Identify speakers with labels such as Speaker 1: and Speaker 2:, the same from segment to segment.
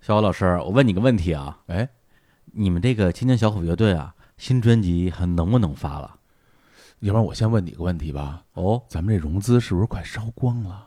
Speaker 1: 小虎老师，我问你个问题啊，
Speaker 2: 哎，
Speaker 1: 你们这个青年小虎乐队啊，新专辑还能不能发了？
Speaker 2: 要不然我先问你个问题吧，
Speaker 1: 哦，
Speaker 2: 咱们这融资是不是快烧光了？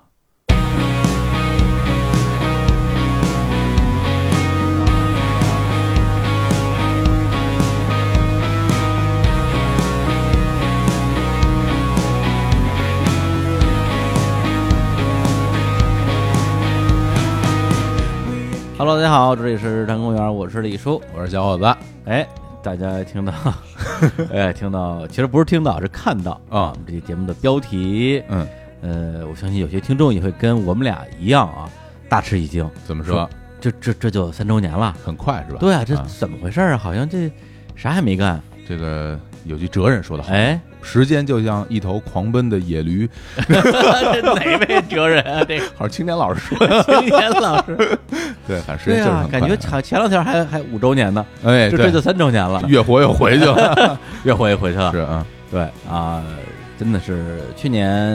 Speaker 1: Hello，大家好，这里是日坛公园，我是李叔。
Speaker 2: 我说小伙子啊、
Speaker 1: 哎，大家听到，哎，听到，其实不是听到，是看到啊我
Speaker 2: 啊
Speaker 1: 们这节目的标题。
Speaker 2: 嗯，
Speaker 1: 呃，我相信有些听众也会跟我们俩一样啊，大吃一惊。
Speaker 2: 怎么说？
Speaker 1: 这这这就三周年了，
Speaker 2: 很快是吧？
Speaker 1: 对啊，这怎么回事儿啊？好像这啥也没干。
Speaker 2: 这个有句哲人说的好，
Speaker 1: 哎，
Speaker 2: 时间就像一头狂奔的野驴，
Speaker 1: 这哪位哲人啊？这个
Speaker 2: 好像青年老师说的，
Speaker 1: 青年老师，
Speaker 2: 对，反正时
Speaker 1: 对
Speaker 2: 间就是
Speaker 1: 啊
Speaker 2: 很，快。
Speaker 1: 感觉前前两天还还五周年呢，
Speaker 2: 哎，
Speaker 1: 这
Speaker 2: 对
Speaker 1: 这就三周年了，
Speaker 2: 越活越回去 了，
Speaker 1: 越活越回去了。
Speaker 2: 是啊，
Speaker 1: 对啊、真的是去年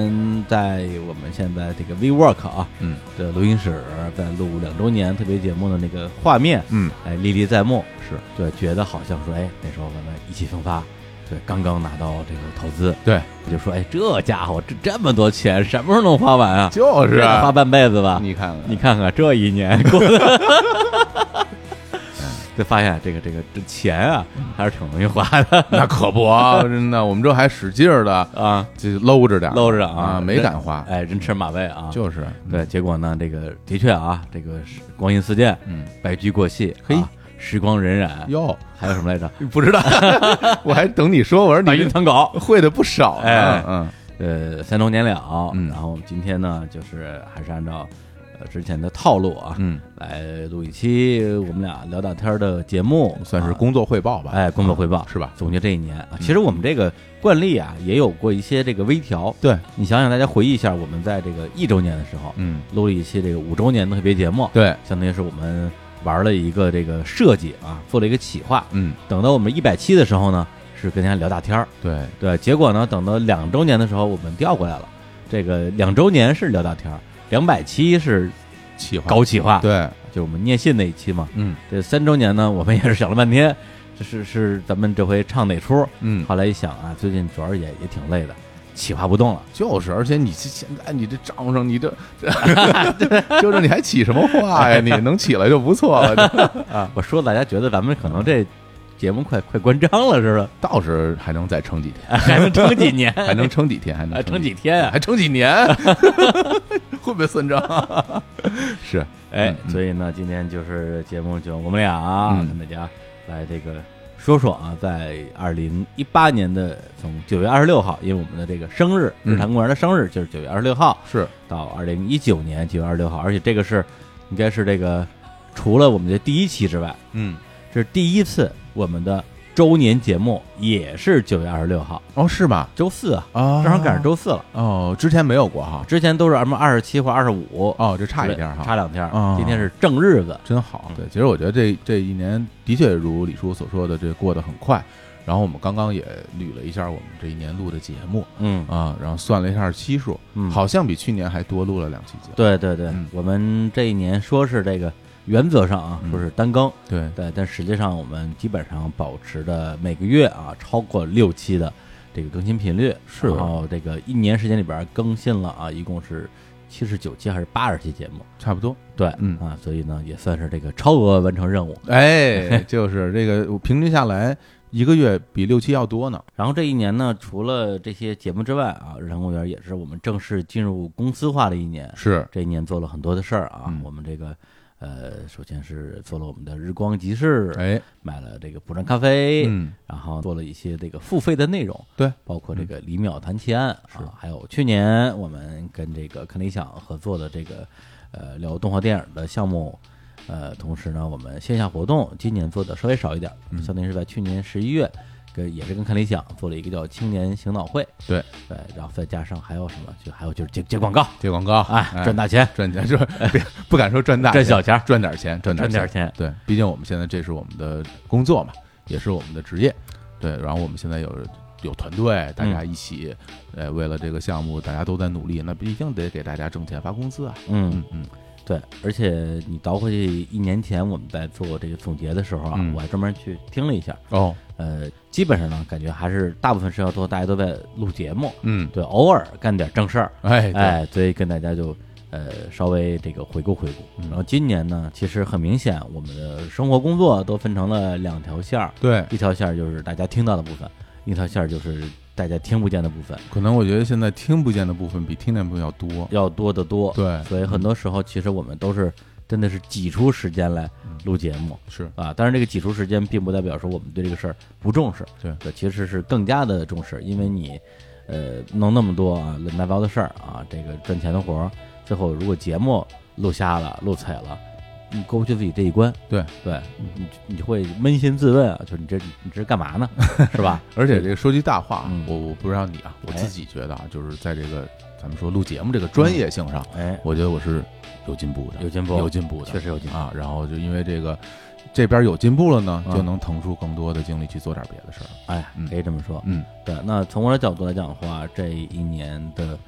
Speaker 1: 在我们现在这个 WeWork 啊
Speaker 2: 嗯
Speaker 1: 的录音室，在录两周年特别节目的那个画面，
Speaker 2: 嗯，
Speaker 1: 哎，历历在目。
Speaker 2: 是
Speaker 1: 对，觉得好像说，哎，那时候咱们意气风发，对，刚刚拿到这个投资，
Speaker 2: 对，
Speaker 1: 我就说，哎，这家伙这这么多钱，什么时候能花完啊？
Speaker 2: 就是
Speaker 1: 这得花
Speaker 2: 啊，
Speaker 1: 半辈子吧？
Speaker 2: 你看看，
Speaker 1: 你看看这一年过的， 就发现这个这个这钱啊，
Speaker 2: 嗯
Speaker 1: 还是挺容易花的
Speaker 2: 那可不啊，真的，我们这还使劲儿的，
Speaker 1: 啊。
Speaker 2: 就搂着点儿，
Speaker 1: 搂着点儿啊
Speaker 2: 啊，没敢花，
Speaker 1: 哎，人吃马喂啊，
Speaker 2: 就是
Speaker 1: 对，结果呢，这个的确啊，这个是光阴似箭，
Speaker 2: 嗯，
Speaker 1: 白驹过隙，
Speaker 2: 嘿
Speaker 1: 啊时光荏苒，
Speaker 2: 哟，
Speaker 1: 还有什么来着？
Speaker 2: 不知道， 哎我还等你说，我说
Speaker 1: 白
Speaker 2: 你
Speaker 1: 云苍狗，
Speaker 2: 这会的不少呢，
Speaker 1: 哎
Speaker 2: 嗯，
Speaker 1: 呃，三周年了，
Speaker 2: 嗯
Speaker 1: 然后我们今天呢，就是还是按照呃之前的套路啊，
Speaker 2: 嗯，
Speaker 1: 来录一期我们俩聊大天儿的节目，
Speaker 2: 算是
Speaker 1: 啊
Speaker 2: 工作汇报吧，
Speaker 1: 哎工作汇报
Speaker 2: 是吧？
Speaker 1: 总结这一年啊。其实我们这个惯例啊，也有过一些这个微调，
Speaker 2: 对，
Speaker 1: 你想想，大家回忆一下，我们在这个一周年的时候，
Speaker 2: 嗯，
Speaker 1: 录了一期这个五周年的特别节目，
Speaker 2: 对，
Speaker 1: 相当于是我们玩了一个这个设计啊，做了一个企划。
Speaker 2: 嗯，
Speaker 1: 等到我们一百期的时候呢，是跟大家聊大天儿，
Speaker 2: 对，
Speaker 1: 对。结果呢，等到两周年的时候，我们调过来了，这个两周年是聊大天儿，两百期是
Speaker 2: 企划，
Speaker 1: 搞企划，，
Speaker 2: 对，
Speaker 1: 就是我们念信那一期嘛。
Speaker 2: 嗯
Speaker 1: 这三周年呢，我们也是想了半天，这是是咱们这回唱哪出？
Speaker 2: 嗯，
Speaker 1: 后来一想啊，最近主要也也挺累的，企划不动了。
Speaker 2: 就是，而且你这现在你这账 上，你这， 就是你还起什么话呀？你能起来就不错了，
Speaker 1: 我说大家觉得咱们可能这节目快快关张了似的，
Speaker 2: 到时还能再撑几 天，
Speaker 1: 还能撑几年？
Speaker 2: 还能撑几天，还能
Speaker 1: 还撑
Speaker 2: 几
Speaker 1: 几天啊？
Speaker 2: 还撑几年， 会不会算账？是，
Speaker 1: 哎
Speaker 2: 嗯，嗯
Speaker 1: 所以呢，今天就是节目就我们俩、啊
Speaker 2: 嗯
Speaker 1: 跟大家来这个说说啊，在二零一八年的从九月二十六号，因为我们的这个生日，
Speaker 2: 嗯
Speaker 1: 日坛公园的生日就是九月二十六号，
Speaker 2: 是，
Speaker 1: 到二零一九年九月二十六号，而且这个是应该是这个除了我们的第一期之外，
Speaker 2: 嗯，
Speaker 1: 这是第一次我们的周年节目也是九月二十六号，
Speaker 2: 哦，是吧？
Speaker 1: 周四啊，
Speaker 2: 啊，
Speaker 1: 正好赶上周四了。
Speaker 2: 哦，之前没有过哈，
Speaker 1: 之前都是什么二十七或二十五，
Speaker 2: 哦，这差一点哈，
Speaker 1: 差两天儿。
Speaker 2: 哦
Speaker 1: 今天是正日子，
Speaker 2: 真好。
Speaker 1: 嗯
Speaker 2: 对，其实我觉得这这一年的确如李叔所说的，这过得很快。然后我们刚刚也捋了一下我们这一年录的节目
Speaker 1: 嗯
Speaker 2: 啊，然后算了一下期数，
Speaker 1: 嗯，
Speaker 2: 好像比去年还多录了两期节目。
Speaker 1: 对对对，
Speaker 2: 嗯
Speaker 1: 我们这一年说是这个原则上啊，
Speaker 2: 嗯
Speaker 1: 说是单更，
Speaker 2: 对，
Speaker 1: 对，但实际上我们基本上保持的每个月啊超过六期的这个更新频率，
Speaker 2: 是啊
Speaker 1: 然后这个一年时间里边更新了啊，一共是七十九期还是八十期节目，
Speaker 2: 差不多。
Speaker 1: 对，
Speaker 2: 嗯
Speaker 1: 啊，所以呢也算是这个超额完成任务。
Speaker 2: 哎，就是这个我平均下来一个月比六期要多呢。
Speaker 1: 然后这一年呢，除了这些节目之外啊，日坛公园也是我们正式进入公司化的一年，
Speaker 2: 是，
Speaker 1: 这一年做了很多的事儿啊，
Speaker 2: 嗯
Speaker 1: 我们这个呃，首先是做了我们的日光集市，
Speaker 2: 哎，
Speaker 1: 买了这个补站咖啡，
Speaker 2: 嗯，
Speaker 1: 然后做了一些这个付费的内容，
Speaker 2: 对，
Speaker 1: 包括这个李淼谈奇案、
Speaker 2: 是
Speaker 1: 啊，还有去年我们跟这个看理想合作的这个呃聊动画电影的项目。呃，同时呢，我们线下活动今年做的稍微少一点，
Speaker 2: 嗯
Speaker 1: 相当于是在去年十一月，跟也是跟看理想做了一个叫青年行脑会，
Speaker 2: 对
Speaker 1: 对，然后再加上还有什么，就还有就是接接广告，
Speaker 2: 接广告，
Speaker 1: 哎，赚
Speaker 2: 大
Speaker 1: 大钱，
Speaker 2: 赚钱， 赚别不敢说赚大，
Speaker 1: 赚小钱儿，
Speaker 2: 赚点钱，赚
Speaker 1: 赚
Speaker 2: 点
Speaker 1: 点钱。
Speaker 2: 对，毕竟我们现在这是我们的工作嘛，也是我们的职业。对，然后我们现在有有团队，大家一起，
Speaker 1: 嗯
Speaker 2: 呃，为了这个项目，大家都在努力，那毕竟得给大家挣钱发工资啊。
Speaker 1: 嗯
Speaker 2: 嗯，嗯，
Speaker 1: 对，而且你倒回去一年前我们在做这个总结的时候啊，
Speaker 2: 嗯
Speaker 1: 我还专门去听了一下，
Speaker 2: 哦，
Speaker 1: 呃，基本上呢，感觉还是大部分时间都大家都在录节目，
Speaker 2: 嗯，
Speaker 1: 对，偶尔干点正事儿，
Speaker 2: 哎，对，
Speaker 1: 哎，所以跟大家就呃稍微这个回顾回顾。
Speaker 2: 嗯
Speaker 1: 然后今年呢，其实很明显，我们的生活工作都分成了两条线儿，
Speaker 2: 对，
Speaker 1: 一条线儿就是大家听到的部分，一条线儿就是大家听不见的部分，
Speaker 2: 可能我觉得现在听不见的部分比听见的部分要多，
Speaker 1: 要多得多。
Speaker 2: 对，嗯
Speaker 1: 所以很多时候其实我们都是真的是挤出时间来
Speaker 2: 嗯
Speaker 1: 录节目
Speaker 2: 是，
Speaker 1: 啊。当然，这个挤出时间并不代表说我们对这个事儿不重视，
Speaker 2: 对
Speaker 1: 其实是更加的重视，因为你呃弄那么多啊乱七八糟的事儿啊，这个赚钱的活儿，最后如果节目录瞎了、录踩了。你过不去自己这一关，
Speaker 2: 对
Speaker 1: 对，你你会扪心自问啊，就是你这你这是干 嘛呢，是吧？
Speaker 2: 而且这个说句大话啊
Speaker 1: 嗯，
Speaker 2: 我我不知道你啊，我
Speaker 1: 哎
Speaker 2: 自己觉得啊，就是在这个咱们说录节目这个专业性上，
Speaker 1: 哎，
Speaker 2: 我觉得我是有进步的，
Speaker 1: 有进步
Speaker 2: 有进步的，
Speaker 1: 确实有进步
Speaker 2: 啊。然后就因为这个这边有进步了呢，
Speaker 1: 嗯
Speaker 2: 就能腾出更多的精力去做点别的事儿。
Speaker 1: 哎
Speaker 2: 嗯，
Speaker 1: 可以这么说，
Speaker 2: 嗯，
Speaker 1: 对，那从我的角度来讲的话，这一年的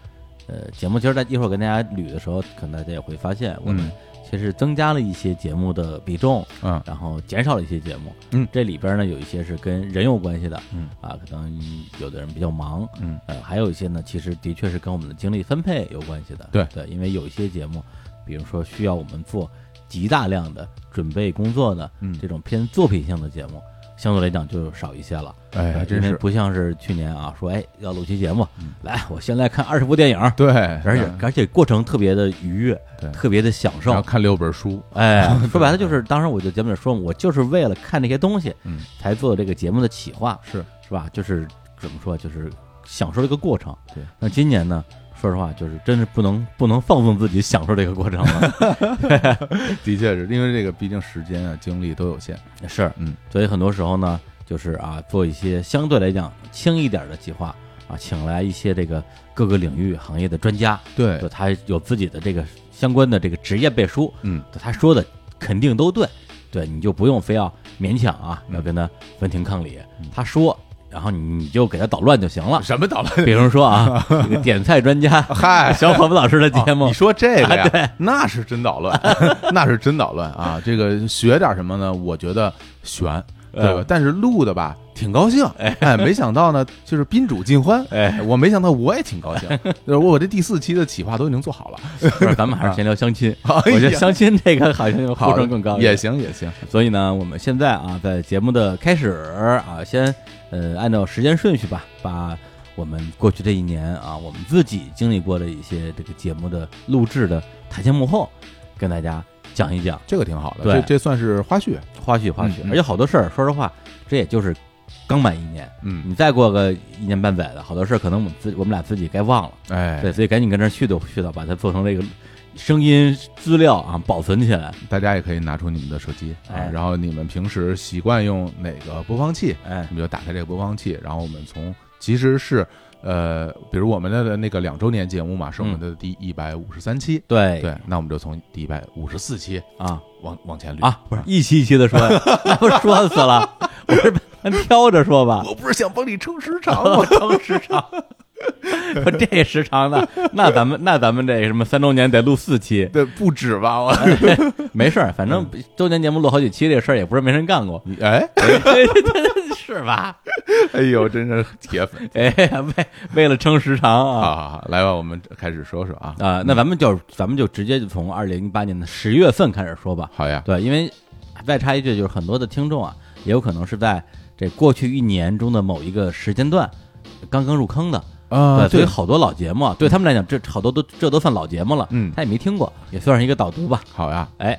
Speaker 1: 呃节目，其实在一会儿跟大家捋的时候，可能大家也会发现，我们
Speaker 2: 嗯
Speaker 1: 其实增加了一些节目的比重，
Speaker 2: 嗯
Speaker 1: 然后减少了一些节目。
Speaker 2: 嗯
Speaker 1: 这里边呢有一些是跟人有关系的，
Speaker 2: 嗯
Speaker 1: 啊，可能有的人比较忙，
Speaker 2: 嗯，
Speaker 1: 呃，还有一些呢，其实的确是跟我们的精力分配有关系的。
Speaker 2: 对
Speaker 1: 对，因为有一些节目，比如说需要我们做极大量的准备工作的，
Speaker 2: 嗯
Speaker 1: 这种偏作品性的节目，相对来讲就少一些了。
Speaker 2: 哎还
Speaker 1: 呃
Speaker 2: 真
Speaker 1: 因为
Speaker 2: 是
Speaker 1: 不像是去年啊，说哎要录期节目，
Speaker 2: 嗯
Speaker 1: 来我先来看二十部电影，
Speaker 2: 对，
Speaker 1: 而且
Speaker 2: 嗯
Speaker 1: 而且过程特别的愉悦
Speaker 2: 对，
Speaker 1: 特别的享
Speaker 2: 然后
Speaker 1: 受。
Speaker 2: 看六本书，
Speaker 1: 哎， 说白了就是，当时我就节目里说，我就是为了看这些东西
Speaker 2: 嗯，
Speaker 1: 才做这个节目的企划，
Speaker 2: 是
Speaker 1: 是吧？就是怎么说，就是享受这个过程。
Speaker 2: 对，
Speaker 1: 那今年呢？说实话，就是真是不能不能放纵自己享受这个过程 了。
Speaker 2: 的确是因为这个，毕竟时间啊、精力都有限。
Speaker 1: 是，
Speaker 2: 嗯，
Speaker 1: 所以很多时候呢，就是啊，做一些相对来讲轻一点的计划啊，请来一些这个各个领域行业的专家，
Speaker 2: 对
Speaker 1: 就，他有自己的这个相关的这个职业背书，
Speaker 2: 嗯，
Speaker 1: 他说的肯定都对，对，你就不用非要勉强啊，
Speaker 2: 嗯
Speaker 1: 要跟他分庭抗礼
Speaker 2: 嗯。
Speaker 1: 他说，然后你就给他捣乱就行 了。
Speaker 2: 什么捣乱？
Speaker 1: 比如说 啊，这个点菜专家
Speaker 2: 嗨，
Speaker 1: 小伙子老师的节
Speaker 2: 哦
Speaker 1: 目
Speaker 2: 你，说这个呀， 那是真捣乱， 那是真捣乱 啊！这个学点什么呢？我觉得悬，对吧？
Speaker 1: 嗯
Speaker 2: 但是录的吧，挺高兴，哎，没想到呢，就是宾主尽欢，
Speaker 1: 哎，
Speaker 2: 我没想到我也挺高 兴，就是我这第四期的企划都已经做 好了，
Speaker 1: 不是咱
Speaker 2: 啊
Speaker 1: 们还是先聊相亲。
Speaker 2: 我
Speaker 1: 我觉得相亲这个好像就呼
Speaker 2: 哎好
Speaker 1: 声更高一点
Speaker 2: 也行也行，
Speaker 1: 所以呢，我们现在啊，在节目的开始啊，先呃，按照时间顺序吧，把我们过去这一年啊，我们自己经历过的一些这个节目的录制的台前幕后，跟大家讲一讲，
Speaker 2: 这个挺好的，
Speaker 1: 对
Speaker 2: 这这算是花絮，
Speaker 1: 花絮花絮。
Speaker 2: 嗯嗯
Speaker 1: 而且好多事儿，说实话，这也就是刚满一年，
Speaker 2: 嗯，
Speaker 1: 你再过个一年半载的，好多事儿可能我们自我们俩自己该忘了。
Speaker 2: 哎，
Speaker 1: 对，所以赶紧跟这儿絮叨絮叨，把它做成这个声音资料啊，保存起来。
Speaker 2: 大家也可以拿出你们的手机啊
Speaker 1: 哎，
Speaker 2: 然后你们平时习惯用哪个播放器，
Speaker 1: 哎
Speaker 2: 你，们就打开这个播放器，然后我们从其实是呃，比如我们的那个两周年节目嘛，是我
Speaker 1: 嗯
Speaker 2: 们的第一百五十三期，
Speaker 1: 对
Speaker 2: 对，那我们就从第一百五十四期
Speaker 1: 啊。
Speaker 2: 往往前捋
Speaker 1: 啊，不是一期一期的说呀，那不说死了，我是把它挑着说吧，
Speaker 2: 我不是想帮你撑时长 吗？
Speaker 1: 撑时长。说这时长呢，那咱们那咱们这什么三周年得录四期，
Speaker 2: 对，不止吧？我，
Speaker 1: 哎没事儿，反正周年节目录好几期这事儿也不是没人干过
Speaker 2: 你哎
Speaker 1: 是吧？
Speaker 2: 哎呦，真是铁粉！
Speaker 1: 哎呀，为为了撑时长
Speaker 2: 好
Speaker 1: 啊
Speaker 2: 好好，来吧，我们开始说说啊。
Speaker 1: 啊，那咱们就咱们就直接就从二零一八年的十月份开始说吧。
Speaker 2: 好呀，
Speaker 1: 对，因为再插一句，就是很多的听众啊，也有可能是在这过去一年中的某一个时间段刚刚入坑的，
Speaker 2: 啊
Speaker 1: 对，所以好多老节目啊，对他们来讲，这好多都这都算老节目了，
Speaker 2: 嗯
Speaker 1: 他也没听过，也算是一个导读吧。
Speaker 2: 好呀，
Speaker 1: 哎，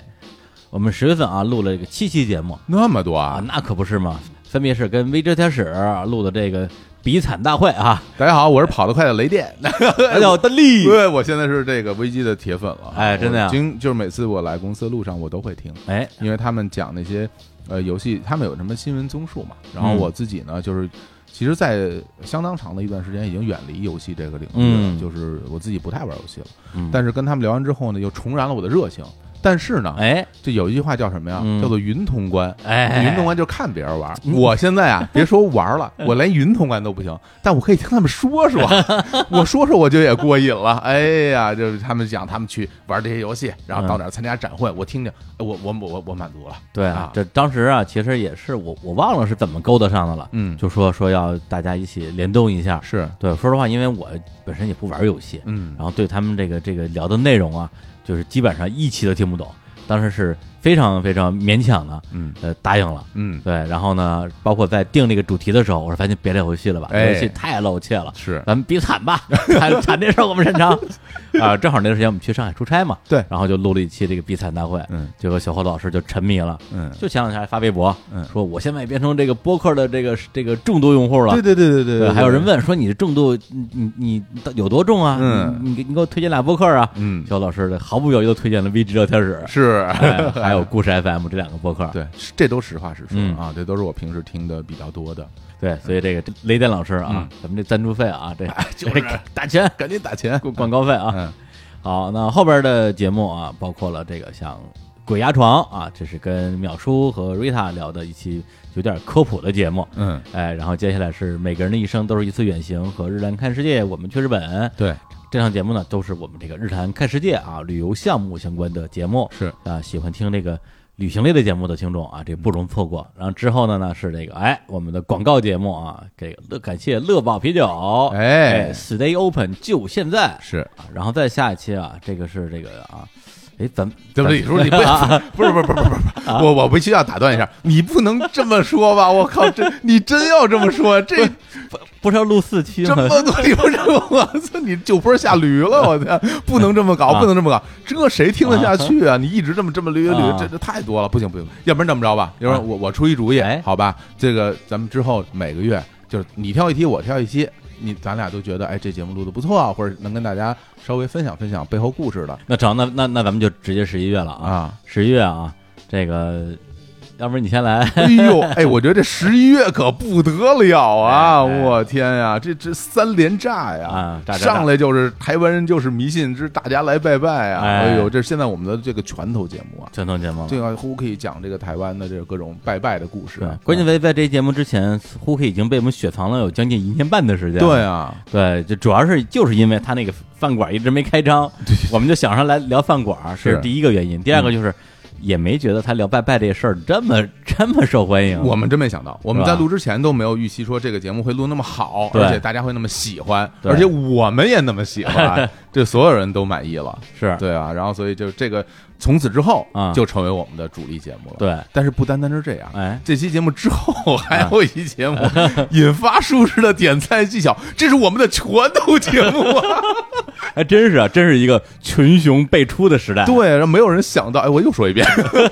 Speaker 1: 我们十月份啊录了这个七期节目
Speaker 2: 那么多啊
Speaker 1: 啊，！那可不是嘛，分别是跟微哲天使啊录的这个比惨大会 啊，
Speaker 2: 大家好，我是跑得快的雷电，
Speaker 1: 哎
Speaker 2: 哎
Speaker 1: 还有邓丽，
Speaker 2: 对，我现在是这个危机的铁粉了。
Speaker 1: 哎真的呀
Speaker 2: 我经就是每次我来公司的路上，我都会听，
Speaker 1: 哎，
Speaker 2: 因为他们讲那些呃游戏，他们有什么新闻综述嘛。然后
Speaker 1: 嗯
Speaker 2: 我自己呢，就是其实，在相当长的一段时间已经远离游戏这个领域了，
Speaker 1: 嗯
Speaker 2: 就是我自己不太玩游戏了。
Speaker 1: 嗯
Speaker 2: 但是跟他们聊完之后呢，又重燃了我的热情。但是呢，
Speaker 1: 哎
Speaker 2: 这有一句话叫什么呀？
Speaker 1: 嗯
Speaker 2: 叫做云通关。
Speaker 1: 哎，
Speaker 2: 云通关就是看别人玩儿，我现在啊，别说玩儿了，我连云通关都不行，但我可以听他们说 说，我说说我就也过瘾了。哎呀，就是他们讲他们去玩这些游戏，然后到哪儿参加展会，我听听，哎我我我我满足了。
Speaker 1: 对
Speaker 2: 啊
Speaker 1: 这当时啊，其实也是我我忘了是怎么勾搭上的了，
Speaker 2: 嗯，
Speaker 1: 就说说要大家一起联动一下。
Speaker 2: 是，
Speaker 1: 对，说实话，因为我本身也不玩游戏，
Speaker 2: 嗯
Speaker 1: 然后对他们这个这个聊的内容啊，就是基本上一期都听不懂，当时是非常非常勉强的，
Speaker 2: 嗯
Speaker 1: 呃，答应了。
Speaker 2: 嗯，
Speaker 1: 对，然后呢，包括在定这个主题的时候，我说咱就别聊游戏了吧，
Speaker 2: 哎
Speaker 1: 这游戏太露怯了，
Speaker 2: 是
Speaker 1: 咱们比惨吧，惨惨这事儿我们擅长。啊、正好那段时间我们去上海出差嘛，
Speaker 2: 对
Speaker 1: 然后就录了一期这个比惨大会，
Speaker 2: 嗯
Speaker 1: 结果小侯老师就沉迷了，
Speaker 2: 嗯，
Speaker 1: 就前两天还发微博，
Speaker 2: 嗯
Speaker 1: 说我现在变成这个播客的这个这个重度用户了。
Speaker 2: 对对对对对对，
Speaker 1: 还有人，问说你的重度，你你你到底有多重啊？
Speaker 2: 嗯
Speaker 1: 你你给你给我推荐俩播客啊。
Speaker 2: 嗯，
Speaker 1: 小侯老师毫不犹豫的推荐了 V G 聊天室，
Speaker 2: 是，
Speaker 1: 哎还有故事 FM 这两个播客。
Speaker 2: 对，是这都实话实说
Speaker 1: 嗯
Speaker 2: 啊，这都是我平时听的比较多的，
Speaker 1: 对，所以这个雷电老师啊，咱们这赞助费啊，这
Speaker 2: 就是
Speaker 1: 这打钱
Speaker 2: 赶紧打钱，
Speaker 1: 广告费啊。
Speaker 2: 嗯
Speaker 1: 好，那后边的节目啊，包括了这个像《鬼压床》啊，这是跟淼叔和瑞塔聊的一期有点科普的节目。
Speaker 2: 嗯，
Speaker 1: 哎，然后接下来是每个人的一生都是一次远行和日坛看世界，我们去日本哎
Speaker 2: 对，
Speaker 1: 这档节目呢，都是我们这个日坛看世界啊旅游项目相关的节目。
Speaker 2: 是，
Speaker 1: 啊，喜欢听这个旅行类的节目的听众啊，这不容错过。然后之后呢呢是这个哎，我们的广告节目啊，这个乐感谢乐宝啤酒，
Speaker 2: 哎
Speaker 1: ，Stay Open 就现在
Speaker 2: 是，
Speaker 1: 啊。然后再下一期啊，这个是这个啊，哎，咱们
Speaker 2: 对不对？你说你不，
Speaker 1: 啊
Speaker 2: 不是不是不是不是不是，我我必须要打断一下，你不能这么说吧？我靠，这你真要这么说，这
Speaker 1: 不是要录四期
Speaker 2: 这
Speaker 1: 吗？
Speaker 2: 么多你不是我操，你酒坡下驴了，我天，不能这么搞，
Speaker 1: 啊
Speaker 2: 不能这么搞，这谁听得下去啊？你一直这么这么捋
Speaker 1: 啊
Speaker 2: 捋，这这太多了，不行不行，要不然这么着吧，要不
Speaker 1: 啊
Speaker 2: 然我我出一主意
Speaker 1: 哎，
Speaker 2: 好吧？这个咱们之后每个月就是你挑一期，我挑一期。你咱俩都觉得，哎，这节目录的不错啊，或者能跟大家稍微分享分享背后故事的
Speaker 1: 那成，那那那咱们就直接十一月了啊，
Speaker 2: 啊，
Speaker 1: 十一月啊，这个，要不然你先来，
Speaker 2: 哎呦，哎，我觉得这十一月可不得了
Speaker 1: 哎
Speaker 2: 啊！
Speaker 1: 哎
Speaker 2: 我天呀，这这三连炸呀，
Speaker 1: 啊炸炸炸
Speaker 2: 上来就是台湾人就是迷信之大家来拜拜啊！
Speaker 1: 哎嗯
Speaker 2: 哎呦，这是现在我们的这个拳头节目啊，
Speaker 1: 传统节目了。
Speaker 2: 这个乎可以讲这个台湾的这个各种拜拜的故事
Speaker 1: 对
Speaker 2: 啊，，
Speaker 1: 关键在在这期节目之前，Hook 已经被我们雪藏了有将近一年半的时间。
Speaker 2: 对啊，
Speaker 1: 对，就主要是就是因为他那个饭馆一直没开张，我们就想上来聊饭馆，这是
Speaker 2: 是嗯
Speaker 1: 第一个原因。第二个就是也没觉得他聊拜拜这事儿这么这么受欢迎。
Speaker 2: 我们真没想到，我们
Speaker 1: 嗯是吧
Speaker 2: 在录之前都没有预期说这个节目会录那么好，
Speaker 1: 对
Speaker 2: 而且大家会那么喜欢，
Speaker 1: 对
Speaker 2: 而且我们也那么 喜欢，这所有人都满意了，
Speaker 1: 是
Speaker 2: 对啊，然后所以就这个从此之后
Speaker 1: 啊
Speaker 2: 就成为我们的主力节目了。
Speaker 1: 对，
Speaker 2: 但是不单单是这样，
Speaker 1: 哎，
Speaker 2: 这期节目之后还有一节目， 引发术士的点菜技巧，这是我们的拳头节目 啊！
Speaker 1: 还真是啊，真是一个群雄辈出的时代。
Speaker 2: 对，然后没有人想到，哎，我又说一遍，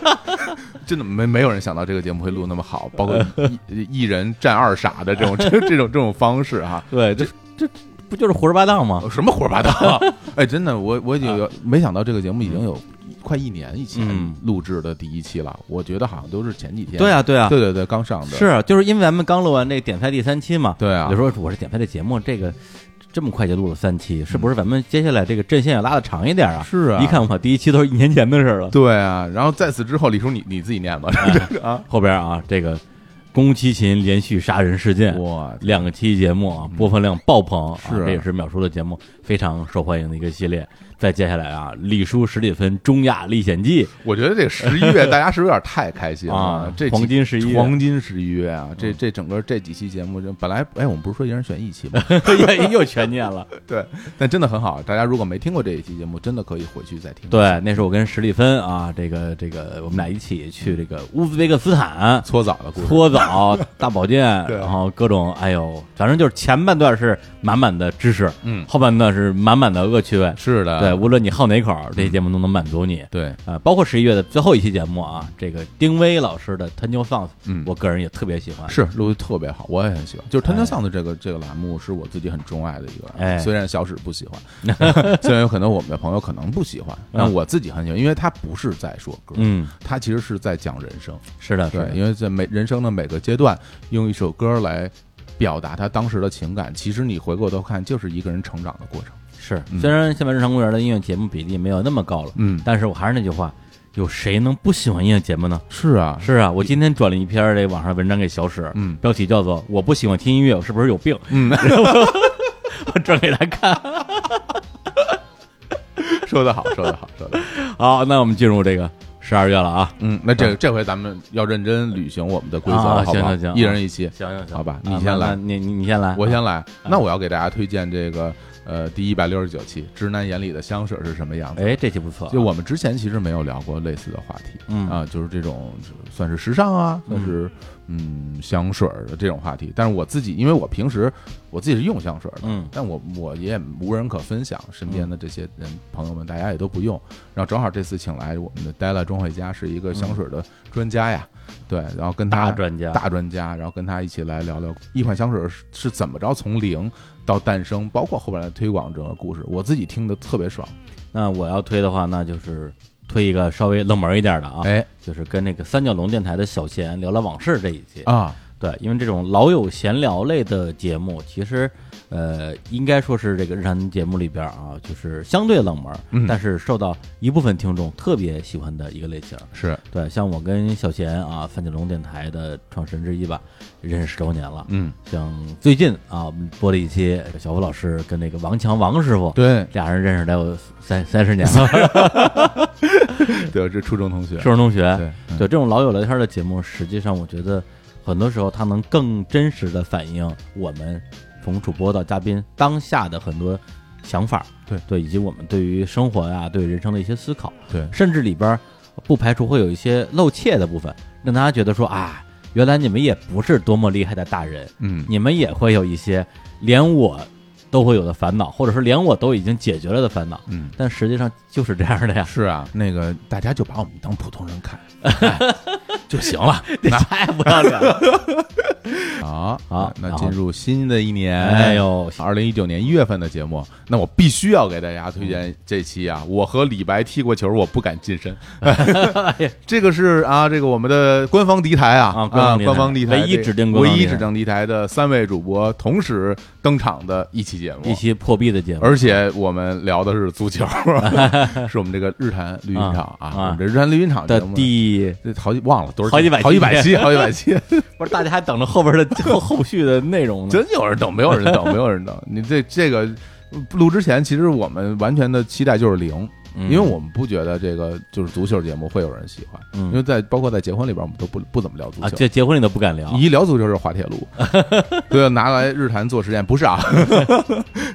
Speaker 2: 真的没没有人想到这个节目会录那么好，包括一一人占二傻的这种这这种这种方式哈、
Speaker 1: 对，这这不就是胡说八道吗？
Speaker 2: 什么胡说八道啊！ 哎，真的，我我已经有没想到这个节目已经有快一年以前
Speaker 1: 嗯
Speaker 2: 录制的第一期了，我觉得好像都是前几天，
Speaker 1: 对啊，对啊，
Speaker 2: 对对对，刚上的，
Speaker 1: 是，啊就是因为咱们刚录完这个点菜第三期嘛，
Speaker 2: 对啊
Speaker 1: 就说我是点菜这节目，这个这么快就录了三期，是不是咱们接下来这个阵线要拉的长一点啊？
Speaker 2: 是啊
Speaker 1: 一看我靠，第一期都是一年前的事儿了。
Speaker 2: 对啊，然后在此之后，李叔你你自己念吧，啊，
Speaker 1: 后边啊，这个宫崎勤连续杀人事件，
Speaker 2: 哇，
Speaker 1: 两个期节目啊，播放量爆棚，啊
Speaker 2: 是
Speaker 1: 这也是秒叔的节目非常受欢迎的一个系列。再接下来啊，李叔史蒂芬《中亚历险记》
Speaker 2: 我觉得这十一月大家是不是有点太开心
Speaker 1: 啊
Speaker 2: 了？这几
Speaker 1: 黄金11月嗯
Speaker 2: 黄金十一月啊，这这整个这几期节目，就本来哎，我们不是说一人选一期 吗？
Speaker 1: 又又全念了。
Speaker 2: 对，但真的很好，大家如果没听过这一期节目，真的可以回去再 听。，
Speaker 1: 对，那是我跟史蒂芬啊，这个这个，我们俩一起去这个乌兹别克斯 坦
Speaker 2: 搓澡的故事，
Speaker 1: 搓澡、大保健，
Speaker 2: 对
Speaker 1: 然后各种，哎呦，反正就是前半段是满满的知识，
Speaker 2: 嗯啊
Speaker 1: 后半段是满满的恶趣味。
Speaker 2: 是的，
Speaker 1: 对，无论你好哪口儿，这些节目都能满足你。
Speaker 2: 对
Speaker 1: 呃，包括十一月的最后一期节目啊，这个丁薇老师的《Ten New Songs》，
Speaker 2: 嗯
Speaker 1: 我个人也特别喜欢。
Speaker 2: 是录的特别好，我也很喜欢。就是《t e n d e s o n 的这个这个栏目是我自己很钟爱的一个栏目，
Speaker 1: 哎
Speaker 2: 虽然小史不喜欢， 虽然有可能我们的朋友可能不喜欢，但
Speaker 1: 嗯
Speaker 2: 我自己很喜欢，因为它不是在说歌，
Speaker 1: 嗯，
Speaker 2: 它其实是在讲人生。
Speaker 1: 是的，是
Speaker 2: 对，
Speaker 1: 的，
Speaker 2: 因为在每人生的每个阶段，用一首歌来表达他当时的情感，其实你回过头看，就是一个人成长的过程。
Speaker 1: 是。
Speaker 2: 嗯
Speaker 1: 虽然现在日常公园的音乐节目比例没有那么高了，
Speaker 2: 嗯
Speaker 1: 但是我还是那句话，有谁能不喜欢音乐节目呢？
Speaker 2: 是啊，
Speaker 1: 是啊，我今天转了一篇儿这网上文章给小史，
Speaker 2: 嗯
Speaker 1: 标题叫做“我不喜欢听音乐，我是不是有病
Speaker 2: 嗯，？”
Speaker 1: 我 转给他看。
Speaker 2: 说得好，说得好，说得好。
Speaker 1: 好，那我们进入这个十二月了啊，
Speaker 2: 嗯，那这这回咱们要认真履行我们的规则
Speaker 1: 啊
Speaker 2: 了，好不好？
Speaker 1: 行行行
Speaker 2: 一人一期，
Speaker 1: 行行
Speaker 2: 好吧你
Speaker 1: 啊
Speaker 2: 先
Speaker 1: 那
Speaker 2: 来
Speaker 1: 那你你你先 来，
Speaker 2: 我先来。
Speaker 1: 嗯
Speaker 2: 那我要给大家推荐这个呃第一百六十九期《直男眼里的香水是什么样子》。
Speaker 1: 哎，这期不错啊，
Speaker 2: 就我们之前其实没有聊过类似的话题，
Speaker 1: 嗯
Speaker 2: 啊，就是这种算是时尚啊，
Speaker 1: 嗯
Speaker 2: 算是嗯香水儿的这种话题。但是我自己，因为我平时我自己是用香水儿的，
Speaker 1: 嗯
Speaker 2: 但我我也无人可分享，身边的这些人朋友们，大家也都不用。然后正好这次请来我们的 Della 钟慧佳是一个香水的专家呀，对，然后跟
Speaker 1: 嗯
Speaker 2: 他
Speaker 1: 大专家，
Speaker 2: 大专家，然后跟他一起来聊聊一款香水是是怎么着从零到诞生，包括后边的推广整个故事，我自己听的特别爽。
Speaker 1: 那我要推的话，那就是推一个稍微冷门一点的啊，
Speaker 2: 哎
Speaker 1: 就是跟那个三角龙电台的小贤聊聊往事这一期。
Speaker 2: 啊，
Speaker 1: 对，因为这种老友闲聊类的节目，其实呃，应该说是这个日常节目里边啊，就是相对冷门，
Speaker 2: 嗯
Speaker 1: 但是受到一部分听众特别喜欢的一个类型。
Speaker 2: 是，
Speaker 1: 对，像我跟小贤啊，三角龙电台的创始人之一吧，认识十多年了。
Speaker 2: 嗯，
Speaker 1: 像最近啊，我们播了一期小胡老师跟那个王强王师傅，
Speaker 2: 对
Speaker 1: 俩人认识得有三三十年了，
Speaker 2: 对，这初中同学，
Speaker 1: 初中同学。
Speaker 2: 对嗯
Speaker 1: 对这种老友聊天的节目，实际上我觉得很多时候它能更真实的反映我们从主播到嘉宾当下的很多想法，
Speaker 2: 对
Speaker 1: 对，以及我们对于生活呀、对人生的一些思考，
Speaker 2: 对，
Speaker 1: 甚至里边儿不排除会有一些露怯的部分，让大家觉得说啊，原来你们也不是多么厉害的大人，
Speaker 2: 嗯，
Speaker 1: 你们也会有一些连我都会有的烦恼，或者说连我都已经解决了的烦恼。
Speaker 2: 嗯。
Speaker 1: 但实际上就是这样的 呀，
Speaker 2: 是啊，那个大家就把我们当普通人 看、哎就行了
Speaker 1: 太不要脸了！
Speaker 2: 好，
Speaker 1: 好
Speaker 2: 那
Speaker 1: 然后
Speaker 2: 进入新的一年，
Speaker 1: 哎呦，
Speaker 2: 二零一九年一月份的节目，那我必须要给大家推荐这期
Speaker 1: 嗯
Speaker 2: 啊！我和李白踢过球，我不敢 近身。这个是啊，这个我们的官方敌台啊，
Speaker 1: 啊官方
Speaker 2: 啊，
Speaker 1: 敌台
Speaker 2: 官方敌台
Speaker 1: 唯一指定官
Speaker 2: 唯
Speaker 1: 方敌
Speaker 2: 一
Speaker 1: 台
Speaker 2: 指定敌台的三位主播同时登场的一期节目
Speaker 1: 一。期破壁的节目，
Speaker 2: 而且我们聊的是足球， 是我们这个日坛绿茵场
Speaker 1: 啊
Speaker 2: 啊，
Speaker 1: 啊
Speaker 2: 我们这日坛绿茵场
Speaker 1: 的
Speaker 2: 节目
Speaker 1: 第，
Speaker 2: 这好几忘了多少
Speaker 1: 好几百期
Speaker 2: 好几百期，好几百期，
Speaker 1: 不是大家还等着后边 的后后续的内容呢。
Speaker 2: 真有人等，没有人等，没有人等。你这这个录之前，其实我们完全的期待就是零，
Speaker 1: 因
Speaker 2: 因为我们不觉得这个就是足球节目会有人喜欢，
Speaker 1: 嗯
Speaker 2: 因为在包括在结婚里边，我们都不不怎么聊足
Speaker 1: 啊，
Speaker 2: 球。
Speaker 1: 这结婚你都不敢聊，
Speaker 2: 一聊足球就是滑铁 卢，对，拿来日坛做实验不是啊？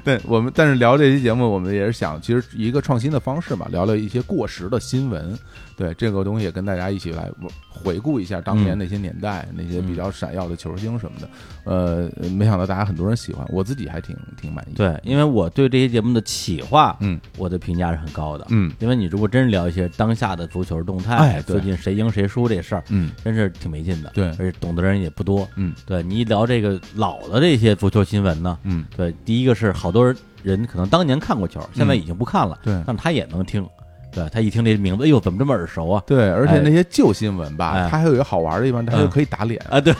Speaker 2: 对，我们但是聊这期节目，我们也是想，其实一个创新的方式嘛，聊聊一些过时的新闻，对这个东西也跟大家一起来回顾一下当年
Speaker 1: 嗯
Speaker 2: 那些年代、那些比较闪耀的球星什么的。
Speaker 1: 嗯
Speaker 2: 呃，没想到大家很多人喜欢，我自己还挺挺满意。，
Speaker 1: 对，因为我对这些节目的企划，
Speaker 2: 嗯
Speaker 1: 我的评价是很高的。
Speaker 2: 嗯
Speaker 1: 因为你如果真是聊一些当下的足球动态，
Speaker 2: 哎对
Speaker 1: 最近谁赢谁输这事儿，
Speaker 2: 嗯，
Speaker 1: 真是挺没劲的。
Speaker 2: 对
Speaker 1: 而且懂的人也不多。
Speaker 2: 嗯
Speaker 1: 对你一聊这个老的这些足球新闻呢，
Speaker 2: 嗯，
Speaker 1: 对，第一个是好多人可能当年看过球，现在
Speaker 2: 嗯
Speaker 1: 已经不看了，
Speaker 2: 对
Speaker 1: 但他也能听。对他一听这名字，哎呦，怎么这么耳熟啊？
Speaker 2: 对，而且
Speaker 1: 哎
Speaker 2: 那些旧新闻吧，
Speaker 1: 哎
Speaker 2: 它还有一个好玩的地方，它就
Speaker 1: 嗯
Speaker 2: 可以打脸。
Speaker 1: 啊，对，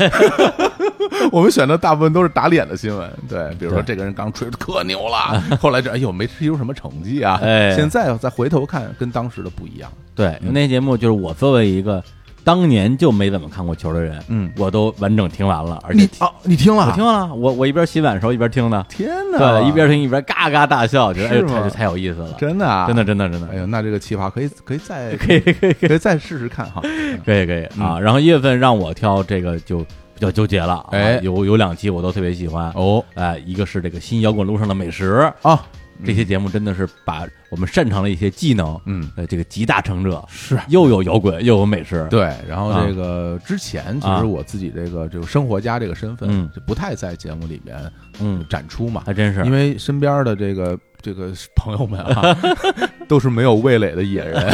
Speaker 2: 我们选的大部分都是打脸的新闻，对，比如说
Speaker 1: 对
Speaker 2: 这个人刚吹的特牛了，后来这哎呦没踢出什么成绩啊，
Speaker 1: 哎
Speaker 2: 现在再回头看跟当时的不一样，
Speaker 1: 对，那些节目就是我作为一个当年就没怎么看过球的人，
Speaker 2: 嗯
Speaker 1: 我都完整听完了，而且
Speaker 2: 你哦你听了
Speaker 1: 我听
Speaker 2: 啊，
Speaker 1: 完了，我我一边洗碗的时候一边听的，
Speaker 2: 天哪，
Speaker 1: 对，一边听一边嘎嘎大笑，觉得哎
Speaker 2: 是
Speaker 1: 呦，
Speaker 2: 吗
Speaker 1: 太太有意思了，
Speaker 2: 真的啊
Speaker 1: 真的，真的真的
Speaker 2: 哎，呦那这个计划可以可以 再
Speaker 1: 可以可以
Speaker 2: 可以再试试看 哈，
Speaker 1: 可以可以
Speaker 2: 嗯
Speaker 1: 啊！然后一月份让我挑这个就比较纠结了啊，
Speaker 2: 哎
Speaker 1: 有有两期我都特别喜欢，
Speaker 2: 哦
Speaker 1: 哎，一个是这个新摇滚路上的美食，
Speaker 2: 啊
Speaker 1: 这些节目真的是把我们擅长的一些技能，
Speaker 2: 嗯
Speaker 1: 呃，这个集大成者，
Speaker 2: 是。
Speaker 1: 又有摇滚又有美食，
Speaker 2: 对，然后
Speaker 1: 啊
Speaker 2: 这个之前其
Speaker 1: 啊
Speaker 2: 实我自己这个这个生活家这个身份
Speaker 1: 嗯
Speaker 2: 就不太在节目里面
Speaker 1: 嗯，
Speaker 2: 展出嘛，
Speaker 1: 还真是
Speaker 2: 因，为身边的这个这个朋友们 啊，都是没有味蕾的野人。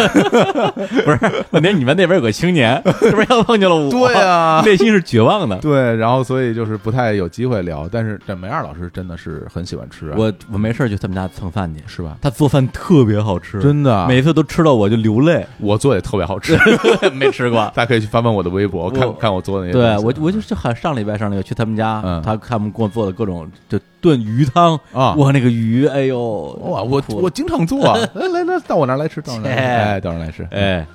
Speaker 1: 不是，问题是你们那边有个青年，这边要碰见了我，
Speaker 2: 对啊
Speaker 1: 内心是绝望的。
Speaker 2: 对，然后所以就是不太有机会聊。但是这梅二老师真的是很喜欢吃、啊，
Speaker 1: 我我没事儿去他们家蹭饭去，
Speaker 2: 是吧？
Speaker 1: 他做饭特别好吃，
Speaker 2: 真的啊，
Speaker 1: 每次都吃到我就流 泪，
Speaker 2: 我做也特别好吃，
Speaker 1: 没吃 过。
Speaker 2: 大家可以去翻翻我的微博，看
Speaker 1: 我
Speaker 2: 看我做的那些
Speaker 1: 对
Speaker 2: 东西
Speaker 1: 我，我就是好像上礼拜上礼拜去他们家，
Speaker 2: 嗯
Speaker 1: 他他们给我做的各种就炖鱼汤，
Speaker 2: 啊，
Speaker 1: 哇，那个鱼，哎呦，
Speaker 2: 哇，我
Speaker 1: 吐了
Speaker 2: 我经常做啊，来来来，到我那儿来吃，到我那儿来吃，
Speaker 1: 切
Speaker 2: 哎，到我那儿来吃，
Speaker 1: 哎，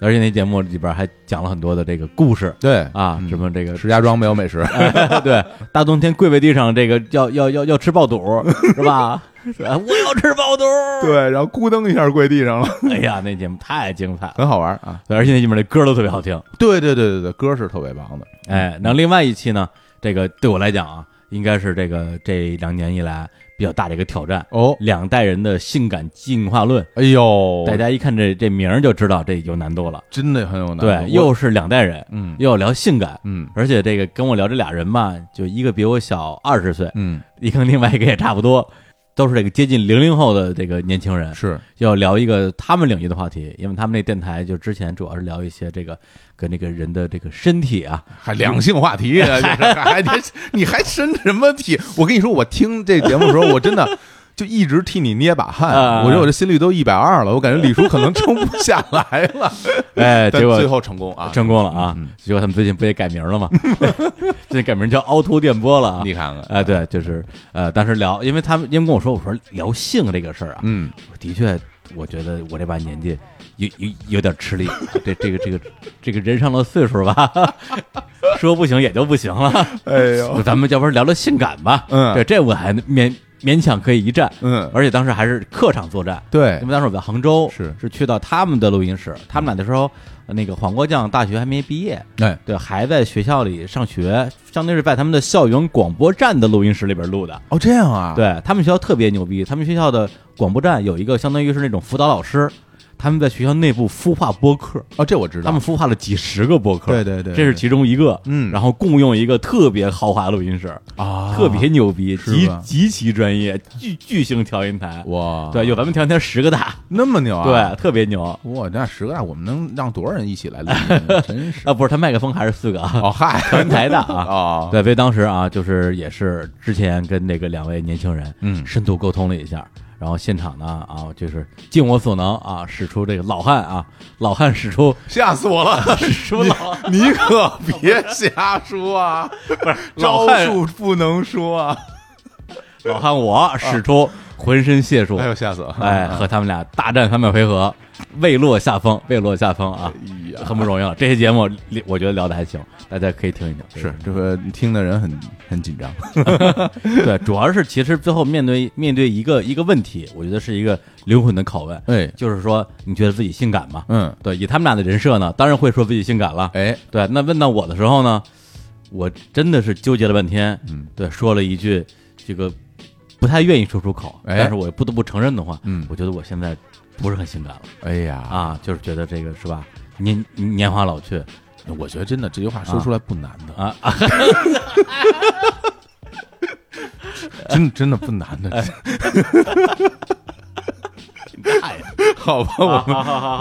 Speaker 1: 而且那节目里边还讲了很多的这个故事
Speaker 2: 对
Speaker 1: 啊，
Speaker 2: 嗯
Speaker 1: 什么这个
Speaker 2: 石家庄没有美食，
Speaker 1: 对，大冬天跪在地上，这个要要要要吃爆肚是吧？ 啊我要吃爆肚。
Speaker 2: 对，然后咕噔一下跪地上了，
Speaker 1: 哎呀，那节目太精彩了，
Speaker 2: 很好玩啊！
Speaker 1: 对而且那里面的歌都特别好听。
Speaker 2: 对对对对对，歌是特别棒的，
Speaker 1: 哎，那另外一期呢，这个对我来讲啊，应该是这个这两年以来比较大的一个挑战。
Speaker 2: 哦，
Speaker 1: 两代人的性感进化论，
Speaker 2: 哎呦，
Speaker 1: 大家一看这这名儿就知道这有难度了。
Speaker 2: 真的很有难度，
Speaker 1: 对，
Speaker 2: 我
Speaker 1: 又是两代人，
Speaker 2: 嗯
Speaker 1: 又要聊性感，
Speaker 2: 嗯
Speaker 1: 而且这个跟我聊这俩人吧，就一个比我小二十岁，
Speaker 2: 嗯，
Speaker 1: 一个另外一个也差不多，都是这个接近零零后的这个年轻人，
Speaker 2: 是
Speaker 1: 要聊一个他们领域的话题，因为他们那电台就之前主要是聊一些这个跟这个人的这个身体啊，
Speaker 2: 还良性话 题啊，就是还还你还生什么体？我跟你说，我听这节目的时候，我真的。就一直替你捏把
Speaker 1: 啊
Speaker 2: 汗，我觉得我这心率都一百二了，我感觉李叔可能撑不下来了。
Speaker 1: 哎，
Speaker 2: 但
Speaker 1: 结果
Speaker 2: 最后成功啊！
Speaker 1: 成功了啊！结果他们最近不也改名了吗？ 最近改名叫凹凸电波了啊！
Speaker 2: 你看看，
Speaker 1: 哎，对，就是呃，当时聊，因为他们因为跟我说，我说聊性这个事儿啊，
Speaker 2: 嗯，
Speaker 1: 的确，我觉得我这把年纪有有有点吃力， 这这个这个这个人上了岁数吧， 说不行也就不行了。
Speaker 2: 哎呦，
Speaker 1: 咱们要不然聊聊性感吧？
Speaker 2: 嗯
Speaker 1: 对，这我还勉勉强可以一战，
Speaker 2: 嗯
Speaker 1: 而且当时还是客场作战，
Speaker 2: 对
Speaker 1: 因为当时我在杭州，
Speaker 2: 是
Speaker 1: 是去到他们的录音室，他们俩那时候呃那个黄瓜酱大学还没毕业，
Speaker 2: 哎，
Speaker 1: 对，还在学校里上学，相当于是在他们的校园广播站的录音室里边录的。
Speaker 2: 哦，这样啊，，
Speaker 1: 对他们学校特别牛逼，他们学校的广播站有一个相当于是那种辅导老师，他们在学校内部孵化播客，
Speaker 2: 哦，这我知道，
Speaker 1: 他们孵化了几十个播客，
Speaker 2: 对对对
Speaker 1: 这是其中一个。
Speaker 2: 嗯
Speaker 1: 然后共用一个特别豪华的录音室，
Speaker 2: 啊，
Speaker 1: 特别牛逼，
Speaker 2: 是
Speaker 1: 极
Speaker 2: 吧
Speaker 1: 极其专业，巨巨型调音台，
Speaker 2: 哇，
Speaker 1: 对，有咱们调音台十个大，
Speaker 2: 那么牛啊，
Speaker 1: 对，特别牛。
Speaker 2: 对，哇，那十个大，我们能让多少人一起 来录音？真是，
Speaker 1: 啊，不是，他麦克风还是四个啊，
Speaker 2: 哦 嗨，
Speaker 1: 调音台的 啊。
Speaker 2: 啊，
Speaker 1: 对，所以当时啊，就是也是之前跟那个两位年轻人，
Speaker 2: 嗯
Speaker 1: 深度沟通了一下，然后现场呢啊，就是尽我所能啊，使出这个老汉啊，老汉使 出。
Speaker 2: 吓死我了
Speaker 1: 使出老啊
Speaker 2: 你 可别瞎说啊！不是
Speaker 1: 老
Speaker 2: 招
Speaker 1: 汉
Speaker 2: 数不能说啊！
Speaker 1: 老汉我使出浑身解数
Speaker 2: 哎，呦，吓死了！
Speaker 1: 哎，和他们俩大战三百回合，未落下风，未落下风啊，
Speaker 2: 哎呀，
Speaker 1: 很不容易了。这些节目我觉得聊的还行，大家可以听一听。
Speaker 2: 是这个听的人很很紧张。
Speaker 1: 对，主要是其实最后面对面对一个一个问题，我觉得是一个灵魂的拷问，
Speaker 2: 哎，
Speaker 1: 就是说你觉得自己性感吗？
Speaker 2: 嗯，
Speaker 1: 对，以他们俩的人设呢，当然会说自己性感了。
Speaker 2: 哎，
Speaker 1: 对，那问到我的时候呢，我真的是纠结了半天，
Speaker 2: 嗯，
Speaker 1: 对，说了一句这个不太愿意说出口，
Speaker 2: 哎
Speaker 1: 但是我不得不承认的话，
Speaker 2: 嗯
Speaker 1: 我觉得我现在不是很性感了
Speaker 2: 哎呀，
Speaker 1: 啊，就是觉得这个是吧，年年华老去
Speaker 2: 我觉得真的这句话说出来不难的，
Speaker 1: 啊啊，
Speaker 2: 真真的不难 的。
Speaker 1: 哎呀，
Speaker 2: 啊好吧，我们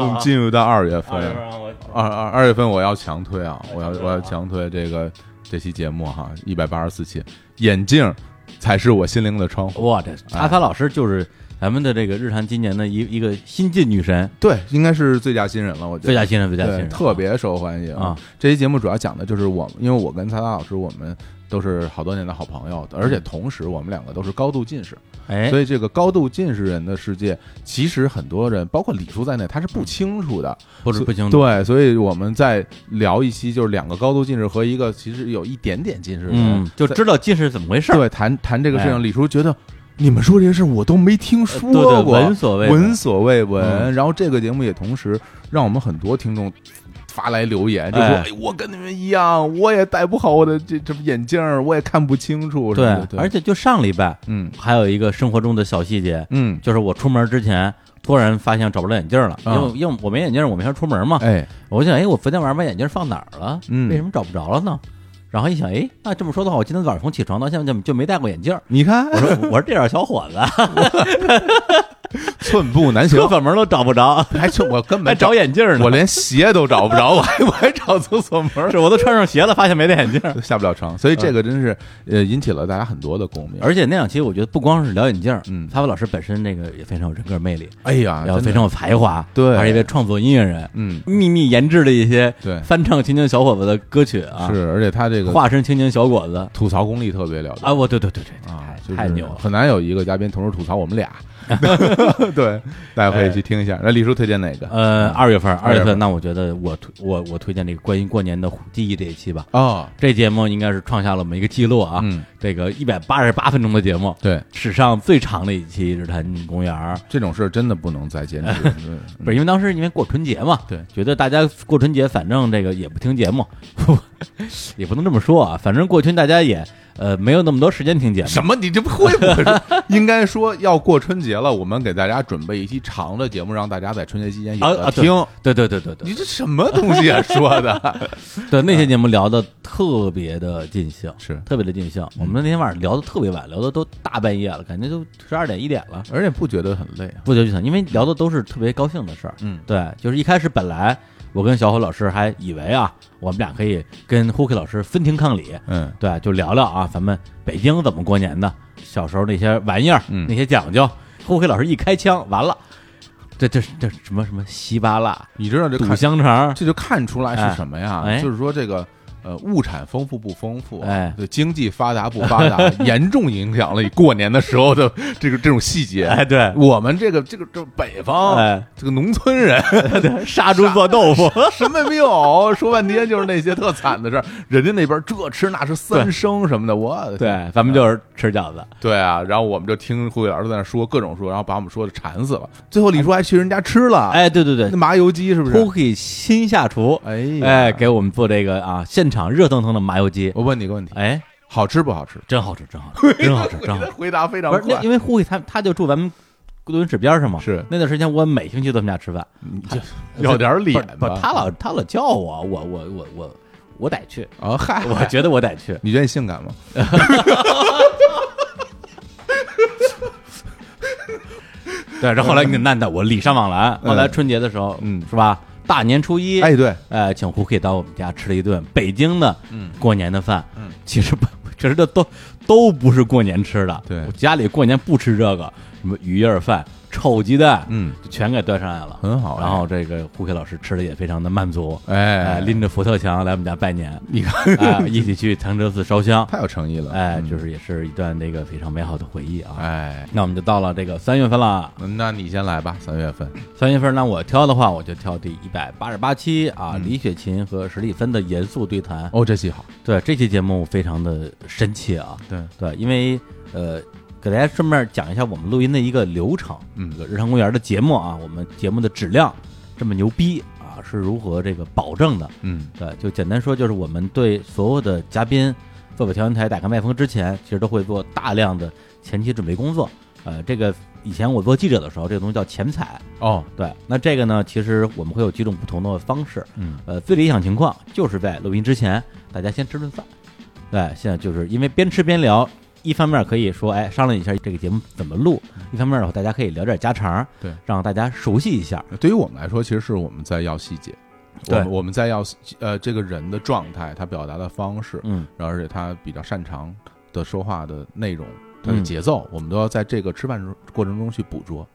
Speaker 2: 我们进入到二月份，
Speaker 1: 我
Speaker 2: 二二二月份我要强推啊，我要我要强推这个这期节目哈，一百八十四期，眼镜才是我心灵的窗户。
Speaker 1: 哇，这
Speaker 2: 啊
Speaker 1: 阿发老师就是咱们的这个日坛今年的一一个新晋女神，
Speaker 2: 对，应该是最佳新人了，我觉
Speaker 1: 最
Speaker 2: 得。
Speaker 1: 佳新人，最佳新
Speaker 2: 对，
Speaker 1: 人，
Speaker 2: 特别受欢迎
Speaker 1: 啊！
Speaker 2: 这期节目主要讲的就是我，因为我跟蔡达老师，我们都是好多年的好朋友，而且同时我们两个都是高度近视，
Speaker 1: 嗯哎，
Speaker 2: 所以这个高度近视人的世界，其实很多人，包括李叔在内，他是
Speaker 1: 嗯
Speaker 2: 不清楚的。
Speaker 1: 不是
Speaker 2: 所
Speaker 1: 不清楚，
Speaker 2: 对，所以我们再聊一期，就是两个高度近视和一个其实有一点点近视的人
Speaker 1: 嗯，，就
Speaker 2: 在
Speaker 1: 知道近视怎么回事儿，
Speaker 2: 对谈谈这个事
Speaker 1: 哎
Speaker 2: 情，李叔觉得。你们说这些事儿我都没听说
Speaker 1: 对对
Speaker 2: 过，
Speaker 1: 闻所未闻
Speaker 2: 呃闻所未闻。
Speaker 1: 嗯
Speaker 2: 然后这个节目也同时让我们很多听众发来留言，就说：“
Speaker 1: 哎
Speaker 2: 哎，我跟你们一样，我也戴不好我的这这眼镜儿，我也看不清楚。”
Speaker 1: 对
Speaker 2: 对，
Speaker 1: 而且就上礼拜
Speaker 2: 嗯
Speaker 1: 还有一个生活中的小细节，
Speaker 2: 嗯，
Speaker 1: 就是我出门之前突然发现找不着眼镜了，因
Speaker 2: 啊
Speaker 1: 为因为我没眼镜，我没法出门嘛。
Speaker 2: 哎，
Speaker 1: 我就想，哎，我昨天晚上把眼镜放哪儿了？
Speaker 2: 嗯
Speaker 1: 为什么找不着了呢？然后一想，哎，那这么说的话，我今天早上从起床到现在就就没戴过眼镜。
Speaker 2: 你看
Speaker 1: 我说， 我说这点小伙子，
Speaker 2: 寸步难 行
Speaker 1: 车，粉门都找不着，
Speaker 2: 还寸我根
Speaker 1: 还
Speaker 2: 本
Speaker 1: 找眼镜呢。
Speaker 2: 我连鞋都找不着，我还我 还找厕所门儿
Speaker 1: 是我都穿上鞋了，发现没戴眼镜。
Speaker 2: 下不了床，所以这个真是呃引起了大家很多的共鸣。
Speaker 1: 而且那两期我觉得不光是聊眼镜，
Speaker 2: 嗯
Speaker 1: 发发老师本身那个也非常有人格魅力，
Speaker 2: 哎呀，
Speaker 1: 然后
Speaker 2: 真的
Speaker 1: 非常有才华，
Speaker 2: 对
Speaker 1: 还是一位创作音乐人，
Speaker 2: 嗯
Speaker 1: 秘密研制了一些
Speaker 2: 对
Speaker 1: 翻唱青年小伙子的歌曲啊，
Speaker 2: 是，而且他这个
Speaker 1: 化身青年小伙子
Speaker 2: 吐槽功力特别了得。
Speaker 1: 啊，我对对对对，
Speaker 2: 啊
Speaker 1: 太
Speaker 2: 就是
Speaker 1: 太牛了
Speaker 2: 很难有一个嘉宾同时吐槽我 们俩。 对，大家可以去听一下。那李叔推荐哪个？
Speaker 1: 哎呃，二月份，二
Speaker 2: 月
Speaker 1: 月份，
Speaker 2: 份
Speaker 1: 那我觉得我推我我推荐这个关于过年的记忆这一期吧。
Speaker 2: 哦，
Speaker 1: 这节目应该是创下了我们一个记录啊，
Speaker 2: 嗯，
Speaker 1: 这个一百八十八分钟的节目，
Speaker 2: 对，
Speaker 1: 史上最长的一期《日坛公园》。
Speaker 2: 这种事儿真的不能再坚持。嗯
Speaker 1: 不是因为当时因为过春节嘛，
Speaker 2: 对，
Speaker 1: 觉得大家过春节反正这个也不听节目， 也不能这么说啊，反正过春大家也呃没有那么多时间听节目，
Speaker 2: 什么？你这不会不会？ 应该说要过春节了，我们给大家准备一期长的节目，让大家在春节期间有
Speaker 1: 啊啊
Speaker 2: 的听。
Speaker 1: 对对对对对嗯
Speaker 2: 你这什么东西啊？说 的
Speaker 1: 对，那些节目聊的特别的尽兴，
Speaker 2: 是
Speaker 1: 特别的尽兴。我们那天晚上聊的特别晚，聊的都大半夜了，感觉都十二点一点了，
Speaker 2: 而且不觉得很累啊？
Speaker 1: 不觉就行，因为聊的都是特别高兴的事儿。
Speaker 2: 嗯，
Speaker 1: 对，就是一开始本来我跟小虎老师还以为啊，我们俩可以跟胡 k 老师分庭抗礼，
Speaker 2: 嗯，
Speaker 1: 对，就聊聊啊，咱们北京怎么过年的，小时候那些玩意儿，
Speaker 2: 嗯
Speaker 1: 那些讲究。胡 k 老师一开枪，完了，这这这什么什么稀巴烂、
Speaker 2: 你知道这
Speaker 1: 肚
Speaker 2: 看
Speaker 1: 香肠，
Speaker 2: 这就看出来
Speaker 1: 哎
Speaker 2: 是什么呀？
Speaker 1: 哎
Speaker 2: 就是说这个。呃，物产丰富不丰富？
Speaker 1: 哎，
Speaker 2: 对，经济发达不发达，严重影响了你过年的时候的这个这种细节。
Speaker 1: 哎，对，
Speaker 2: 我们这个这个这北方、
Speaker 1: 哎，
Speaker 2: 这个农村人，
Speaker 1: 对， 杀猪做豆腐，
Speaker 2: 什么也没有，说半天就是那些特惨的事儿。人家那边这吃那是三生什么的，我的天
Speaker 1: 对，咱们就是吃饺子，
Speaker 2: 对啊。然后我们就听胡伟老师在那说各种说，然后把我们说的馋死了。最后李叔还去人家吃了，，
Speaker 1: 哎，对对对
Speaker 2: 那麻油鸡是不是？
Speaker 1: ，Cookie 新下厨，
Speaker 2: 哎呀
Speaker 1: 哎，给我们做这个啊，现场热腾腾的麻油鸡，
Speaker 2: 我问你个问题，
Speaker 1: 哎，
Speaker 2: 好吃不好吃？
Speaker 1: 真好吃，真好 吃， 真好吃，真好吃。
Speaker 2: 回答非常
Speaker 1: 不是，那
Speaker 2: 快，
Speaker 1: 因为胡 k 他他就住咱们孤独市边上嘛，
Speaker 2: 是
Speaker 1: 那段时间我每星期都他们家吃饭，
Speaker 2: 你这要点脸
Speaker 1: 不
Speaker 2: 吧
Speaker 1: 是，？他老他老叫我，我我我我我得 去，
Speaker 2: 啊嗨，，
Speaker 1: 我觉得我得去
Speaker 2: 你觉得你性感吗？
Speaker 1: 对，然后后 来那那我礼尚往来，后来春节的时候，
Speaker 2: 嗯
Speaker 1: 是吧？大年初一，
Speaker 2: 哎，对，
Speaker 1: 呃，请胡 K 到我们家吃了一顿北京的
Speaker 2: 嗯
Speaker 1: 过年的饭，
Speaker 2: 嗯
Speaker 1: 其实不， 其实这都都不是过年吃的，
Speaker 2: 对
Speaker 1: 我家里过年不吃这个，什么鱼叶饭、臭鸡蛋，
Speaker 2: 嗯，
Speaker 1: 就全给端上来了，
Speaker 2: 很好哎
Speaker 1: 然后这个胡 K 老师吃的也非常的满足，
Speaker 2: 哎
Speaker 1: 呃，，拎着佛跳墙来我们家拜年，
Speaker 2: 你看
Speaker 1: 啊、一起去潭柘寺烧香，
Speaker 2: 太有诚意了，
Speaker 1: 哎，
Speaker 2: 嗯
Speaker 1: 就是也是一段这个非常美好的回忆啊。
Speaker 2: 哎，
Speaker 1: 那我们就到了这个三月份了，
Speaker 2: 那你先来吧，三月份，
Speaker 1: 三月份呢，我挑的话，我就挑第一百八十八期啊，李雪琴和史蒂芬的严肃对谈。
Speaker 2: 嗯哦，这戏好，
Speaker 1: 对这期节目非常的深切啊，
Speaker 2: 对，
Speaker 1: 对，因为呃，给大家顺便讲一下我们录音的一个流程，
Speaker 2: 嗯
Speaker 1: 这个日常公园的节目啊，我们节目的质量这么牛逼啊，是如何这个保证的？
Speaker 2: 嗯
Speaker 1: 对，就简单说，就是我们对所有的嘉宾做北调音台打开麦克风之前，其实都会做大量的前期准备工作。呃，这个以前我做记者的时候，这个东西叫前采。
Speaker 2: 哦，
Speaker 1: 对，那这个呢，其实我们会有几种不同的方式。
Speaker 2: 嗯
Speaker 1: 呃，最理想情况就是在录音之前，大家先吃顿饭。对，现在就是因为边吃边聊，一方面可以说，哎，商量一下这个节目怎么录；一方面的话，大家可以聊点家常，
Speaker 2: 对，
Speaker 1: 让大家熟悉一下。
Speaker 2: 对于我们来说，其实是我们在要细节，我
Speaker 1: 对
Speaker 2: 们我们在要呃这个人的状态，他表达的方式，
Speaker 1: 嗯，
Speaker 2: 然后而且他比较擅长的说话的内容，他的
Speaker 1: 嗯
Speaker 2: 节奏，我们都要在这个吃饭中过程中去捕捉。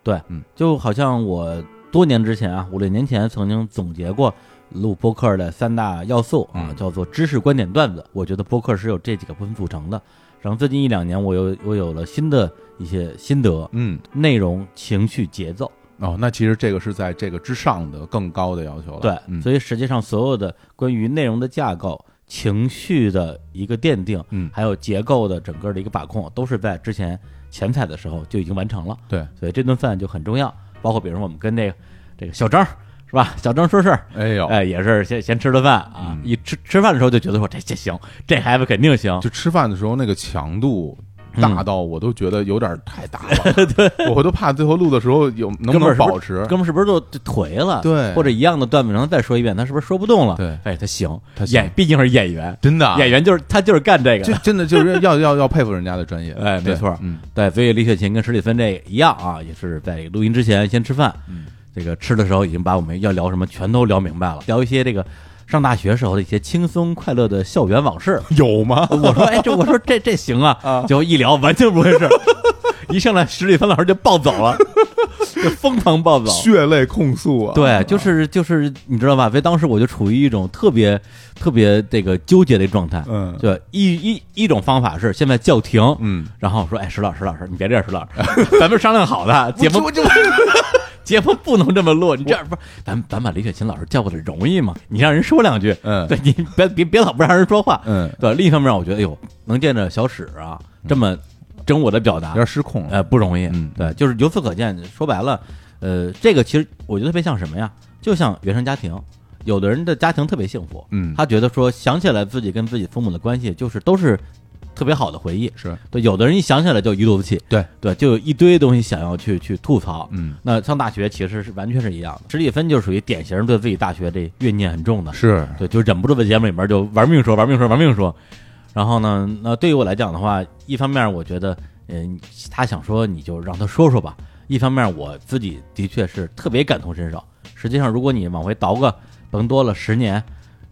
Speaker 1: 就好像我多年之前啊，五六年前曾经总结过录播客的三大要素啊，
Speaker 2: 嗯
Speaker 1: 叫做知识、观点、段子。我觉得播客是有这几个部分组成的。然后最近一两年，我有我有了新的一些心得，
Speaker 2: 嗯，
Speaker 1: 内容、情绪、节奏。
Speaker 2: 哦，那其实这个是在这个之上的更高的要求了。
Speaker 1: 对，
Speaker 2: 嗯
Speaker 1: 所以实际上所有的关于内容的架构、情绪的一个奠定，
Speaker 2: 嗯
Speaker 1: 还有结构的整个的一个把控，都是在之前前采的时候就已经完成了。
Speaker 2: 对，
Speaker 1: 所以这顿饭就很重要。包括比如说我们跟这个这个小张是吧？小张说事儿，
Speaker 2: 哎呦，
Speaker 1: 哎，也是先先吃顿饭啊，
Speaker 2: 嗯
Speaker 1: 一吃吃饭的时候就觉得说这这行，这孩子肯定行。
Speaker 2: 就吃饭的时候那个强度。
Speaker 1: 嗯
Speaker 2: 大到我都觉得有点太大 了，我都怕最后录的时候有
Speaker 1: 哥
Speaker 2: 能不
Speaker 1: 们儿
Speaker 2: 能
Speaker 1: 是不是
Speaker 2: 保持。
Speaker 1: 哥们儿是不是就就颓了？
Speaker 2: 对
Speaker 1: 或者一样的段子，然后再说一遍，他是不是说不动了？
Speaker 2: 对
Speaker 1: 哎，他行，
Speaker 2: 他行
Speaker 1: 演毕竟是演员，
Speaker 2: 真的啊
Speaker 1: 演员就是他就是干这个
Speaker 2: 这
Speaker 1: 的。
Speaker 2: 真的就是要要要佩服人家的专业，
Speaker 1: 哎没
Speaker 2: 对
Speaker 1: 错
Speaker 2: 嗯，
Speaker 1: 对，所以李雪琴跟史蒂芬这一样啊，也是在录音之前先吃饭，
Speaker 2: 嗯
Speaker 1: 这个吃的时候已经把我们要聊什么全都聊明白了，聊一些这个上大学时候的一些轻松快乐的校园往事。
Speaker 2: 有吗？
Speaker 1: 我说，哎，这我说这这行啊，
Speaker 2: 啊
Speaker 1: 结果一聊完全不会事儿，一上来史蒂芬老师就暴走了，就疯狂暴走。
Speaker 2: 血泪控诉啊！
Speaker 1: 对，就是就是，你知道吧？所以当时我就处于一种特别特别这个纠结的状态。
Speaker 2: 嗯
Speaker 1: 对，一一一种方法是现在叫停，
Speaker 2: 嗯，
Speaker 1: 然后我说，哎，石老师，石老师，你 别这样，石老师，咱们商量好的，节目
Speaker 2: 我就
Speaker 1: 节目不能这么录，你这样不是，咱咱把李雪琴老师叫过来容易吗？你让人说两句，
Speaker 2: 嗯
Speaker 1: 对你别别别老不让人说话，
Speaker 2: 嗯
Speaker 1: 对。另一方面，我觉得，哎呦，能见着小史啊，这么真我的表达
Speaker 2: 有，点失控了。
Speaker 1: 呃，不容易，
Speaker 2: 嗯
Speaker 1: 对，就是由此可见，说白了，呃，这个其实我觉得特别像什么呀？就像原生家庭，有的人的家庭特别幸福，
Speaker 2: 嗯
Speaker 1: 他觉得说想起来自己跟自己父母的关系，就是都是特别好的回忆，
Speaker 2: 是，
Speaker 1: 对，有的人一想起来就一肚子气，
Speaker 2: 对
Speaker 1: 对，就有一堆东西想要去去吐槽。
Speaker 2: 嗯，
Speaker 1: 那上大学其实是完全是一样的。史蒂芬就属于典型对自己大学这怨念很重的，
Speaker 2: 是，
Speaker 1: 对，就忍不住在节目里面就玩命说、玩命说、玩命说。然后呢，那对于我来讲的话，一方面我觉得，嗯，他想说你就让他说说吧；一方面我自己的确是特别感同身受。实际上，如果你往回倒个甭多了十年，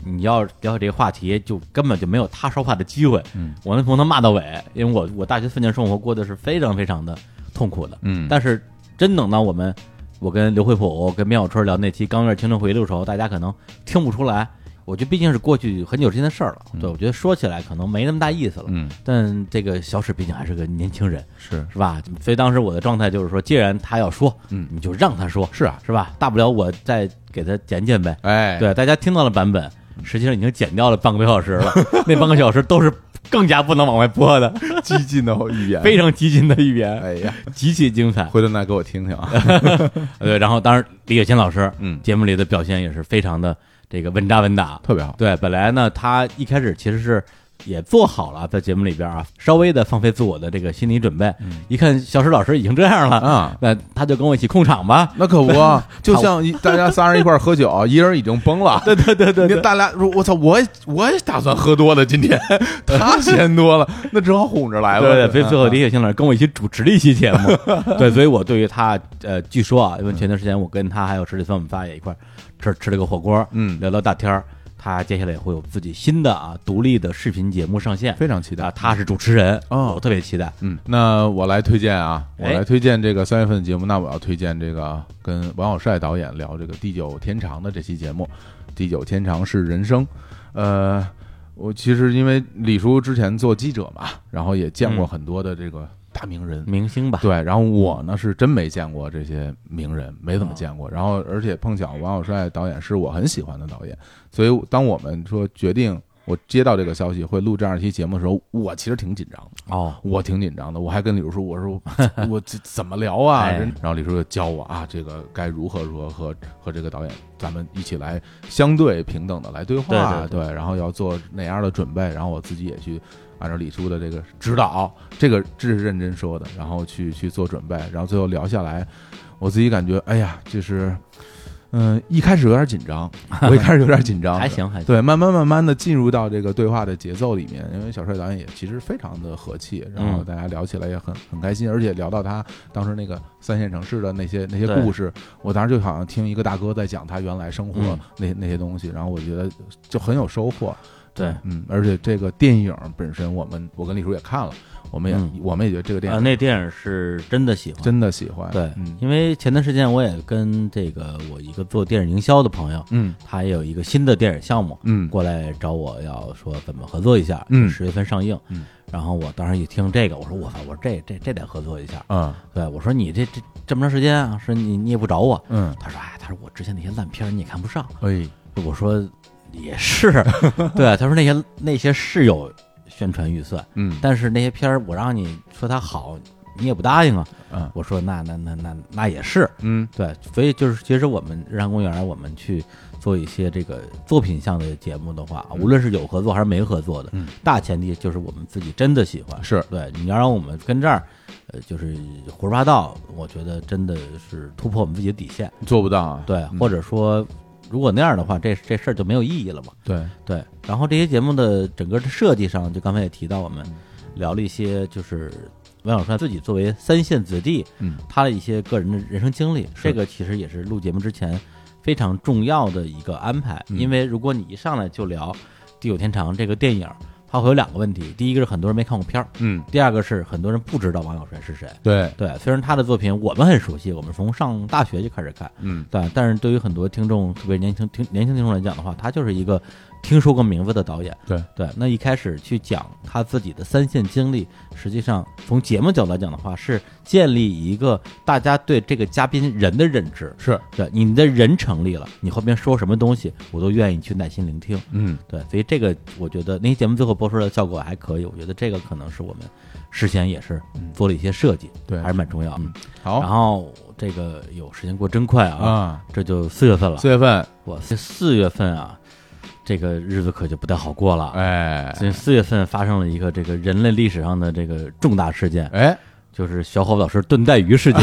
Speaker 1: 你要聊起这个话题，就根本就没有他说话的机会。
Speaker 2: 嗯，
Speaker 1: 我能从头骂到尾，因为我我大学四年生活过得是非常非常的痛苦的。
Speaker 2: 嗯，
Speaker 1: 但是真等到我们，我跟刘惠普、跟苗小春聊那期《钢院青春回忆录》的时候，大家可能听不出来。我觉得毕竟是过去很久之前的事儿了，对我觉得说起来可能没那么大意思了。
Speaker 2: 嗯
Speaker 1: 但这个小史毕竟还是个年轻人，
Speaker 2: 是
Speaker 1: 是吧？所以当时我的状态就是说，既然他要说，
Speaker 2: 嗯
Speaker 1: 你就让他说，
Speaker 2: 是啊，
Speaker 1: 是吧？大不了我再给他剪剪呗。
Speaker 2: 哎，嗯
Speaker 1: 对，大家听到了版本，实际上已经剪掉了半个多小时了， 那半个小时都是更加不能往外播的，
Speaker 2: 激进的语言，
Speaker 1: 非常激进的一言，
Speaker 2: 哎呀，
Speaker 1: 极其精彩。
Speaker 2: 回头再给我听听 啊。
Speaker 1: 对，然后当然李雪琴老师，
Speaker 2: 嗯
Speaker 1: 节目里的表现也是非常的这个稳扎稳打。
Speaker 2: 特别好，
Speaker 1: 对，本来呢，她一开始其实是也做好了在节目里边啊，稍微的放飞自我的这个心理准备。
Speaker 2: 嗯
Speaker 1: 一看小史老师已经这样了
Speaker 2: 啊，
Speaker 1: 那他就跟我一起控场吧。
Speaker 2: 那可不，啊 就像一大家仨人一块儿喝酒，一人已经崩了。
Speaker 1: 对对对对
Speaker 2: 你看大家说，我操，我也我也打算喝多了，今天他先多了，那只好哄着来了。
Speaker 1: 对对，所以最后
Speaker 2: 嗯
Speaker 1: 李雪琴老师跟我一起主持了一期节 目，对，所以我对于她，呃，据说啊，因为前段时间我跟她还有池里芬，我们仨也一块儿吃吃了个火锅，
Speaker 2: 嗯
Speaker 1: 聊聊大天儿。她接下来也会有自己新的啊独立的视频节目上线，
Speaker 2: 非常期
Speaker 1: 啊
Speaker 2: 待，。嗯
Speaker 1: 她是主持人，
Speaker 2: 哦
Speaker 1: 我特别期待。
Speaker 2: 嗯，那我来推荐啊，我
Speaker 1: 哎
Speaker 2: 来推荐这个三月份的节目。那我要推荐这个跟王小帅导演聊这个《地久天长》的这期节目，《地久天长是人生》。呃，我其实因为李叔之前做记者嘛，然后也见过
Speaker 1: 嗯
Speaker 2: 很多的这个大名人，
Speaker 1: 明星吧，
Speaker 2: 对，然后我呢是真没见过这些名人，没怎么见过。然后而且碰巧王小帅导演是我很喜欢的导演，所以当我们说决定我接到这个消息会录这样一期节目的时候，我其实挺紧张的，
Speaker 1: 哦，
Speaker 2: 我挺紧张的。我还跟李叔说，我说我这怎么聊啊？
Speaker 1: 哎
Speaker 2: 人然后李叔就教我啊，这个该如何如何和和这个导演咱们一起来相对平等的来对话，
Speaker 1: 对对
Speaker 2: 然后要做哪样的准备，然后我自己也去按照李叔的这个指导，这个这是认真说的，然后去去做准备，然后最后聊下来，我自己感觉，哎呀，就是，嗯、一开始有点紧张，我一开始有点紧张，
Speaker 1: 还。行还行，
Speaker 2: 对，慢慢慢慢的进入到这个对话的节奏里面，因为小帅导演也其实非常的和气，然后
Speaker 1: 嗯
Speaker 2: 大家聊起来也很很开心，而且聊到他当时那个三线城市的那些那些
Speaker 1: 对
Speaker 2: 故事，我当时就好像听一个大哥在讲他原来生活
Speaker 1: 嗯
Speaker 2: 那、那些东西，然后我觉得就很有收获。
Speaker 1: 对
Speaker 2: 嗯，而且这个电影本身，我们我跟李叔也看了，我们也、
Speaker 1: 嗯
Speaker 2: 我们也觉得这个电
Speaker 1: 啊，
Speaker 2: 影
Speaker 1: 那电影是真的喜欢，
Speaker 2: 真的喜欢。
Speaker 1: 对
Speaker 2: 嗯，
Speaker 1: 因为前段时间我也跟这个我一个做电影营销的朋友，
Speaker 2: 嗯
Speaker 1: 他也有一个新的电影项目，
Speaker 2: 嗯
Speaker 1: 过来找我要说怎么合作一下，
Speaker 2: 嗯
Speaker 1: 十月份上映，
Speaker 2: 嗯
Speaker 1: 然后我当时一听这个，我说我操，我说这这这得合作一下，
Speaker 2: 啊
Speaker 1: 对我说你这这这么长时间啊，说你你也不找我，
Speaker 2: 嗯，
Speaker 1: 他说哎，他说我之前那些烂片儿你也看不上，
Speaker 2: 哎，
Speaker 1: 我说也是， 对，啊他说那些那些是有宣传预算，
Speaker 2: 嗯
Speaker 1: 但是那些片儿我让你说它好，你也不答应啊，
Speaker 2: 啊
Speaker 1: 我说那那那那那也是，
Speaker 2: 嗯
Speaker 1: 对，所以就是其实我们日常公园，我们去做一些这个作品项的节目的话，无论是有合作还是没合作的，
Speaker 2: 嗯
Speaker 1: 大前提就是我们自己真的喜欢。
Speaker 2: 是
Speaker 1: 对，你要让我们跟这儿，呃，就是胡说八道，我觉得真的是突破我们自己的底线。
Speaker 2: 做不到啊。
Speaker 1: 对，
Speaker 2: 嗯
Speaker 1: 或者说，如果那样的话，这这事儿就没有意义了嘛。
Speaker 2: 对，
Speaker 1: 对，然后这些节目的整个的设计上，就刚才也提到，我们
Speaker 2: 嗯
Speaker 1: 聊了一些就是王小帅自己作为三线子弟，
Speaker 2: 嗯
Speaker 1: 他的一些个人的人生经历，
Speaker 2: 是
Speaker 1: 这个其实也是录节目之前非常重要的一个安排。
Speaker 2: 嗯
Speaker 1: 因为如果你一上来就聊《地久天长》这个电影，它会有两个问题，第一个是很多人没看过片儿，
Speaker 2: 嗯，
Speaker 1: 第二个是很多人不知道王小帅是谁。
Speaker 2: 对，
Speaker 1: 对，虽然他的作品我们很熟悉，我们从上大学就开始看，
Speaker 2: 嗯，
Speaker 1: 对，但是对于很多听众，特别年轻听年轻听众来讲的话，他就是一个听说过名字的导演。
Speaker 2: 对
Speaker 1: 对，那一开始去讲他自己的三线经历，实际上从节目角度来讲的话，是建立一个大家对这个嘉宾人的认知。
Speaker 2: 是，
Speaker 1: 对，你的人成立了，你后边说什么东西，我都愿意去耐心聆听。
Speaker 2: 嗯，
Speaker 1: 对，所以这个我觉得那期节目最后播出来的效果还可以，我觉得这个可能是我们事先也是做了一些设计，
Speaker 2: 对
Speaker 1: 还是蛮重要的。嗯然
Speaker 2: 好
Speaker 1: 后这个有时间过真快啊，
Speaker 2: 啊，
Speaker 1: 这就四月份了
Speaker 2: 四，月份，
Speaker 1: 哇，这四月份啊，这个日子可就不太好过了。
Speaker 2: 哎，
Speaker 1: 这四月份发生了一个这个人类历史上的这个重大事件，
Speaker 2: 哎，
Speaker 1: 就是小伙老师炖带鱼事件。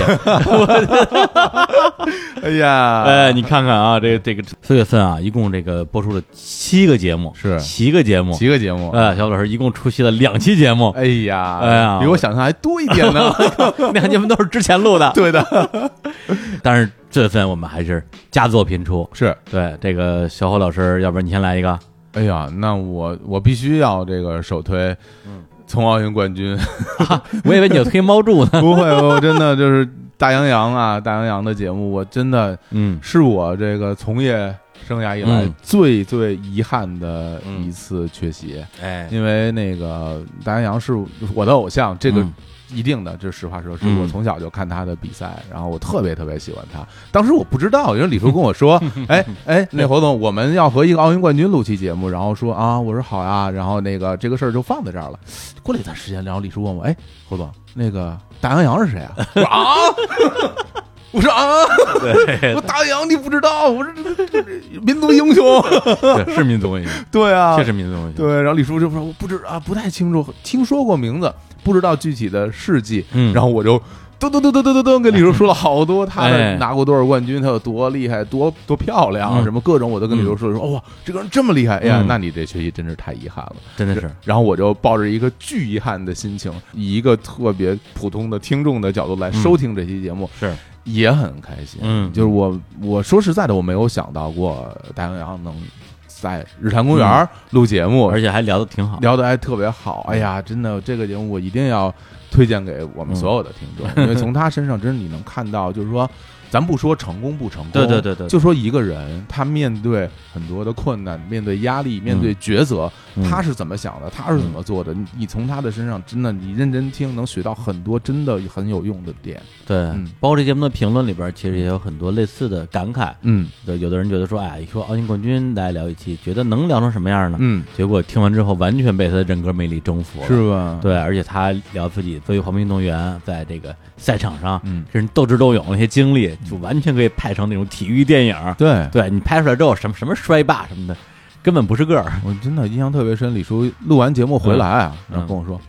Speaker 2: 哎呀，
Speaker 1: 哎，你看看啊，这个这个四月份啊，一共这个播出了七个节目，
Speaker 2: 是
Speaker 1: 七个节目。
Speaker 2: 几个节目？
Speaker 1: 哎，小伙老师一共出席了两期节目，
Speaker 2: 哎呀，
Speaker 1: 哎呀
Speaker 2: 比我想象还多一 点呢。
Speaker 1: 两期节目都是之前录的。
Speaker 2: 对的，
Speaker 1: 但是这份我们还是佳作频出。
Speaker 2: 是，
Speaker 1: 对，这个小伙老师，要不然你先来一个。
Speaker 2: 哎呀，那我我必须要这个首推，从奥运冠军，
Speaker 1: 我以为你有推猫柱呢。
Speaker 2: 不会，我真的就是大洋洋啊，大洋洋的节目，我真的
Speaker 1: 嗯
Speaker 2: 是我这个从业生涯以来
Speaker 1: 嗯
Speaker 2: 最最遗憾的一次缺席，
Speaker 1: 哎，
Speaker 2: 因为那个大洋洋是我的偶像，这个
Speaker 1: 嗯
Speaker 2: 一定的，这实话说，是
Speaker 1: 嗯
Speaker 2: 我从小就看他的比赛，然后我特别特别喜欢他。当时我不知道，因为李叔跟我 说，哎哎，那侯总，我们要和一个奥运冠军录期节目，然后说啊，我说好呀，然后那个这个事儿就放在这儿了。过了一段时间，然后李叔问我，哎，侯总，那个大洋洋是谁啊？ 我说啊， 我说 啊，我
Speaker 1: 对
Speaker 2: 说大洋你不知道，我说这这这民族英雄，
Speaker 1: 对，是民族英雄，
Speaker 2: 对啊，
Speaker 1: 确实民族英雄。
Speaker 2: 对，然后李叔就说我不知啊，不太清楚，听说过名字，不知道具体的事迹。
Speaker 1: 嗯
Speaker 2: 然后我就噔噔噔噔噔噔噔跟李叔说了好多，他
Speaker 1: 哎
Speaker 2: 的拿过多少冠军，他有多厉害，多多漂亮，啊
Speaker 1: 嗯
Speaker 2: 什么各种我都跟李叔说说，哇，这个人这么厉害，哎呀
Speaker 1: 嗯，
Speaker 2: 那你这学习真是太遗憾了。
Speaker 1: 真的是，
Speaker 2: 然后我就抱着一个巨遗憾的心情，以一个特别普通的听众的角度来收听这期节目，
Speaker 1: 嗯是
Speaker 2: 也很开心。
Speaker 1: 嗯
Speaker 2: 就是我我说实在的，我没有想到过大洋洋能在日坛公园录节目，
Speaker 1: 嗯而且还聊得挺好。
Speaker 2: 聊得还特别好。哎呀，真的，这个节目我一定要推荐给我
Speaker 1: 嗯
Speaker 2: 们所有的听众，因为从他身上，真是你能看到，就是说，咱不说成功不成功，
Speaker 1: 对对对对对
Speaker 2: 就说一个人他面对很多的困难，面对压力，面对抉择，
Speaker 1: 嗯
Speaker 2: 他是怎么想的，他是怎么做的，你你从他的身上，真的，你认真听，能学到很多真的很有用的点。
Speaker 1: 对，
Speaker 2: 嗯
Speaker 1: 包括这节目的评论里边，其实也有很多类似的感慨。
Speaker 2: 嗯
Speaker 1: 对，有的人觉得说，哎，一说奥运冠军，大家聊一期，觉得能聊成什么样呢？
Speaker 2: 嗯，
Speaker 1: 结果听完之后，完全被他的人格魅力征服了。
Speaker 2: 是吧？
Speaker 1: 对，而且他聊自己作为黄冰运动员在这个赛场上，
Speaker 2: 嗯
Speaker 1: 跟人斗智斗勇那些经历，就完全可以拍成那种体育电影儿。
Speaker 2: 对。
Speaker 1: 对你拍出来之后，什么什么摔霸什么的，根本不是个儿。
Speaker 2: 我真的印象特别深，李叔录完节目回来啊，
Speaker 1: 嗯
Speaker 2: 然后跟我说。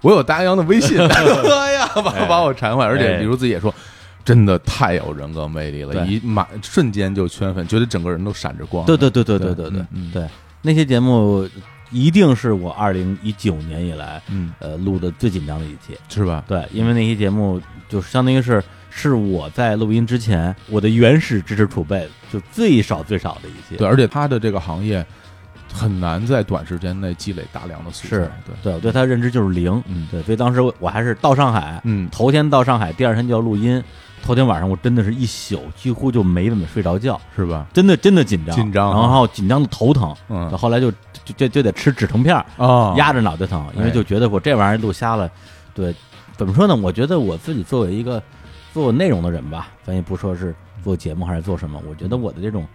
Speaker 2: 我有大洋的微 信，哎呀，把
Speaker 1: 哎
Speaker 2: 把我馋坏，而且
Speaker 1: 哎
Speaker 2: 李叔自己也说，真的太有人格魅力了，
Speaker 1: 对
Speaker 2: 一马瞬间就圈粉，觉得整个人都闪着光。
Speaker 1: 对对对对对对
Speaker 2: 对嗯
Speaker 1: 对
Speaker 2: 嗯
Speaker 1: 对，那些节目一定是我二零一九年以来
Speaker 2: 嗯，
Speaker 1: 呃录的最紧张的一期。
Speaker 2: 是吧？
Speaker 1: 对，因为那些节目就是相当于是是我在录音之前我的原始知识储备就最少最少的一期。
Speaker 2: 对，而且他的这个行业很难在短时间内积累大量的素材
Speaker 1: 是。
Speaker 2: 对，
Speaker 1: 对，我对他的认知就是零。
Speaker 2: 嗯
Speaker 1: 对，所以当时我我还是到上海，
Speaker 2: 嗯，
Speaker 1: 头天到上海，第二天就要录音。头天晚上我真的是一宿几乎就没怎么睡着觉，
Speaker 2: 是吧？
Speaker 1: 真的真的紧张，
Speaker 2: 紧张啊
Speaker 1: 然后紧张的头疼，
Speaker 2: 嗯
Speaker 1: 后来就就就就得吃止疼片儿，
Speaker 2: 啊，
Speaker 1: 压着脑袋疼，因为
Speaker 2: 哎
Speaker 1: 就觉得我这玩意儿录瞎了，对，怎么说呢？我觉得我自己作为一个做内容的人吧，咱也不说是做节目还是做什么，我觉得我的这种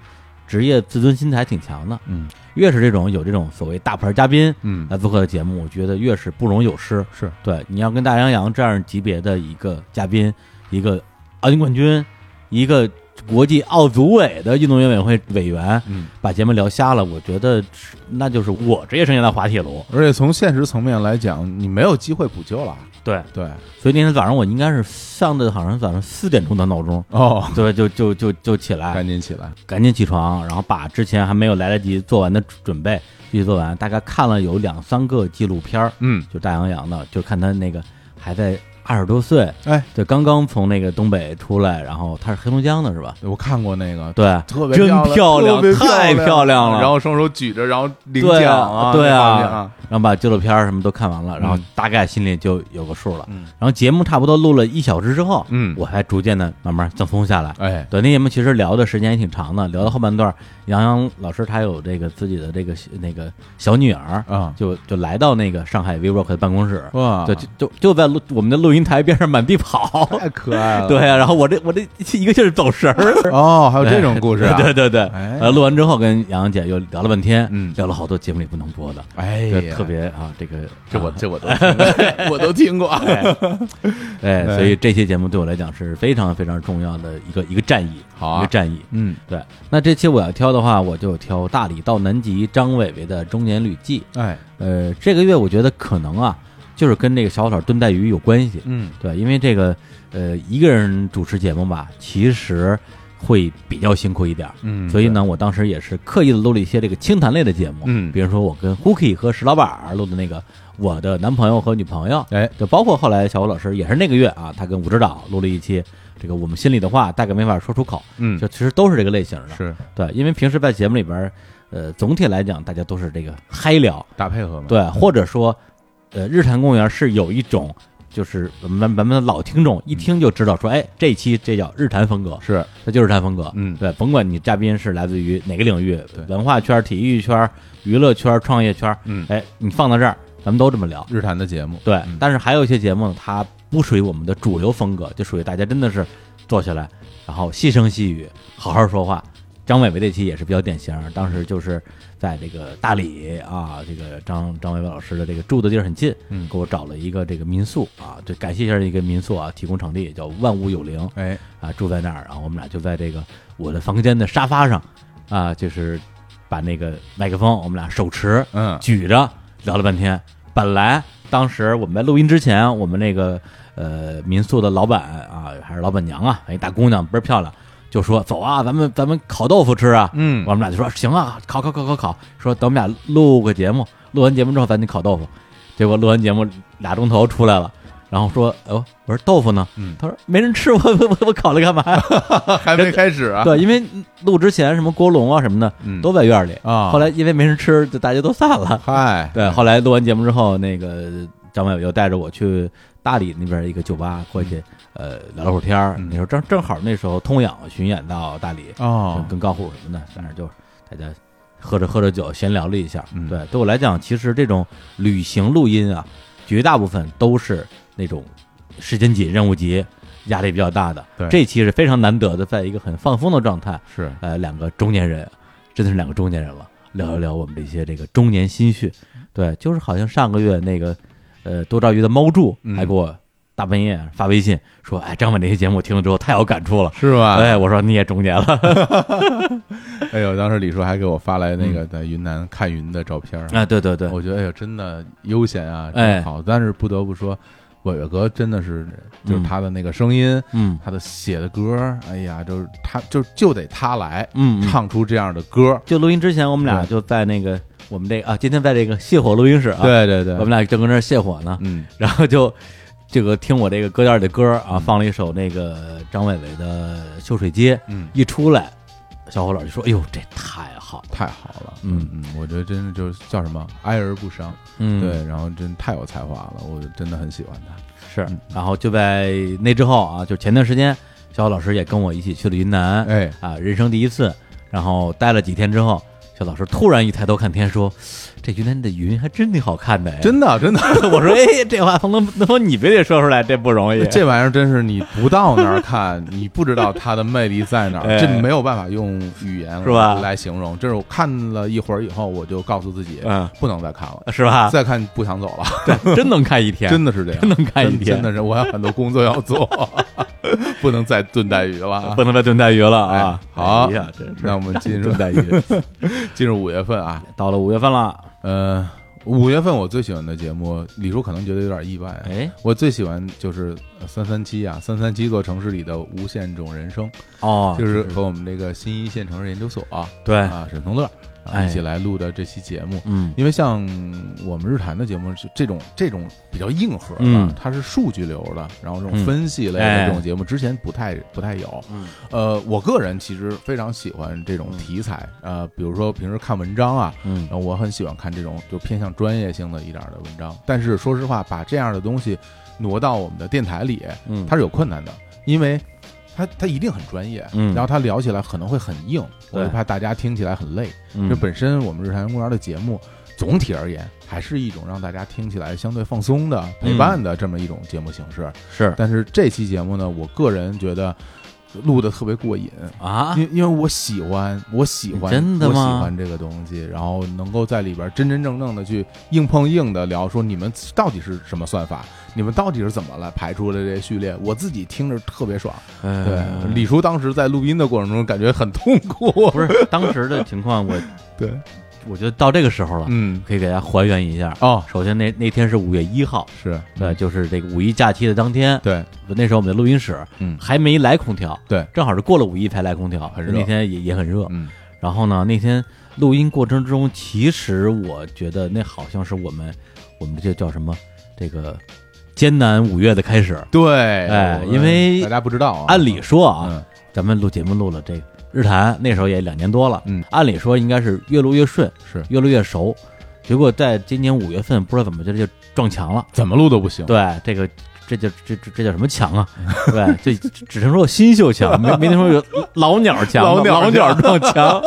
Speaker 1: 职业自尊心还挺强的。
Speaker 2: 嗯
Speaker 1: 越是这种有这种所谓大牌嘉宾
Speaker 2: 嗯，
Speaker 1: 来做客的节目，我觉得越是不容有失。
Speaker 2: 是
Speaker 1: 对，你要跟大洋洋这样级别的一个嘉宾，一个奥运冠军，一个国际奥组委的运动员委员会委员，
Speaker 2: 嗯。
Speaker 1: 把节目聊瞎了，我觉得是那就是我职业生涯的滑铁卢。
Speaker 2: 而且从现实层面来讲，你没有机会补救了。
Speaker 1: 对，
Speaker 2: 对，
Speaker 1: 所以那天早上我应该是上的好像早上四点钟的闹钟，
Speaker 2: 哦，
Speaker 1: 对，就就就就起来，
Speaker 2: 赶紧起来。
Speaker 1: 赶紧起床，然后把之前还没有来得及做完的准备继续做完，大概看了有两三个纪录片儿，
Speaker 2: 嗯，
Speaker 1: 就大洋洋的，就看他那个还在二十多岁，
Speaker 2: 哎，
Speaker 1: 对，刚刚从那个东北出来，然后他是黑龙江的是吧？
Speaker 2: 我看过那个，
Speaker 1: 对，
Speaker 2: 特别
Speaker 1: 真
Speaker 2: 漂
Speaker 1: 漂
Speaker 2: 亮，特别
Speaker 1: 太
Speaker 2: 漂
Speaker 1: 漂亮了。
Speaker 2: 然后双手举着，然后领
Speaker 1: 对
Speaker 2: 奖啊，
Speaker 1: 啊对
Speaker 2: 那
Speaker 1: 啊
Speaker 2: 画面啊，
Speaker 1: 然后把纪录片儿什么都看完了，然后
Speaker 2: 嗯
Speaker 1: 大概心里就有个数了。
Speaker 2: 嗯
Speaker 1: 然后节目差不多录了一小时之后，
Speaker 2: 嗯
Speaker 1: 我才逐渐的慢慢放松下来。
Speaker 2: 哎，
Speaker 1: 短篇节目其实聊的时间也挺长的，聊到后半段儿，杨洋老师他有这个自己的这个那个小女儿
Speaker 2: 啊
Speaker 1: 就就来到那个上海 VRock 的办公室，
Speaker 2: 哇，
Speaker 1: 对，就就就在录我们的录音台边上满地 跑，
Speaker 2: 太可爱了，
Speaker 1: 对啊，然后我这我这一个劲儿走神儿，
Speaker 2: 哦，还有这种故事 啊，
Speaker 1: 对对对，
Speaker 2: 哎
Speaker 1: 呃，录完之后跟杨洋姐又聊了半天，
Speaker 2: 嗯
Speaker 1: 聊了好多节目里不能播的，
Speaker 2: 哎
Speaker 1: 这
Speaker 2: 呀
Speaker 1: 特，别啊，这个
Speaker 2: 这我
Speaker 1: 啊
Speaker 2: 这我都听过 我都听过，啊
Speaker 1: 哎，
Speaker 2: 哎
Speaker 1: 所以这期节目对我来讲是非常非常重要的一个一个战役，
Speaker 2: 好啊
Speaker 1: 一个战役。
Speaker 2: 嗯，
Speaker 1: 对，那这期我要挑的话，我就挑大理到南极张伟伟的中年旅记。
Speaker 2: 哎，
Speaker 1: 呃，这个月我觉得可能啊，就是跟这个小草炖带鱼有关系。
Speaker 2: 嗯，
Speaker 1: 对，因为这个呃一个人主持节目吧，其实会比较辛苦一点儿。
Speaker 2: 嗯
Speaker 1: 所以呢，我当时也是刻意的录了一些这个清谈类的节目，
Speaker 2: 嗯
Speaker 1: 比如说我跟 Hooky 和石老板儿录的那个我的男朋友和女朋友，
Speaker 2: 哎，
Speaker 1: 就包括后来小吴老师也是那个月啊，他跟武指导录了一期这个我们心里的话大概没法说出口，
Speaker 2: 嗯
Speaker 1: 就，其实都是这个类型的，
Speaker 2: 是
Speaker 1: 对，因为平时在节目里边儿，呃，总体来讲大家都是这个嗨聊，
Speaker 2: 打配合嘛，，
Speaker 1: 对，或者说，呃，日坛公园是有一种，就是我们咱们的老听众一听就知道说，哎，这期这叫日坛风格，
Speaker 2: 是，
Speaker 1: 这就是日坛风格。
Speaker 2: 嗯
Speaker 1: 对，甭管你嘉宾是来自于哪个领域
Speaker 2: 对，
Speaker 1: 文化圈、体育圈、娱乐圈、创业圈，
Speaker 2: 嗯，
Speaker 1: 哎，你放到这儿，咱们都这么聊。
Speaker 2: 日坛的节目，
Speaker 1: 对，
Speaker 2: 嗯
Speaker 1: 但是还有一些节目呢，它不属于我们的主流风格，就属于大家真的是坐下来，然后细声细语，好好说话。张伟伟这期也是比较典型，当时就是在这个大理啊，这个张张伟伟老师的这个住的地儿很近，
Speaker 2: 嗯
Speaker 1: 给我找了一个这个民宿啊，就感谢一下这个民宿啊，提供场地叫万物有灵
Speaker 2: 哎，
Speaker 1: 啊，住在那儿，然后我们俩就在这个我的房间的沙发上啊，就是把那个麦克风我们俩手持，
Speaker 2: 嗯，
Speaker 1: 举着聊了半天。本来当时我们在录音之前，我们那个呃民宿的老板啊，还是老板娘啊，一大姑娘倍儿漂亮，就说走啊，咱们咱们烤豆腐吃啊。
Speaker 2: 嗯
Speaker 1: 我们俩就说行啊，烤烤烤烤烤，说等我们俩录个节目，录完节目之后咱去烤豆腐。结果录完节目俩钟头出来了。然后说，哦，我说豆腐呢？
Speaker 2: 嗯
Speaker 1: 他说没人吃，我我我我烤了干嘛 呀？
Speaker 2: 还没开始啊，
Speaker 1: 对，因为录之前什么锅笼啊什么的
Speaker 2: 嗯，
Speaker 1: 都在院里。
Speaker 2: 啊，
Speaker 1: 后来因为没人吃，就大家都散 了。
Speaker 2: 嗨，
Speaker 1: 对，后来录完节目之后，那个张伟伟又带着我去大理那边一个酒吧过去，呃，聊了会儿天儿。
Speaker 2: 嗯
Speaker 1: 那时候正正好那时候通养巡演到大理，
Speaker 2: 哦
Speaker 1: 跟，跟高虎什么的，反正就是大家喝着喝着酒闲聊了一下。
Speaker 2: 嗯
Speaker 1: 对，对我来讲，其实这种旅行录音啊，绝大部分都是那种时间紧、任务急、压力比较大的。
Speaker 2: 对
Speaker 1: 这期是非常难得的，在一个很放松的状态，
Speaker 2: 是，
Speaker 1: 呃，两个中年人，真的是两个中年人了，聊一聊我们这些这个中年心血。对，就是好像上个月那个，呃，多抓鱼的猫柱
Speaker 2: 嗯
Speaker 1: 还给我大半夜发微信说，哎，张伟那些节目我听了之后太有感触了。
Speaker 2: 是吧？
Speaker 1: 哎，我说你也中年了，
Speaker 2: 哎呦，当时李叔还给我发来那个在云南看云的照片儿，
Speaker 1: 啊，对对嗯对，
Speaker 2: 我觉得哎呦，真的悠闲啊，
Speaker 1: 哎
Speaker 2: 真好。但是不得不说，伟伟哥真的是，就是
Speaker 1: 嗯
Speaker 2: 他的那个声音，
Speaker 1: 嗯
Speaker 2: 他的写的歌儿，哎呀，就是他就就得他来
Speaker 1: 嗯，嗯
Speaker 2: 唱出这样的歌儿。
Speaker 1: 就录音之前，我们俩
Speaker 2: 对
Speaker 1: 就在那个我们这个啊，今天在这个泻火录音室啊，，
Speaker 2: 对对对，
Speaker 1: 我们俩正跟那儿泻火呢，
Speaker 2: 嗯
Speaker 1: 然后就这个听我这个歌单里的歌啊，放了一首那个张伟伟的《秀水街》，
Speaker 2: 嗯，
Speaker 1: 一出来，小伙老就说：“哎呦，这太好了，
Speaker 2: 太好了，
Speaker 1: 嗯
Speaker 2: 嗯，我觉得真的就是叫什么哀而不伤，
Speaker 1: 嗯
Speaker 2: 对，，然后真太有才华了，我真的很喜欢他。
Speaker 1: 是
Speaker 2: 嗯。
Speaker 1: 然后就在那之后啊，就前段时间，小伙老师也跟我一起去了云南，
Speaker 2: 哎，
Speaker 1: 啊，人生第一次。然后待了几天之后，小老师突然一抬头看天，说：“这云南的云还真挺好看的。”哎
Speaker 2: 真的真的，
Speaker 1: 的， 我说：“哎，这话能能能你非得说出来，这不容易。”
Speaker 2: 这玩意儿真是你不到那儿看， 你不知道它的魅力在哪
Speaker 1: 哎
Speaker 2: 儿，这没有办法用语言
Speaker 1: 是吧
Speaker 2: 来形容。这是我看了一会儿以后，我就告诉自己，
Speaker 1: 嗯，
Speaker 2: 不能再看了，
Speaker 1: 是吧？
Speaker 2: 再看不想走了，
Speaker 1: 真能看一天，
Speaker 2: 真的 是这样，
Speaker 1: 真能看一
Speaker 2: 真
Speaker 1: 天
Speaker 2: 真的是我还有很多工作要做， 不能再炖带鱼了。
Speaker 1: 不能再炖带鱼了啊！
Speaker 2: 啊哎好
Speaker 1: 哎呀，真
Speaker 2: 那
Speaker 1: 是
Speaker 2: 我们进入
Speaker 1: 炖带鱼。
Speaker 2: 进入五月份啊，
Speaker 1: 到了五月份了，
Speaker 2: 呃，五月份我最喜欢的节目，李叔可能觉得有点意外啊，
Speaker 1: 哎，
Speaker 2: 我最喜欢就是三三七啊，三三七座城市里的无限种人生，
Speaker 1: 哦，
Speaker 2: 就是和我们这个新一线城市研究所啊
Speaker 1: 对，
Speaker 2: 啊沈从乐啊，
Speaker 1: 哎
Speaker 2: 一起来录的这期节目。
Speaker 1: 嗯
Speaker 2: 因为像我们日坛的节目是这种这种比较硬核的，
Speaker 1: 嗯
Speaker 2: 它是数据流的，然后
Speaker 1: 嗯
Speaker 2: 这种分析类
Speaker 1: 哎
Speaker 2: 的这种节目，之前不太不太有。
Speaker 1: 嗯
Speaker 2: 呃，我个人其实非常喜欢这种题材，呃，比如说平时看文章啊，
Speaker 1: 嗯
Speaker 2: 然后我很喜欢看这种就偏向专业性的一点儿的文章。但是说实话，把这样的东西挪到我们的电台里，
Speaker 1: 嗯，
Speaker 2: 它是有困难的，因为它它一定很专业，
Speaker 1: 嗯
Speaker 2: 然后它聊起来可能会很硬，我
Speaker 1: 对
Speaker 2: 就怕大家听起来很累。
Speaker 1: 嗯
Speaker 2: 这本身我们日坛公园的节目。总体而言，还是一种让大家听起来相对放松的、
Speaker 1: 嗯
Speaker 2: 陪伴的这么一种节目形式。
Speaker 1: 是
Speaker 2: 但是这期节目呢，我个人觉得录的特别过瘾，
Speaker 1: 啊，
Speaker 2: 因因为我喜欢，我喜欢，
Speaker 1: 真的吗
Speaker 2: 我喜欢这个东西，然后能够在里边真真正正的去硬碰硬的聊，说你们到底是什么算法，你们到底是怎么来排出的这序列，我自己听着特别爽。对，
Speaker 1: 呃
Speaker 2: 李叔当时在录音的过程中感觉很痛苦，
Speaker 1: 不是当时的情况，我
Speaker 2: 对，
Speaker 1: 我觉得到这个时候了，
Speaker 2: 嗯，
Speaker 1: 可以给大家还原一下。
Speaker 2: 哦，
Speaker 1: 首先那那天是五月一号，
Speaker 2: 是
Speaker 1: 对，，就是这个五一假期的当天，
Speaker 2: 对，
Speaker 1: 那时候我们的录音室
Speaker 2: 嗯，
Speaker 1: 还没来空调，
Speaker 2: 对，
Speaker 1: 正好是过了五一才来空调，
Speaker 2: 很热
Speaker 1: 那天也也很热。
Speaker 2: 嗯，
Speaker 1: 然后呢，那天录音过程中，其实我觉得那好像是我们我们这叫什么这个艰难五月的开始。
Speaker 2: 哦对，
Speaker 1: 哎
Speaker 2: 我们
Speaker 1: 因为
Speaker 2: 大家不知道啊，
Speaker 1: 按理说啊，
Speaker 2: 嗯，
Speaker 1: 咱们录节目录了这日坛那时候也两年多了，
Speaker 2: 嗯，
Speaker 1: 按理说应该是越录越顺，
Speaker 2: 是
Speaker 1: 越录越熟。结果在今年五月份，不知道怎么就就撞墙了。
Speaker 2: 怎么录都不行，
Speaker 1: 对，这个这叫这这这叫什么墙啊？ 对，这只只能说新秀墙，没没听说有老鸟墙，
Speaker 2: 老鸟
Speaker 1: 老鸟撞墙。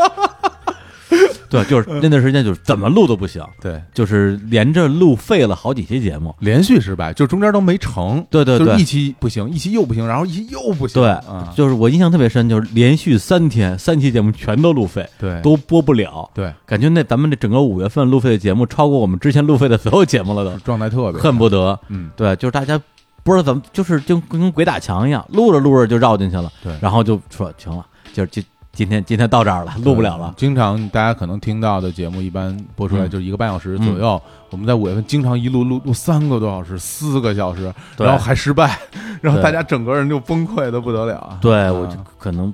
Speaker 1: 对，就是那段时间，就是怎么录都不行，
Speaker 2: 对，
Speaker 1: 就是连着录废了好几期节目。
Speaker 2: 连续失败，就中间都没成。
Speaker 1: 对对
Speaker 2: 就是
Speaker 1: 对
Speaker 2: 一期不行，一期又不行，然后一期又不行。
Speaker 1: 对
Speaker 2: 啊，，
Speaker 1: 就是我印象特别深，就是连续三天三期节目全都录废，
Speaker 2: 对，
Speaker 1: 都播不了。
Speaker 2: 对，
Speaker 1: 感觉那咱们这整个五月份录费的节目，超过我们之前录费的所有节目了都，
Speaker 2: 状态特别
Speaker 1: 恨不得。
Speaker 2: 嗯，
Speaker 1: 对，就是大家不知道怎么，就是就跟跟鬼打墙一样，录着录着就绕进去了，
Speaker 2: 对
Speaker 1: 然后就说行了，就是今今天今天到这儿了，录不了了。
Speaker 2: 嗯经常大家可能听到的节目，一般播出来
Speaker 1: 嗯
Speaker 2: 就是一个半小时左右。我们在五月份经常一路录录三个多小时、四个小时，
Speaker 1: 对
Speaker 2: 然后还失败，然后
Speaker 1: 对
Speaker 2: 大家整个人就崩溃的不得了。
Speaker 1: 对，
Speaker 2: 啊
Speaker 1: 我就可能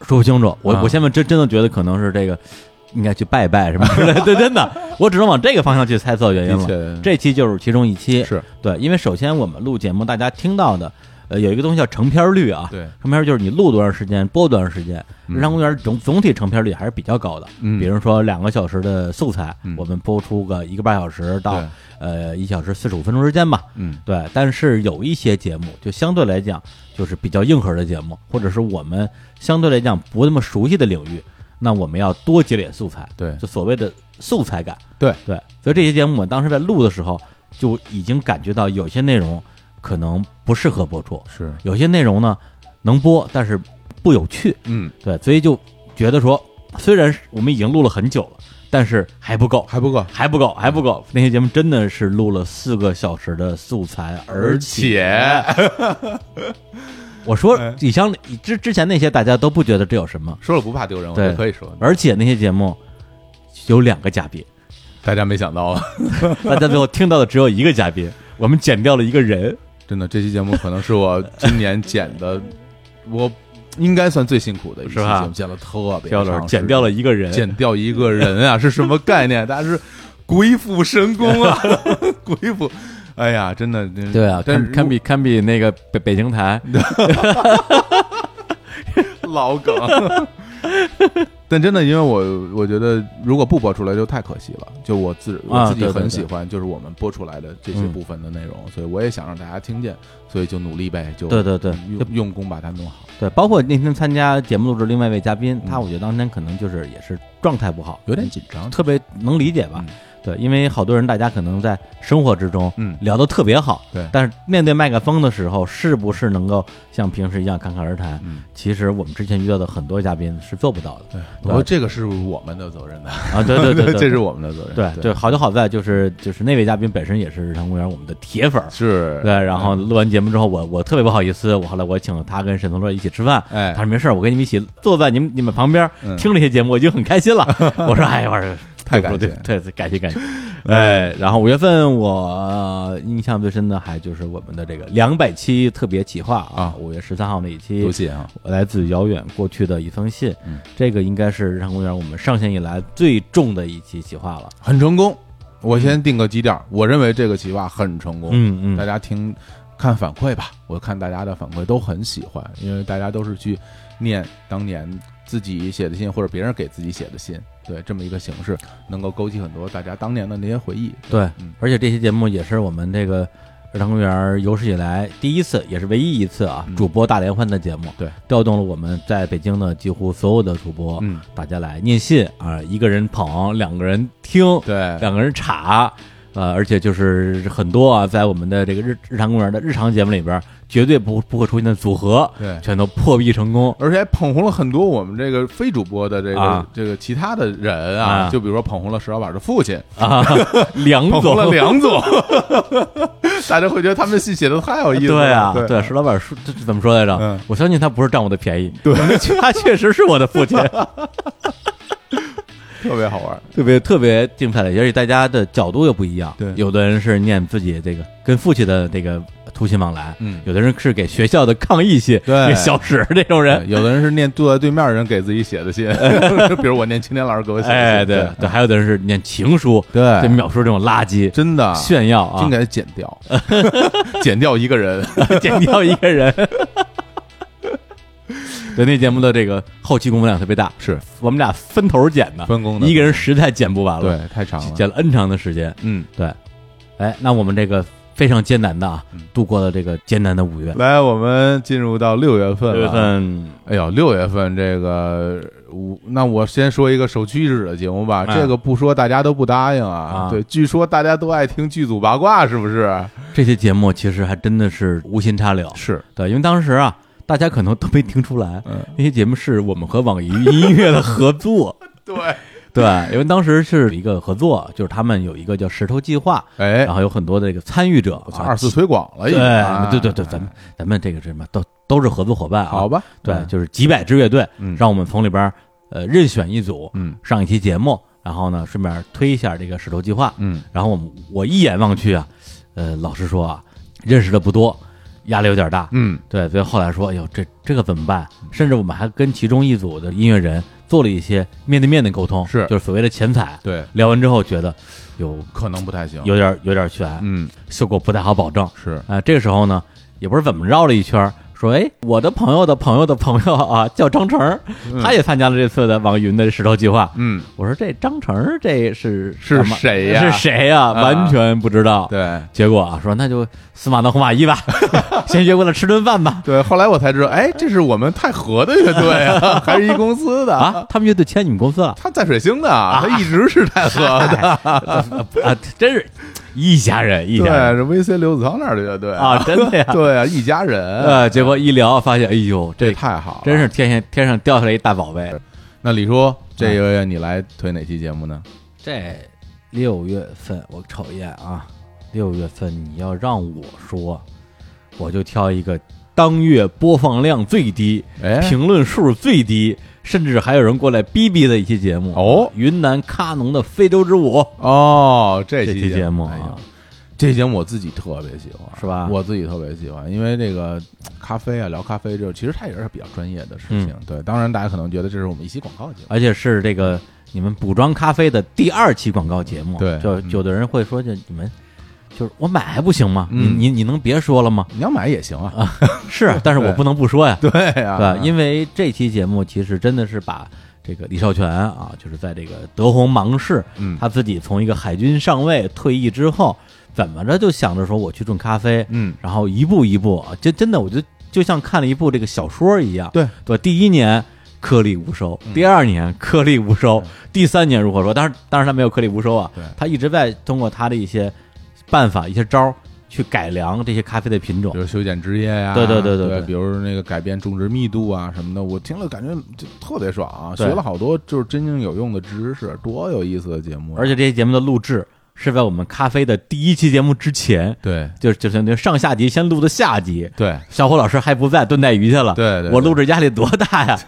Speaker 1: 说不清楚，我、
Speaker 2: 啊
Speaker 1: 我现在真真的觉得可能是这个应该去拜拜什么之类的，对，真的，我只能往这个方向去猜测原因
Speaker 2: 的
Speaker 1: 了。
Speaker 2: 确，
Speaker 1: 这期就是其中一期，
Speaker 2: 是
Speaker 1: 对，因为首先我们录节目，大家听到的，呃，有一个东西叫成片率啊，
Speaker 2: 对，
Speaker 1: 成片就是你录多长时间，播多长时间。
Speaker 2: 嗯
Speaker 1: 日常公园总总体成片率还是比较高的，
Speaker 2: 嗯
Speaker 1: 比如说两个小时的素材，
Speaker 2: 嗯
Speaker 1: 我们播出个一个半小时到
Speaker 2: 对
Speaker 1: 呃一小时四十五分钟之间吧。
Speaker 2: 嗯，
Speaker 1: 对，但是有一些节目就相对来讲就是比较硬核的节目，或者是我们相对来讲不那么熟悉的领域，那我们要多积累素材，
Speaker 2: 对
Speaker 1: 就所谓的素材感。
Speaker 2: 对
Speaker 1: 对，所以这些节目我当时在录的时候就已经感觉到有些内容可能不适合播出，
Speaker 2: 是，
Speaker 1: 有些内容呢能播，但是不有趣，
Speaker 2: 嗯，
Speaker 1: 对，所以就觉得说，虽然我们已经录了很久了，但是还不够，
Speaker 2: 还不够，
Speaker 1: 还不够，还不够。那些节目真的是录了四个小时的素材，而且我说
Speaker 2: 哎
Speaker 1: 以上之之前那些大家都不觉得这有什么，
Speaker 2: 说了不怕丢人，我觉
Speaker 1: 对
Speaker 2: 得可以说，
Speaker 1: 而且那些节目有两个嘉宾，
Speaker 2: 大家没想到啊，
Speaker 1: 大家最后听到的只有一个嘉宾，我们剪掉了一个 人，
Speaker 2: 真的，这期节目可能是我 今年剪的，我应该算最辛苦的一期
Speaker 1: 是
Speaker 2: 节
Speaker 1: 吧
Speaker 2: 目，剪了特别
Speaker 1: 肖老师
Speaker 2: 长时间，
Speaker 1: 剪掉了一个人，
Speaker 2: 剪掉一个人 啊，是什么概念？大家是鬼斧神工 啊，鬼斧！哎呀，真的，真
Speaker 1: 对啊，
Speaker 2: 但是
Speaker 1: 堪堪比堪比那个北北京台，
Speaker 2: 老梗。 但真的，因为我我觉得如果不播出来就太可惜了。就我自
Speaker 1: 啊
Speaker 2: 我自己
Speaker 1: 对对
Speaker 2: 很
Speaker 1: 对
Speaker 2: 喜欢，就是我们播出来的这些
Speaker 1: 嗯
Speaker 2: 部分的内容，所以我也想让大家听见，所以就努力呗，就
Speaker 1: 对对对，就
Speaker 2: 用用功把它弄好。
Speaker 1: 对，包括那天参加节目录制另外一位嘉宾，他我觉得当天可能就是也是状态不好，嗯
Speaker 2: 有点紧张，
Speaker 1: 特别能理解吧？对，因为好多人大家可能在生活之中
Speaker 2: 嗯，
Speaker 1: 聊得特别好，
Speaker 2: 对
Speaker 1: 但是面对麦克风的时候，是不是能够像平时一样侃侃而谈？
Speaker 2: 嗯，
Speaker 1: 其实我们之前遇到的很多嘉宾是做不到 的
Speaker 2: 对，我说这个是我们的责任的，
Speaker 1: 啊！对对 对
Speaker 2: 这
Speaker 1: 对
Speaker 2: 是我们的责任，
Speaker 1: 对对，好就好在就是就是那位嘉宾本身也是日常公园我们的铁粉儿，
Speaker 2: 是，嗯
Speaker 1: 对，然后录完节目之后，我我特别不好意思，我后来我请了他跟沈从乐一起吃饭，
Speaker 2: 哎
Speaker 1: 他说没事儿，我跟你们一起坐在你们你们旁边儿
Speaker 2: 嗯
Speaker 1: 听这些节目，我已经很开心了。我说哎，我说
Speaker 2: 太
Speaker 1: 对
Speaker 2: 感
Speaker 1: 不
Speaker 2: 谢
Speaker 1: 对，对，对感谢感谢。哎，然后五月份我、呃印象最深的还就是我们的这个两百期特别企划啊
Speaker 2: 啊，
Speaker 1: 五、月十三号那一期
Speaker 2: 有戏啊，
Speaker 1: 来自遥远过去的一封信，
Speaker 2: 嗯
Speaker 1: 这个应该是日常公园我们上线以来最重的一期企划了。
Speaker 2: 很成功。我先定个基调，我认为这个企划很成功。
Speaker 1: 嗯
Speaker 2: 大，家听看反馈吧，我看大家的反馈都很喜欢，因为大家都是去念当年自己写的信或者别人给自己写的信，对这么一个形式，能够勾起很多大家当年的那些回忆。
Speaker 1: 对
Speaker 2: 嗯，
Speaker 1: 而且这期节目也是我们这个日常公园有史以来第一次，也是唯一一次啊，
Speaker 2: 嗯
Speaker 1: 主播大联欢的节目，
Speaker 2: 对，
Speaker 1: 调动了我们在北京的几乎所有的主播，
Speaker 2: 嗯，
Speaker 1: 大家来念信啊，一个人捧，两个人听，
Speaker 2: 对，
Speaker 1: 两个人查。呃，而且就是很多啊，在我们的这个日日常公园的日常节目里边，绝对不不会出现的组合，
Speaker 2: 对
Speaker 1: 全都破壁成功。
Speaker 2: 而且还捧红了很多我们这个非主播的这个、
Speaker 1: 啊
Speaker 2: 这个其他的人啊，
Speaker 1: 啊
Speaker 2: 就比如说捧红了石老板的父亲，
Speaker 1: 啊， 梁
Speaker 2: 捧红
Speaker 1: 总
Speaker 2: 了 梁总，大家会觉得他们的信写的太有意思了。
Speaker 1: 对啊，
Speaker 2: 对，
Speaker 1: 石老板说这这怎么说来着？
Speaker 2: 嗯
Speaker 1: 我相信他不是占我的便宜，对， 他确实是我的 父亲，
Speaker 2: 特别好玩。
Speaker 1: 特别特别精彩的，而且大家的角度又不一样。
Speaker 2: 对
Speaker 1: 有的人是念自己这个跟父亲的这个图信往来，
Speaker 2: 嗯
Speaker 1: 有的人是给学校的抗议信，
Speaker 2: 对
Speaker 1: 给小史这种人
Speaker 2: 对，嗯有的人是念坐在对面的人给自己写 的信，比如我念青年老师给我写的信，
Speaker 1: 哎，对对，还有的人是念情书，
Speaker 2: 对
Speaker 1: 对，秒叔这种垃圾
Speaker 2: 真的，
Speaker 1: 炫耀啊
Speaker 2: 真，给他剪掉， 剪掉一个人，
Speaker 1: 剪掉一个 人。对，那节目的这个后期工作量特别大，
Speaker 2: 是
Speaker 1: 我们俩 分头剪的，
Speaker 2: 分工的，
Speaker 1: 一个人实在剪不完了，
Speaker 2: 对，太长了，
Speaker 1: 剪了 N 长的时间。
Speaker 2: 嗯，
Speaker 1: 对，哎，那我们这个非常艰难的啊，
Speaker 2: 嗯
Speaker 1: 度过了这个艰难的五月。
Speaker 2: 来，我们进入到六月份了，啊
Speaker 1: 六月份，
Speaker 2: 哎呦，六月份这个我那我先说一个首屈一指的节目吧，
Speaker 1: 哎
Speaker 2: 这个不说大家都不答应啊
Speaker 1: 啊
Speaker 2: 对，据说大家都爱听剧组八卦，是不是？
Speaker 1: 这期节目其实还真的是无心插柳，
Speaker 2: 是，
Speaker 1: 对，因为当时啊，大家可能都没听出来，
Speaker 2: 嗯，
Speaker 1: 那些节目是我们和网易云音乐的合 作，
Speaker 2: 对，
Speaker 1: 对，因为当时是有一个合作，就是他们有一个叫石头计划，
Speaker 2: 哎
Speaker 1: 然，后有很多的这个参与者，啊
Speaker 2: 二次推广了已
Speaker 1: 对
Speaker 2: 经，哎
Speaker 1: 对对对，咱们咱们这个是什么都都是合作伙伴啊，
Speaker 2: 好吧，
Speaker 1: 对，
Speaker 2: 嗯，
Speaker 1: 就是几百支乐队，
Speaker 2: 嗯
Speaker 1: 让我们从里边儿呃任选一组
Speaker 2: 嗯
Speaker 1: 上一期节目，然后呢顺便推一下这个石头计划。
Speaker 2: 嗯，
Speaker 1: 然后我们我一眼望去啊，呃，老实说啊，认识的不多，压力有点大。
Speaker 2: 嗯，
Speaker 1: 对，所以后来说，哎呦，这这个怎么办？甚至我们还跟其中一组的音乐人做了一些面对面的沟通，
Speaker 2: 是
Speaker 1: 就是所谓的前采。
Speaker 2: 对，
Speaker 1: 聊完之后觉得有
Speaker 2: 可能不太行，
Speaker 1: 有点有点悬，
Speaker 2: 嗯，
Speaker 1: 效果不太好保证。
Speaker 2: 是，
Speaker 1: 啊，这个时候呢，也不是怎么绕了一圈儿，说，哎，我的朋友的朋友的朋友啊，叫张成儿，他也参加了这次的网易云的石头计划。
Speaker 2: 嗯，
Speaker 1: 我说这张成儿这是
Speaker 2: 是
Speaker 1: 什么
Speaker 2: 谁呀
Speaker 1: 是谁呀、
Speaker 2: 啊
Speaker 1: 完全不知道。
Speaker 2: 对。
Speaker 1: 结果啊，说那就司马当红马衣吧， 先约过来吃顿饭吧。
Speaker 2: 对，后来我才知道，哎，这是我们太和的乐队 啊，还是一公司的
Speaker 1: 啊，。他们乐队签你们公司了
Speaker 2: 他在水星的，他一直是太和的，
Speaker 1: 啊，真是一家人，一
Speaker 2: 对，
Speaker 1: 家人
Speaker 2: 是 VC 刘子康那儿的乐队
Speaker 1: 啊，真的呀。
Speaker 2: 对啊，一 家人，
Speaker 1: 呃，结果一聊发现，哎呦，这
Speaker 2: 太好了，
Speaker 1: 真是天上天上掉下来一大宝贝。
Speaker 2: 那李叔，
Speaker 1: 嗯
Speaker 2: 这个月你来推哪期节目呢？
Speaker 1: 这六月份我瞅一眼啊，六月份你要让我说，我就挑一个当月播放量最低、
Speaker 2: 哎，
Speaker 1: 评论数最低，甚至还有人过来逼逼的一期节目
Speaker 2: 哦
Speaker 1: 云南喀农的非洲之舞，
Speaker 2: 哦，这
Speaker 1: 这期节目
Speaker 2: 目，
Speaker 1: 啊
Speaker 2: 哎呀，这节目我自己特别喜欢，
Speaker 1: 是吧
Speaker 2: 我自己特别喜欢，因为这个咖啡啊，聊咖啡这，其实它也是比较专业的事
Speaker 1: 嗯
Speaker 2: 情。对，当然大家可能觉得这是我们一期广告节目，
Speaker 1: 而且是这个你们补妆咖啡的第二期广告节目。
Speaker 2: 对
Speaker 1: 就
Speaker 2: 嗯
Speaker 1: 有的人会说，就你们就是我买还不行吗？
Speaker 2: 嗯
Speaker 1: 你你你能别说了吗？
Speaker 2: 你要买也行啊。
Speaker 1: 是， 但是我
Speaker 2: 对
Speaker 1: 不能不说呀。
Speaker 2: 对啊，
Speaker 1: 对，因为这期节目其实真的是把这个李少全啊，就是在这个德宏芒市，
Speaker 2: 嗯
Speaker 1: 他自己从一个海军上尉退役之后，怎么着就想着说我去种咖啡，
Speaker 2: 嗯，
Speaker 1: 然后一步一步啊，真真的我就就像看了一部这个小说一样，
Speaker 2: 对嗯
Speaker 1: 对，第一年。颗粒无收，第二年颗粒无收，第三年如何说？当然，当然他没有颗粒无收啊
Speaker 2: 对，
Speaker 1: 他一直在通过他的一些办法、一些招儿去改良这些咖啡的品种
Speaker 2: 比。如修剪枝叶呀，
Speaker 1: 对对对对
Speaker 2: 对
Speaker 1: 对
Speaker 2: 比如那个改变种植密度啊什么的，我听了感觉就特别爽啊，
Speaker 1: 对
Speaker 2: 学了好多就是真正有用的知识，多有意思的节目啊！
Speaker 1: 而且这些节目的录制是在我们咖啡的第一期节目之前，
Speaker 2: 对
Speaker 1: 就就相当于上下集先录的下集。
Speaker 2: 对
Speaker 1: 小虎老师还不在，炖带鱼去了。
Speaker 2: 对对对
Speaker 1: 我录制压力多大 呀！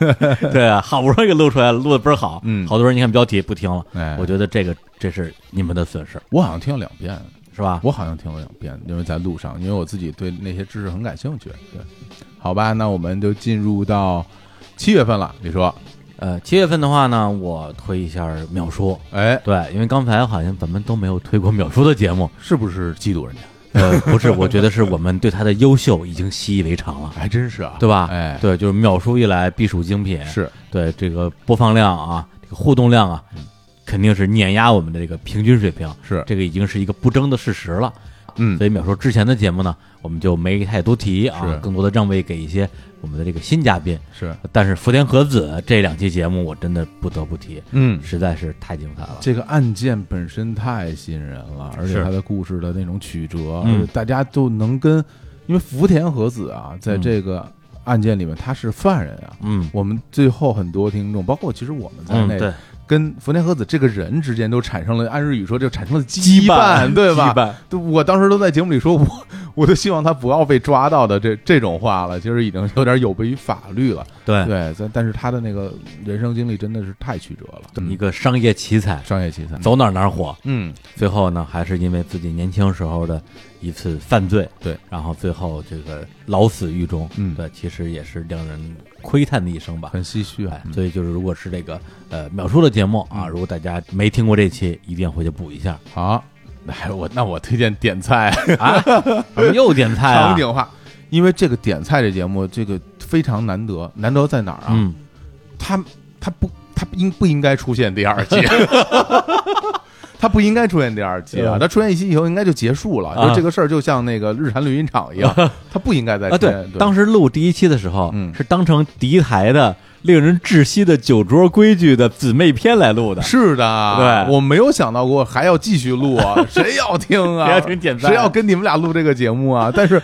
Speaker 1: 对啊，好不容易录出来了，录的倍儿好。
Speaker 2: 嗯
Speaker 1: 好多人一看标题不听了。
Speaker 2: 哎
Speaker 1: 我觉得这个这是你们的损失，
Speaker 2: 我好像听了两遍，
Speaker 1: 是吧？
Speaker 2: 我好像听了两遍，因为在路上，因为我自己对那些知识很感兴趣。对，好吧，那我们就进入到七月份了。你说，
Speaker 1: 呃，七月份的话呢，我推一下秒叔。
Speaker 2: 哎，
Speaker 1: 对，因为刚才好像咱们都没有推过秒叔的节目。
Speaker 2: 是不是嫉妒人家？
Speaker 1: 呃，不是，我觉得是我们对他的优秀已经习以为常了，
Speaker 2: 还真是啊，
Speaker 1: 对吧？
Speaker 2: 哎，
Speaker 1: 对，就是秒叔一来必属精品。
Speaker 2: 是
Speaker 1: 对这个播放量啊，这个互动量啊，肯定是碾压我们的这个平均水平。
Speaker 2: 是，
Speaker 1: 这个已经是一个不争的事实了。
Speaker 2: 嗯，
Speaker 1: 所以秒叔之前的节目呢，我们就没太多提啊
Speaker 2: 是，
Speaker 1: 更多的让位给一些我们的这个新嘉宾。
Speaker 2: 是，
Speaker 1: 但是福田和子这两期节目，我真的不得不提，
Speaker 2: 嗯。
Speaker 1: 实在是太精彩了。
Speaker 2: 这个案件本身太吸引人了，而且
Speaker 1: 是
Speaker 2: 它的故事的那种曲折，
Speaker 1: 嗯
Speaker 2: 而且大家都能跟，因为福田和子啊，在
Speaker 1: 嗯
Speaker 2: 这个案件里面他是犯人啊。
Speaker 1: 嗯，
Speaker 2: 我们最后很多听众，包括其实我们在
Speaker 1: 嗯，
Speaker 2: 内，
Speaker 1: 对，
Speaker 2: 跟福田和子这个人之间都产生了，按日语说就产生了
Speaker 1: 羁
Speaker 2: 绊，
Speaker 1: 绊
Speaker 2: 对吧？
Speaker 1: 羁绊
Speaker 2: 对我当时都在节目里说，我 我都希望他不要被抓到的这这种话了，其实已经有点有悖于法律了。
Speaker 1: 对，
Speaker 2: 对，但但是他的那个人生经历真的是太曲折了，嗯
Speaker 1: 一个商业奇才，
Speaker 2: 商业奇才。
Speaker 1: 走哪儿哪儿火。
Speaker 2: 嗯，
Speaker 1: 最后呢，还是因为自己年轻时候的一次犯罪，
Speaker 2: 对，
Speaker 1: 然后最后这个老死狱中，
Speaker 2: 嗯
Speaker 1: 对，其实也是令人窥探的一生吧。
Speaker 2: 很唏嘘啊
Speaker 1: 哎。，所以就是，如果是这个呃秒叔的节目啊，
Speaker 2: 嗯
Speaker 1: 如果大家没听过这期，一定回去补一 下
Speaker 2: 好，哎，我那我推荐点菜
Speaker 1: 啊。怎么又点 菜啊
Speaker 2: 场？景化，因为这个点菜这节目，这个非常难得，难得在哪儿啊？
Speaker 1: 嗯，
Speaker 2: 他他不他不应不应该出现第二季？他不应该出现第二季啊！
Speaker 1: 嗯
Speaker 2: 他出现一期以后，应该就结束了。
Speaker 1: 啊
Speaker 2: 就这个事儿，就像那个日产绿茵场一样，他不应该再
Speaker 1: 啊，
Speaker 2: 出现。
Speaker 1: 对，当时录第一期的时候，
Speaker 2: 哎嗯
Speaker 1: 是当成敌台的令人窒息的酒桌规矩的姊妹篇来录的，
Speaker 2: 是的，
Speaker 1: 对
Speaker 2: 我没有想到过还要继续 录啊！谁要听啊？
Speaker 1: 谁要听点赞
Speaker 2: 谁要跟你们俩录这个节目啊？但是。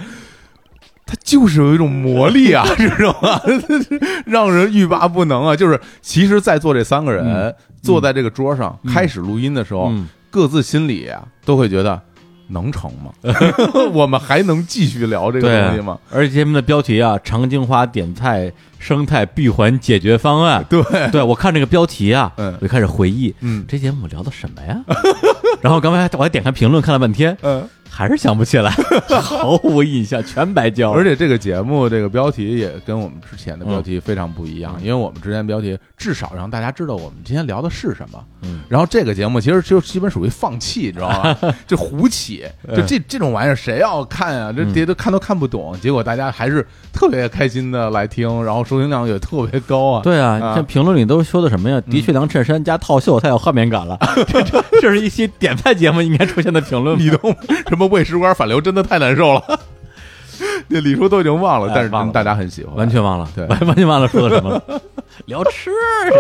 Speaker 2: 它就是有一种魔力 啊，知道吗？ 让人欲罢不能啊！就是，其实，在座这三个人、
Speaker 1: 嗯
Speaker 2: 坐在这个桌上、开始录音的时候，
Speaker 1: 嗯，
Speaker 2: 各自心里啊都会觉得能成 吗？我们还能继续聊这
Speaker 1: 对啊
Speaker 2: 个东西吗？
Speaker 1: 而且节目的标题啊，“长青花点菜生态闭环解决方案”
Speaker 2: 对，
Speaker 1: 对。我看这个标题啊，
Speaker 2: 嗯
Speaker 1: 我就开始回忆，
Speaker 2: 嗯
Speaker 1: 这节目聊的什么呀？ 然后刚才我还点开评论看了半天，
Speaker 2: 嗯，
Speaker 1: 还是想不起 来，毫无印象，全白交。
Speaker 2: 而且这个节目这个标题也跟我们之前的标题非常不一样，
Speaker 1: 嗯
Speaker 2: 因为我们之前标题至少让大家知道我们今天聊的是什么。
Speaker 1: 嗯
Speaker 2: 然后这个节目其实就基本属于放弃，你知道 吧？这胡起，
Speaker 1: 嗯
Speaker 2: 就这这种玩意儿谁要看啊？这这都看都看不懂，结果大家还是特别开心的来听，然后收听量也特别高啊。
Speaker 1: 对啊，你
Speaker 2: 啊嗯
Speaker 1: 看评论里都说的什么呀？的确，量衬衫加套袖太有画面 感了。这这这是一期点菜节目应该出现的评论吧。
Speaker 2: 你都什么喂食官反流，真的太难受了。 那李叔都已经忘了，
Speaker 1: 哎
Speaker 2: 但是
Speaker 1: 忘了
Speaker 2: 大家很喜欢，
Speaker 1: 完全忘了，
Speaker 2: 啊对
Speaker 1: 完完全忘了说的什么 了。聊吃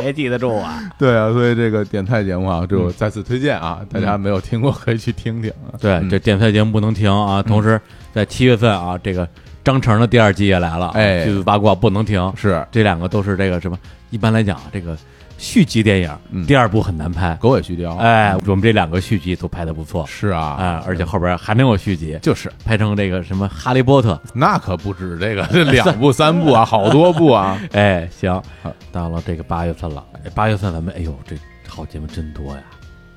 Speaker 1: 谁记得住啊？
Speaker 2: 对啊，所以这个点菜节目啊，就再次推荐啊，大家没有听过可以去听听啊。
Speaker 1: 对，
Speaker 2: 嗯
Speaker 1: 这点菜节目不能停啊！同时，在七月份啊，这个张成的第二季也来了，
Speaker 2: 哎
Speaker 1: 剧组八卦不能停。
Speaker 2: 是
Speaker 1: 这两个都是这个什么？一般来讲啊，这个续集电影
Speaker 2: 嗯
Speaker 1: 第二部很难拍。
Speaker 2: 狗尾续貂，，
Speaker 1: 哎，我们这两个续集都拍的不错，
Speaker 2: 是啊，
Speaker 1: 哎，而且后边还能有续集，
Speaker 2: 就是
Speaker 1: 拍成这个什么《哈利波特》。
Speaker 2: 那可不止这 个，这两部三部 啊，好多部啊。
Speaker 1: 哎，行
Speaker 2: 好，
Speaker 1: 到了这个八月份了，哎八月份咱们哎呦，这好节目真多呀！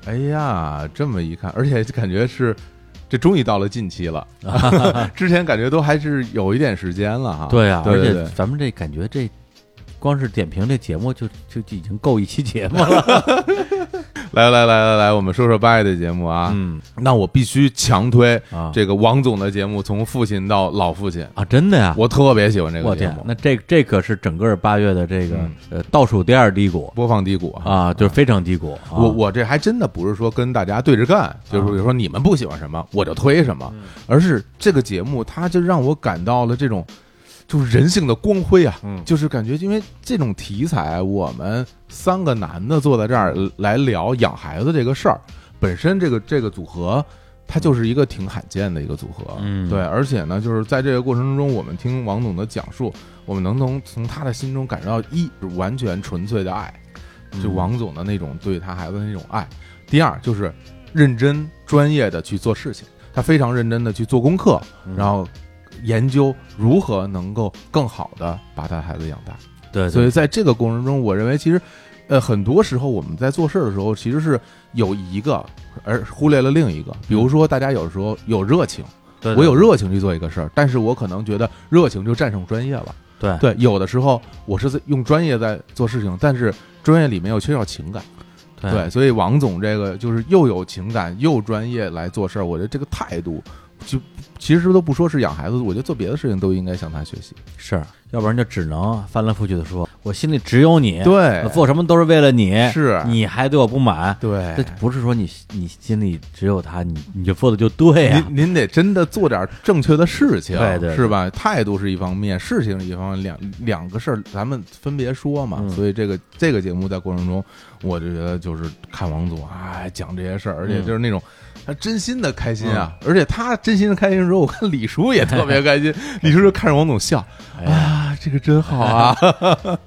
Speaker 2: 哎呀，这么一看，而且感觉是。这终于到了近期 了，之前感觉都还是有一点时间了哈。
Speaker 1: 对呀，
Speaker 2: 对啊
Speaker 1: 而
Speaker 2: 对
Speaker 1: 且
Speaker 2: 对
Speaker 1: 咱们这感觉这。光是点评这节目就就就已经够一期节目 了。
Speaker 2: 来来来来来，我们说说八爷的节目啊。
Speaker 1: 嗯
Speaker 2: 那我必须强推
Speaker 1: 啊
Speaker 2: 这个王总的节目，从父亲到老父亲，
Speaker 1: 啊，真的呀！
Speaker 2: 我特别喜欢这
Speaker 1: 我
Speaker 2: 个节
Speaker 1: 天
Speaker 2: 目，。
Speaker 1: 那这这可是整个八月的这个
Speaker 2: 嗯
Speaker 1: 呃倒数第二低谷
Speaker 2: 播放低谷啊，
Speaker 1: 啊，就是非常低谷。啊
Speaker 2: 我我这还真的不是说跟大家对着干，就是比如说你们不喜欢什么我就推什
Speaker 1: 嗯
Speaker 2: 么，而是这个节目它就让我感到了这种就是人性的光辉啊，
Speaker 1: 嗯
Speaker 2: 就是感觉因为这种题材，我们三个男的坐在这
Speaker 1: 嗯
Speaker 2: 儿来聊养孩子这个事儿，本身这个这个组合。它就是一个挺罕见的一个组合，
Speaker 1: 嗯
Speaker 2: 对，而且呢，就是在这个过程中，我们听王总的讲述，我们能从从他的心中感受到一是完全纯粹的爱，就
Speaker 1: 嗯
Speaker 2: 王总的那种对他孩子的那种爱；第二就是认真专业的去做事情，他非常认真的去做功课，
Speaker 1: 嗯
Speaker 2: 然后研究如何能够更好的把他的孩子养大。
Speaker 1: 对，
Speaker 2: 所以在这个过程中，我认为其实，呃，很多时候我们在做事儿的时候，其实是有一个而忽略了另一个。比如说，大家有时候有热情，
Speaker 1: 对
Speaker 2: 我有热情去做一个事儿，但是我可能觉得热情就战胜专业了。
Speaker 1: 对
Speaker 2: 对，有的时候我是在用专业在做事情，但是专业里面又缺少情感。
Speaker 1: 对
Speaker 2: 对，所以王总这个就是又有情感又专业来做事儿，我觉得这个态度就其实都不说是养孩子，我觉得做别的事情都应该向他学习。
Speaker 1: 是，要不然就只能翻来覆去的说，我心里只有你，
Speaker 2: 对
Speaker 1: 我，做什么都是为了你，
Speaker 2: 是
Speaker 1: 你还对我不满，
Speaker 2: 对
Speaker 1: 这，不是说你你心里只有他，你你就做的就对呀、
Speaker 2: 您您得真的做点正确的事情，
Speaker 1: 对对对
Speaker 2: 是吧？态度是一方面，事情是一方面，两两个事儿咱们分别说嘛。
Speaker 1: 嗯
Speaker 2: 所以这个这个节目在过程中，我就觉得就是看王总啊、哎讲这些事儿，而且
Speaker 1: 嗯
Speaker 2: 就是那种。他真心的开心啊！而且他真心的开心的时候，我看李叔 也特别开心。李叔就看着王总笑
Speaker 1: 哎呀，
Speaker 2: 啊，这个真 好啊，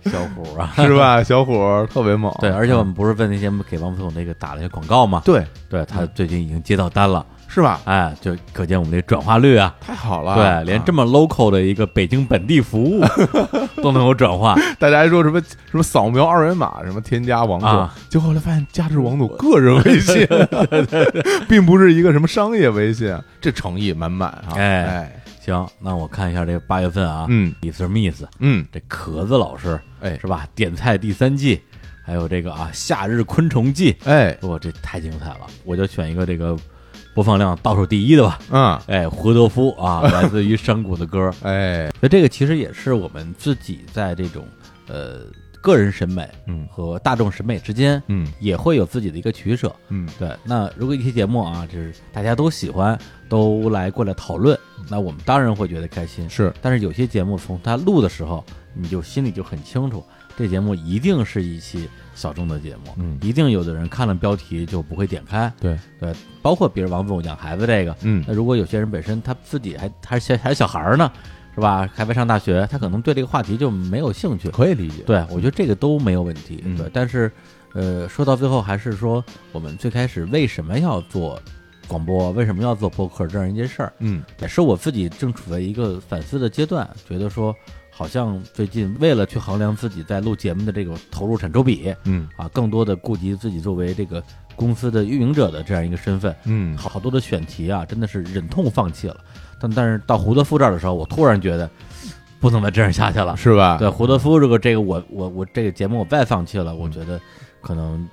Speaker 1: 小虎 啊，
Speaker 2: 是吧？小伙儿特别猛。
Speaker 1: 对，而且我们不是问那些给王总那个打了一些广告嘛，
Speaker 2: 对，
Speaker 1: 嗯对嗯他最近已经接到单了，
Speaker 2: 是吧？
Speaker 1: 哎，就可见我们这转化率啊。
Speaker 2: 太好了。
Speaker 1: 对，连这
Speaker 2: 么、
Speaker 1: 么 local 的一个北京本地服 务都能有转化，
Speaker 2: 大家还说什么什么扫描二维码，什么添加王总，
Speaker 1: 啊
Speaker 2: 结果后来发现加的是王总个人微信， 并不是一个什么商业微信，这诚意满满啊！
Speaker 1: 哎
Speaker 2: 哎，
Speaker 1: 行，那我看一下这个八月份啊，
Speaker 2: 嗯
Speaker 1: 米 s Miss
Speaker 2: 嗯，
Speaker 1: 这壳子老师
Speaker 2: 哎
Speaker 1: 是吧？点菜第三季，还有这个啊《夏日昆虫记
Speaker 2: 哎》，，
Speaker 1: 哇，这太精彩了！我就选一个这个播放量倒数第一的吧。
Speaker 2: 嗯
Speaker 1: 哎，胡德夫啊，来自于山谷的 歌，
Speaker 2: 哎
Speaker 1: 所以这个其实也是我们自己在这种呃个人审美
Speaker 2: 嗯
Speaker 1: 和大众审美之间
Speaker 2: 嗯
Speaker 1: 也会有自己的一个取舍。
Speaker 2: 嗯，
Speaker 1: 对，那如果一期节目啊，就是大家都喜欢，都来过来讨论，那我们当然会觉得开心。
Speaker 2: 是
Speaker 1: 但是有些节目从它录的时候，你就心里就很清楚，这节目一定是一期小众的节目，
Speaker 2: 嗯
Speaker 1: 一定有的人看了标题就不会点开。
Speaker 2: 对，
Speaker 1: 对，包括比如王总养孩子这个，
Speaker 2: 嗯
Speaker 1: 那如果有些人本身他自己还还是小还是小孩儿呢，是吧？还没上大学，他可能对这个话题就没有兴趣。
Speaker 2: 可以理解，
Speaker 1: 对，我觉得这个都没有问题。
Speaker 2: 嗯
Speaker 1: 对，但是，呃，说到最后还是说，我们最开始为什么要做广播，为什么要做播客这样一件事儿，
Speaker 2: 嗯
Speaker 1: 也是我自己正处在一个反思的阶段，觉得说，好像最近为了去衡量自己在录节目的这个投入产出比
Speaker 2: 嗯
Speaker 1: 啊，更多的顾及自己作为这个公司的运营者的这样一个身份，
Speaker 2: 嗯，
Speaker 1: 好多的选题啊，真的是忍痛放弃了。但但是到胡德夫这儿的时候，我突然觉得不能再这样下去了。
Speaker 2: 是啊吧？
Speaker 1: 对，胡德夫这个这个我我我这个节目我再放弃了，我觉得可能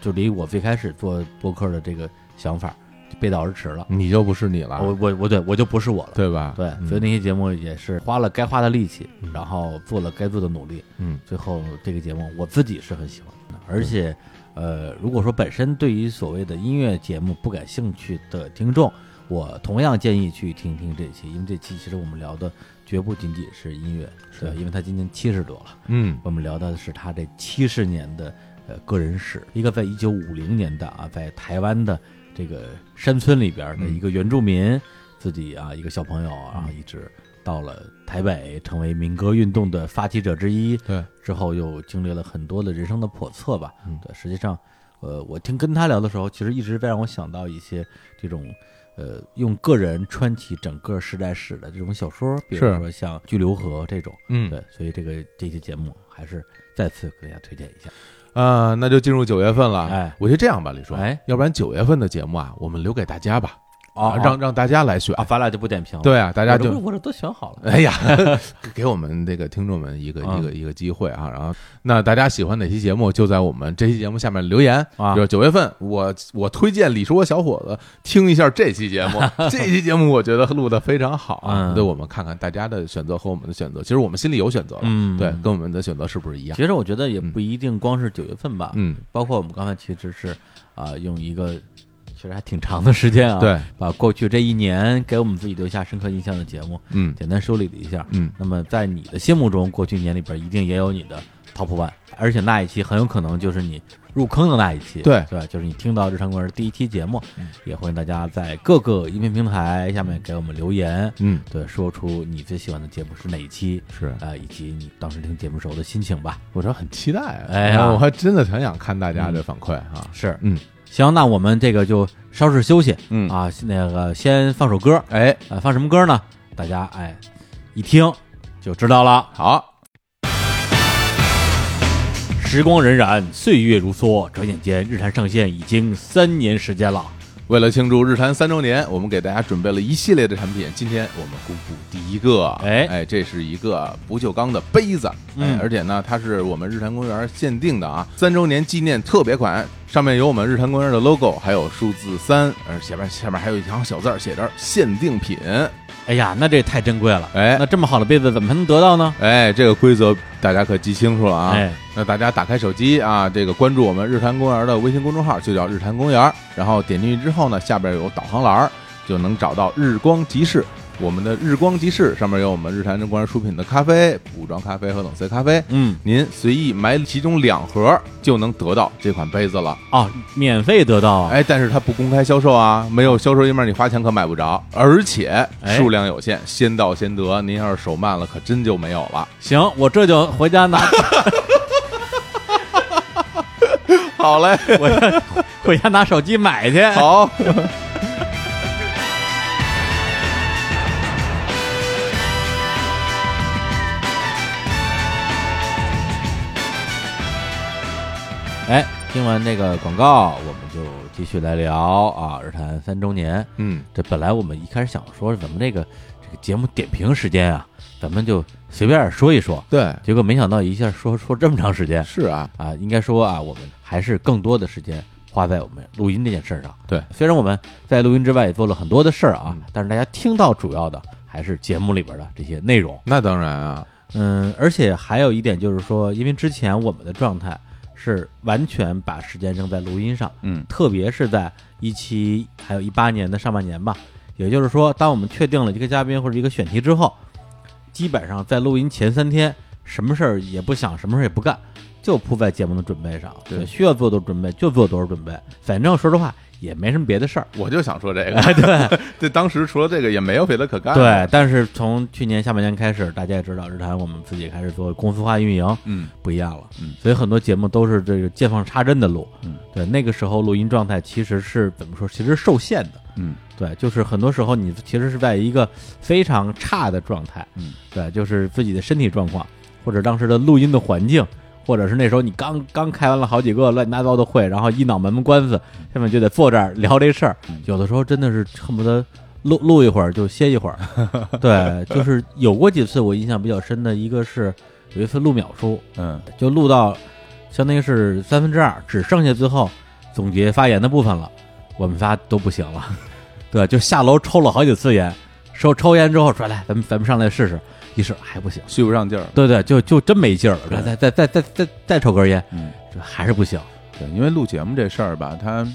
Speaker 1: 就离我最开始做播客的这个想法就背道而驰了。
Speaker 2: 你就不是你
Speaker 1: 我
Speaker 2: 了，
Speaker 1: 我我对我就不是我了。
Speaker 2: 对吧？
Speaker 1: 对，
Speaker 2: 嗯
Speaker 1: 所以那些节目也是花了该花的力气，
Speaker 2: 嗯
Speaker 1: 然后做了该做的努力，
Speaker 2: 嗯
Speaker 1: 最后这个节目我自己是很喜欢的，而且，呃，如果说本身对于所谓的音乐节目不感兴趣的听众，我同样建议去听一听这期，因为这期其实我们聊的绝不仅仅是音乐，
Speaker 2: 是
Speaker 1: 对，因为他今年七十多了，
Speaker 2: 嗯
Speaker 1: 我们聊到的是他这七十年的呃个人史，一个在一九五零年代啊，在台湾的这个山村里边的一个原住民，自己啊一个小朋友啊，
Speaker 2: 嗯
Speaker 1: 一直到了台北，成为民歌运动的发起者之一。
Speaker 2: 对，
Speaker 1: 之后又经历了很多的人生的叵测吧。
Speaker 2: 嗯
Speaker 1: 对，实际上，呃，我听跟他聊的时候，其实一直在让我想到一些这种。呃，用个人穿起整个时代史的这种小说，比如
Speaker 2: 是
Speaker 1: 说像《巨流河》这种，
Speaker 2: 嗯
Speaker 1: 对，所以这个这期节目还是再次给大家推荐一下。
Speaker 2: 啊，那就进入九月份了。
Speaker 1: 哎，
Speaker 2: 我觉得这样吧，李叔，
Speaker 1: 哎，
Speaker 2: 要不然九月份的节目啊，我们留给大家吧，啊
Speaker 1: 啊，
Speaker 2: 让让大家来选
Speaker 1: 啊，。咱俩就不点评了。，
Speaker 2: 对啊，大
Speaker 1: 大
Speaker 2: 家就
Speaker 1: 我这都选好了。
Speaker 2: 哎呀， 给我们这个听众们一个
Speaker 1: 啊
Speaker 2: 一个一个机会啊！然后，那大家喜欢哪期节目，就在我们这期节目下面留言
Speaker 1: 啊
Speaker 2: 就是九月份，我我推荐李叔和小伙子听一下这期节 目，这期节目我觉得录的非常好啊！
Speaker 1: 嗯
Speaker 2: 对，我们看看大家的选择和我们的选择，其实我们心里有选择了，
Speaker 1: 嗯
Speaker 2: 对，跟我们的选择是不是一样？
Speaker 1: 其实我觉得也不一定光是九月份吧，
Speaker 2: 嗯，
Speaker 1: 包括我们刚才其实是啊、用一个其实还挺长的时间啊，，
Speaker 2: 对，
Speaker 1: 把过去这一年给我们自己留下深刻印象的节目，
Speaker 2: 嗯
Speaker 1: 简单梳理了一下。
Speaker 2: 嗯，
Speaker 1: 那么在你的心目中，过去一年里边一定也有你的 top one，而且那一期很有可能就是你入坑的那一期，
Speaker 2: 对
Speaker 1: 对吧，就是你听到日常公园第一期节目
Speaker 2: 嗯，
Speaker 1: 也欢迎大家在各个音频平台下面给我们留言，
Speaker 2: 嗯，
Speaker 1: 对，说出你最喜欢的节目是哪一期，
Speaker 2: 是。
Speaker 1: 呃，以及你当时听节目时候的心情吧。
Speaker 2: 我说很期待啊，
Speaker 1: 哎呀
Speaker 2: 我还真的很想看大家的反馈啊。
Speaker 1: 是
Speaker 2: 嗯，
Speaker 1: 行，那我们这个就稍事休息，
Speaker 2: 嗯
Speaker 1: 啊，那个先放首歌，
Speaker 2: 哎，
Speaker 1: 呃，放什么歌呢？大家哎一听就知道了。
Speaker 2: 好，
Speaker 1: 时光荏苒，岁月如梭，转眼间日坛上线已经三年时间了。
Speaker 2: 为了庆祝日坛三周年，我们给大家准备了一系列的产品。今天我们公布第一个，
Speaker 1: 哎
Speaker 2: 哎，这是一个不锈钢的杯子，哎
Speaker 1: 嗯，
Speaker 2: 而且呢，它是我们日坛公园限定的啊，三周年纪念特别款，上面有我们日坛公园的 logo，还有数字三，而下面下面还有一行小字儿写着限定品。
Speaker 1: 哎呀，那这太珍贵了。
Speaker 2: 哎
Speaker 1: 那这么好的杯子怎么才能得到呢？
Speaker 2: 哎，这个规则大家可记清楚了啊！
Speaker 1: 哎
Speaker 2: 那大家打开手机啊，这个关注我们日坛公园的微信公众号，就叫日坛公园。然后点进去之后呢，下边有导航栏儿，就能找到日光集市。我们的日光集市上面有我们日坛公园出品的咖啡、补妆咖啡和冷萃咖啡。
Speaker 1: 嗯，
Speaker 2: 您随意买其中两盒就能得到这款杯子了，
Speaker 1: 哦，免费得到啊。
Speaker 2: 哎，但是它不公开销售啊，没有销售页面，你花钱可买不着，而且
Speaker 1: 哎
Speaker 2: 数量有限，先到先得。您要是手慢了，可真就没有了。
Speaker 1: 行，我这就回家 拿，
Speaker 2: 好嘞，
Speaker 1: 我要回家拿手机买去。
Speaker 2: 好，
Speaker 1: 哎，听完这个广告，我们就继续来聊啊，日坛三周年。
Speaker 2: 嗯，
Speaker 1: 这本来我们一开始想说，咱们这个这个节目点评时间啊，咱们就随便说一说，
Speaker 2: 对，
Speaker 1: 结果没想到一下说说这么长时间
Speaker 2: 是啊，
Speaker 1: 啊，应该说啊，我们还是更多的时间花在我们录音这件事儿上。
Speaker 2: 对，
Speaker 1: 虽然我们在录音之外也做了很多的事儿啊
Speaker 2: 嗯，
Speaker 1: 但是大家听到主要的还是节目里边的这些内容。
Speaker 2: 那当然啊，
Speaker 1: 嗯，而且还有一点就是说，因为之前我们的状态是完全把时间扔在录音上，
Speaker 2: 嗯
Speaker 1: 特别是在一七还有一八年的上半年吧。也就是说，当我们确定了一个嘉宾或者一个选题之后，基本上在录音前三天，什么事儿也不想，什么事儿也不干，就扑在节目的准备上。
Speaker 2: 对
Speaker 1: 需要做多少准备就做多少准备，反正说实话也没什么别的事儿。
Speaker 2: 我就想说这个，啊 对，这当时除了这个也没有别的可干，
Speaker 1: 对，，但是从去年下半年开始，大家也知道，日坛我们自己开始做公司化运营，
Speaker 2: 嗯，
Speaker 1: 不一样了，
Speaker 2: 嗯
Speaker 1: 所以很多节目都是这个见缝插针的录，
Speaker 2: 嗯，
Speaker 1: 对，那个时候录音状态其实是怎么说，其实是受限的，
Speaker 2: 嗯，
Speaker 1: 对，就是很多时候你其实是在一个非常差的状态，
Speaker 2: 嗯，
Speaker 1: 对，就是自己的身体状况，或者当时的录音的环境，或者是那时候你刚刚开完了好几个乱七八糟的会，然后一脑门子官司，下面就得坐这儿聊这事儿
Speaker 2: 嗯，
Speaker 1: 有的时候真的是恨不得。录录一会儿就歇一 会儿，对，就是有过几次我印象比较深的，一个是有一次录秒数，
Speaker 2: 嗯，
Speaker 1: 就录到相当于是三分之二，只剩下最后总结发言的部分了。我们仨都不行了， 对，就下楼抽了好几次烟，抽抽烟之后说来，咱们咱们上来试试，一试还不行，
Speaker 2: 续不上劲儿，
Speaker 1: 对对，就就真没劲儿了，
Speaker 2: 对
Speaker 1: 再再再再再再抽根烟，
Speaker 2: 嗯，
Speaker 1: 这还是不行，
Speaker 2: 对，因为录节目这事儿吧，它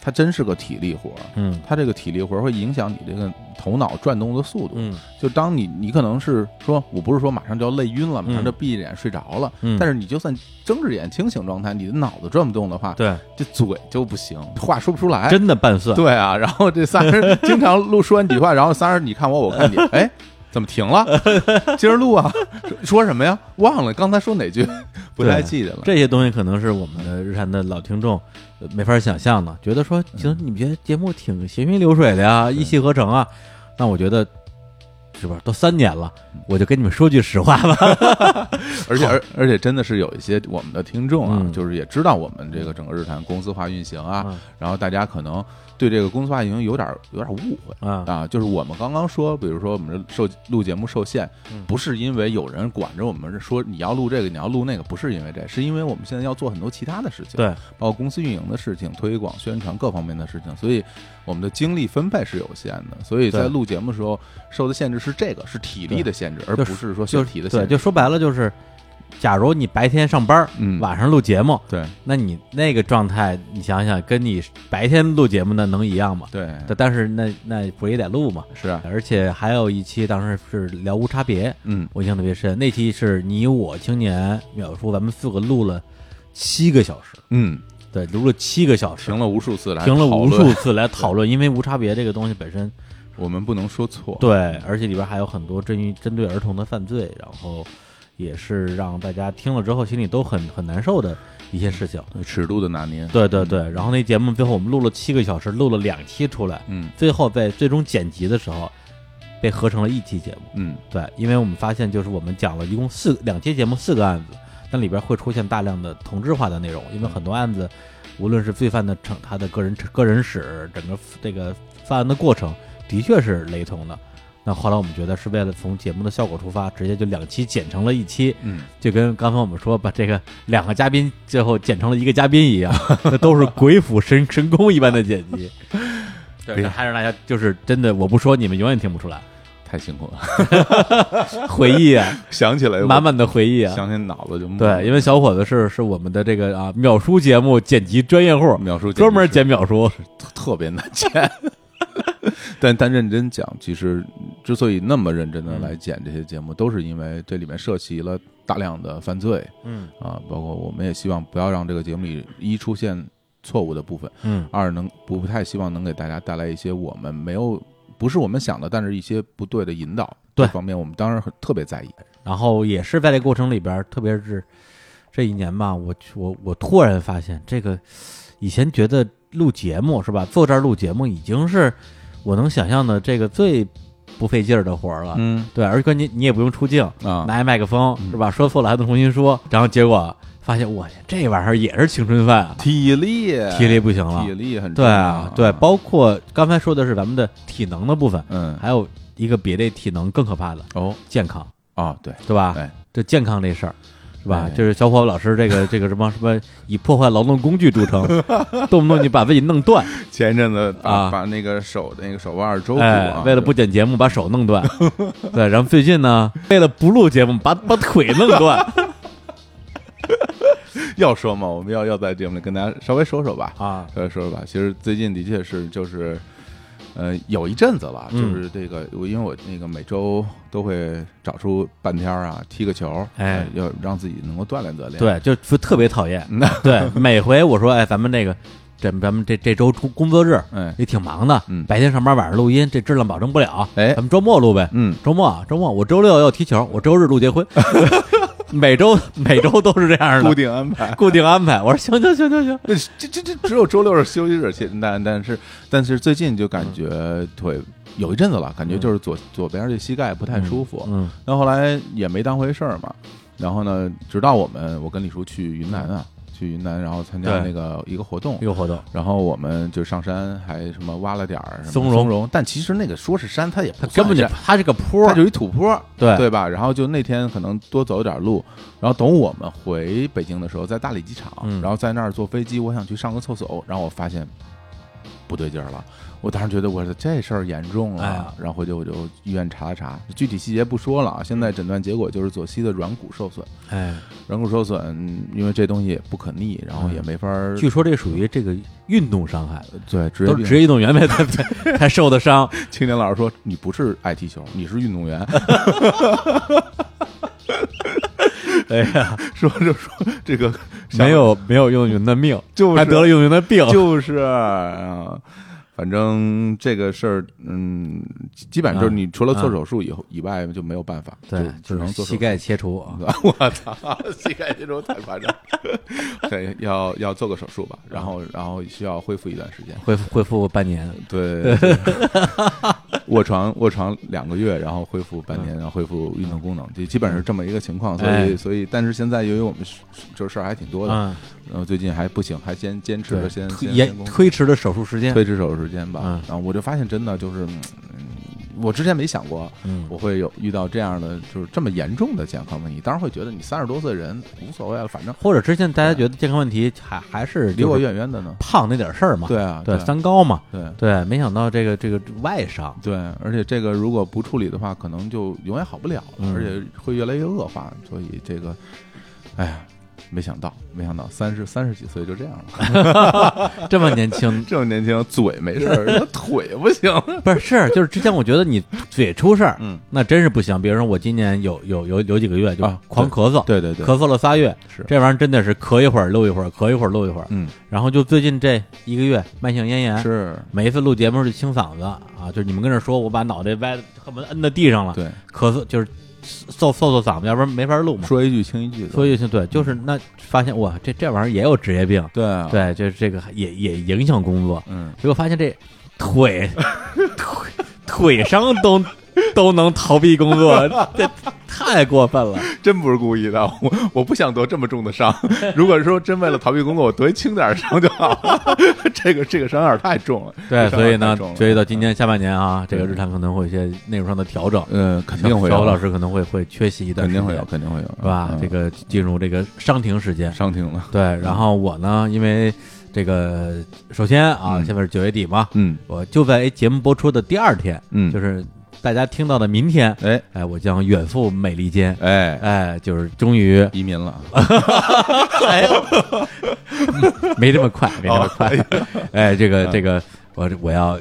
Speaker 2: 它真是个体力活儿。
Speaker 1: 嗯
Speaker 2: 它这个体力活儿会影响你这个头脑转动的速度。
Speaker 1: 嗯
Speaker 2: 就当你你可能是说，我不是说马上就要累晕了，马上
Speaker 1: 嗯
Speaker 2: 就闭着眼睡着了，
Speaker 1: 嗯，
Speaker 2: 但是你就算睁着眼清醒状态，你的脑子转不动的话，
Speaker 1: 对，
Speaker 2: 这嘴就不行，话说不出来。
Speaker 1: 真的拌蒜，
Speaker 2: 对啊，然后这仨人经常录说完几句话，然后仨人你看我，我看你，哎，怎么 停了？接着录啊，说什么呀？忘了刚才说哪句，不太记得了。
Speaker 1: 这些东西可能是我们的日常的老听众呃没法想象的，觉得说，其
Speaker 2: 嗯
Speaker 1: 实你们觉得节目挺行云流水的呀，一气呵成啊。那我觉得，是不是都三年了，我就跟你们说句实话吧。
Speaker 2: 而且而而且真的是有一些我们的听众啊，
Speaker 1: 哦嗯
Speaker 2: 就是也知道我们这个整个日坛公司化运行啊，
Speaker 1: 嗯
Speaker 2: 然后大家可能对这个公司化运行有点有点误会。
Speaker 1: 啊，
Speaker 2: 啊，就是我们刚刚说，比如说我们这受录节目受限
Speaker 1: 嗯，
Speaker 2: 不是因为有人管着我们说你要录这个，你要录那个，不是因为这，是因为我们现在要做很多其他的事情，
Speaker 1: 对，
Speaker 2: 包括公司运营的事情、推广、宣传各方面的事情，所以我们的精力分配是有限的，所以在
Speaker 1: 对
Speaker 2: 录节目的时候受的限制是这个，是体力的限制，而
Speaker 1: 就
Speaker 2: 不
Speaker 1: 是
Speaker 2: 是说
Speaker 1: 就
Speaker 2: 身体的
Speaker 1: 对，
Speaker 2: 限制。
Speaker 1: 就说白了就是，假如你白天上班，
Speaker 2: 嗯
Speaker 1: 晚上录节目，
Speaker 2: 对
Speaker 1: 那你那个状态，你想想，跟你白天录节目那能一样吗？
Speaker 2: 对
Speaker 1: 但但是那那不也得录嘛？
Speaker 2: 是啊，
Speaker 1: 而且还有一期当时是聊无差别，
Speaker 2: 嗯，
Speaker 1: 我印象特别深，那期是你我青年秒叔，咱们四个录了七个小时，
Speaker 2: 嗯，
Speaker 1: 对，录了七个小时
Speaker 2: 停，了无数次来
Speaker 1: 停了
Speaker 2: 讨
Speaker 1: 无
Speaker 2: 论
Speaker 1: 数，次来讨论，因为无差别这个东西本 身，
Speaker 2: 我们不能说错。
Speaker 1: 对，而且里边还有很多针于针对儿童的犯罪，然后也是让大家听了之后心里都很很难受的一些事情。
Speaker 2: 尺度的拿捏，
Speaker 1: 对对
Speaker 2: 嗯
Speaker 1: 对，然后那节目最后我们录了七个小时，录了两期出来，
Speaker 2: 嗯
Speaker 1: 最后在最终剪辑的时候被合成了一期节目。
Speaker 2: 嗯
Speaker 1: 对，因为我们发现就是我们讲了一共四两期节目四个案子，但里边会出现大量的同质化的内容，因为很多案子，无论是罪犯的成他的个人个人史，整个这个犯案的过程的确是雷同的。那后来我们觉得是为了从节目的效果出发，直接就两期剪成了一期，
Speaker 2: 嗯，
Speaker 1: 就跟刚才我们说把这个两个嘉宾最后剪成了一个嘉宾一样，那都是鬼斧神神工一般的剪辑。
Speaker 2: 对
Speaker 1: 对，还是大家就是真的，我不说你们永远听不出来，
Speaker 2: 太辛苦了，
Speaker 1: 回忆啊，
Speaker 2: 想起来
Speaker 1: 满满的回忆啊。
Speaker 2: 想起脑子就木
Speaker 1: 对，因为小伙子是是我们的这个啊秒叔节目剪辑专业户，
Speaker 2: 描述
Speaker 1: 专门剪秒叔。
Speaker 2: 特别难剪。 但但认真讲，其实之所以那么认真
Speaker 1: 嗯
Speaker 2: 的来剪这些节目，都是因为这里面涉及了大量的犯罪
Speaker 1: 嗯
Speaker 2: 啊，包括我们也希望不要让这个节目里一出现错误的部分，
Speaker 1: 嗯
Speaker 2: 二能不太希望能给大家带来一些我们没有不是我们想的，但是一些不对的引导。
Speaker 1: 对
Speaker 2: 这方面我们当然很特别在意。
Speaker 1: 然后也是在这个过程里边，特别是这一年吧，我我我突然发现，这个以前觉得录节目是吧，坐这儿录节目已经是我能想象的这个最不费劲儿的活儿了。
Speaker 2: 嗯
Speaker 1: 对，而且关键你也不用出镜，
Speaker 2: 啊，
Speaker 1: 拿一麦克风是吧？说错了还能重新说，然后结果发现，我去，这玩意儿也是青春饭啊，
Speaker 2: 体力，
Speaker 1: 体力不行了
Speaker 2: 体。力很
Speaker 1: 对
Speaker 2: 重要
Speaker 1: 啊，对，包括刚才说的是咱们的体能的部分，
Speaker 2: 嗯
Speaker 1: 还有一个比这体能更可怕的
Speaker 2: 哦
Speaker 1: 健康，
Speaker 2: 啊对
Speaker 1: 对吧？
Speaker 2: 对
Speaker 1: 这健康这事儿，是吧？
Speaker 2: 哎
Speaker 1: 就是小伙老师这个这个什么什么以破坏劳动工具著 称，动不动就把自己弄断，哎
Speaker 2: 前一阵子把、
Speaker 1: 啊
Speaker 2: 把那个手那个手腕周骨
Speaker 1: 哎
Speaker 2: 啊，，
Speaker 1: 为了不剪节目把手弄 断，对，然后最近呢，为了不录节目把把腿弄断
Speaker 2: 要说嘛，我们要要在节目里跟大家稍微说说吧，
Speaker 1: 啊，
Speaker 2: 稍微说说吧。其实最近的确是就是，呃，有一阵子了，就
Speaker 1: 嗯
Speaker 2: 是这个，我因为我那个每周都会找出半天儿啊，踢个球，
Speaker 1: 哎
Speaker 2: 呃要让自己能够锻炼锻炼。，
Speaker 1: 对，就就特别讨厌，
Speaker 2: 那
Speaker 1: 对，每回我说哎，咱们这个这咱们这这周出工作日
Speaker 2: 哎
Speaker 1: 也挺忙的，
Speaker 2: 嗯
Speaker 1: 白天上班晚上录音，这质量保证不了，
Speaker 2: 哎
Speaker 1: 咱们周末录呗，
Speaker 2: 嗯，
Speaker 1: 周末啊，周末我周六要踢球，我周日录结 婚，每周每周都是这样
Speaker 2: 固
Speaker 1: 的
Speaker 2: 定安排。
Speaker 1: 固定安排。我说行行行行行，
Speaker 2: 那这这这只有周六是休息日，其但但是但是最近就感觉
Speaker 1: 嗯
Speaker 2: 腿有一阵子了，感觉就是左左边这膝盖不太舒服，
Speaker 1: 嗯
Speaker 2: 那后来也没当回事儿嘛。然后呢，直到我们我跟李叔去云南啊，去云南，然后参加
Speaker 1: 对
Speaker 2: 那个一个活动
Speaker 1: 一，个活动，
Speaker 2: 然后我们就上山，还什么挖了点儿什么
Speaker 1: 松
Speaker 2: 松
Speaker 1: 茸
Speaker 2: 茸，但其实那个说是山，它也
Speaker 1: 它
Speaker 2: 不
Speaker 1: 根本就
Speaker 2: 算山
Speaker 1: 它是个坡
Speaker 2: 它，就一土坡，
Speaker 1: 对
Speaker 2: 对吧？然后就那天可能多走点路，然后等我们回北京的时候，在大理机场，
Speaker 1: 嗯
Speaker 2: 然后在那儿坐飞机，我想去上个厕所，然后我发现不对劲儿了。我当时觉得我说这事儿严重了，
Speaker 1: 哎呀嗯
Speaker 2: 然后回去我就医院查了查，具体细节不说了啊。现在诊断结果就是左膝的软骨受损，
Speaker 1: 哎，
Speaker 2: 软骨受损，因为这东西也不可逆，然后也没法儿、
Speaker 1: 据说这属于这个运动伤害，
Speaker 2: 对职业
Speaker 1: 都
Speaker 2: 病
Speaker 1: 是职业运动员才才才受的 伤，
Speaker 2: 青年老师说：“你不是爱踢球，你是运动员。
Speaker 1: 哎呀，”
Speaker 2: 说着说这个
Speaker 1: 没，有没有运动员的命，
Speaker 2: 就是
Speaker 1: 还得了运动员的病，
Speaker 2: 就是啊，反正这个事儿，嗯，基本上就是
Speaker 1: 啊
Speaker 2: 你除了做手术以后以外就没有办法，
Speaker 1: 对，
Speaker 2: 只能做手
Speaker 1: 膝
Speaker 2: 术。
Speaker 1: 盖切除啊，
Speaker 2: 我操，膝盖这种太夸张， 对，要要做个手术吧，然
Speaker 1: 嗯
Speaker 2: 后然后需要恢复一段时间。
Speaker 1: 恢复恢复半年，
Speaker 2: 对，对 卧床卧床两个月，然后恢复半年，然后恢复运动功能，就基本上是这么一个情况。所以
Speaker 1: 嗯哎
Speaker 2: 所以，但是现在由于我们是就是事儿还挺多的，
Speaker 1: 嗯，
Speaker 2: 然后最近还不行，还先坚持着
Speaker 1: 对，
Speaker 2: 先
Speaker 1: 推
Speaker 2: 先
Speaker 1: 延
Speaker 2: 先工作
Speaker 1: 推迟了手术时间，
Speaker 2: 推迟手术时间吧
Speaker 1: 嗯。
Speaker 2: 然后我就发现真的就是，嗯，我之前没想过。
Speaker 1: 嗯
Speaker 2: 我会有遇到这样的，就是这么严重的健康问题，当然会觉得你三十多岁人无所谓了，反正
Speaker 1: 或者之前大家觉得健康问题还还是
Speaker 2: 离
Speaker 1: 就是
Speaker 2: 我远远的呢。
Speaker 1: 胖那点事儿嘛，
Speaker 2: 对啊，对
Speaker 1: 对
Speaker 2: 啊
Speaker 1: 三高嘛，
Speaker 2: 对
Speaker 1: 对，没想到这个这个外伤，
Speaker 2: 对，而且这个如果不处理的话，可能就永远好不了了，
Speaker 1: 嗯
Speaker 2: 而且会越来越恶化。所以这个，哎呀，没想到，没想到三十三十几岁就这样了，
Speaker 1: 这么年轻
Speaker 2: ，这么年轻，嘴没事儿， 那腿不行。
Speaker 1: 不是是就是之前我觉得你嘴出事儿，
Speaker 2: 嗯，
Speaker 1: 那真是不行。比如说我今年有有有有几个月就
Speaker 2: 啊
Speaker 1: 狂咳嗽，
Speaker 2: 对对对，
Speaker 1: 咳嗽了仨月，
Speaker 2: 是，
Speaker 1: 这玩意儿真的是咳一会儿漏一会儿，咳一会儿漏一会儿。
Speaker 2: 嗯，
Speaker 1: 然后就最近这一个月慢性咽炎，
Speaker 2: 是，
Speaker 1: 每一次录节目就清嗓子啊，就是你们跟这说，我把脑袋歪，恨不得摁在地上了，
Speaker 2: 对，
Speaker 1: 咳嗽就是揍揍揍嗓子，要不然没法录嘛。
Speaker 2: 说一句轻一句的，
Speaker 1: 嗯所以就对，就是那发现哇，这这玩意儿也有职业病，
Speaker 2: 对啊，
Speaker 1: 对，就是这个也也影响工作。
Speaker 2: 嗯，
Speaker 1: 结果发现这腿腿腿伤都都能逃避工作，这太过分了。
Speaker 3: 真不是故意的，我我不想得这么重的 伤。如果说真为了逃避工作，我得轻点儿伤就好 了。这个这个伤有点太重了。
Speaker 1: 对，
Speaker 3: 这伤
Speaker 1: 所
Speaker 3: 有
Speaker 1: 以
Speaker 3: 点太
Speaker 1: 呢
Speaker 3: 重，了
Speaker 1: 所以到今年下半年啊，这个日坛可能会有一些内容上的调整，
Speaker 2: 呃，肯定会
Speaker 1: 小
Speaker 2: 有，
Speaker 1: 虎老师可能会会缺席一段
Speaker 2: 肯
Speaker 1: 时
Speaker 2: 定
Speaker 1: 间，
Speaker 2: 会有，肯定会有，
Speaker 1: 是吧？
Speaker 2: 嗯
Speaker 1: 这个进入这个伤停时间，
Speaker 2: 伤停了，
Speaker 1: 对。然后我呢，因为这个首先啊，
Speaker 2: 嗯
Speaker 1: 现在是九月底嘛，
Speaker 2: 嗯
Speaker 1: 我就在哎节目播出的第二天，
Speaker 2: 嗯，
Speaker 1: 就是是大家听到的明天，
Speaker 2: 哎
Speaker 1: 哎，我将远赴美利坚，
Speaker 2: 哎，
Speaker 1: 哎，就是终 于
Speaker 2: 移 民了，
Speaker 1: 哎呦， 没这么快，没这么
Speaker 2: 哦
Speaker 1: 快。 哎，这
Speaker 2: 嗯
Speaker 1: 个这个，我我要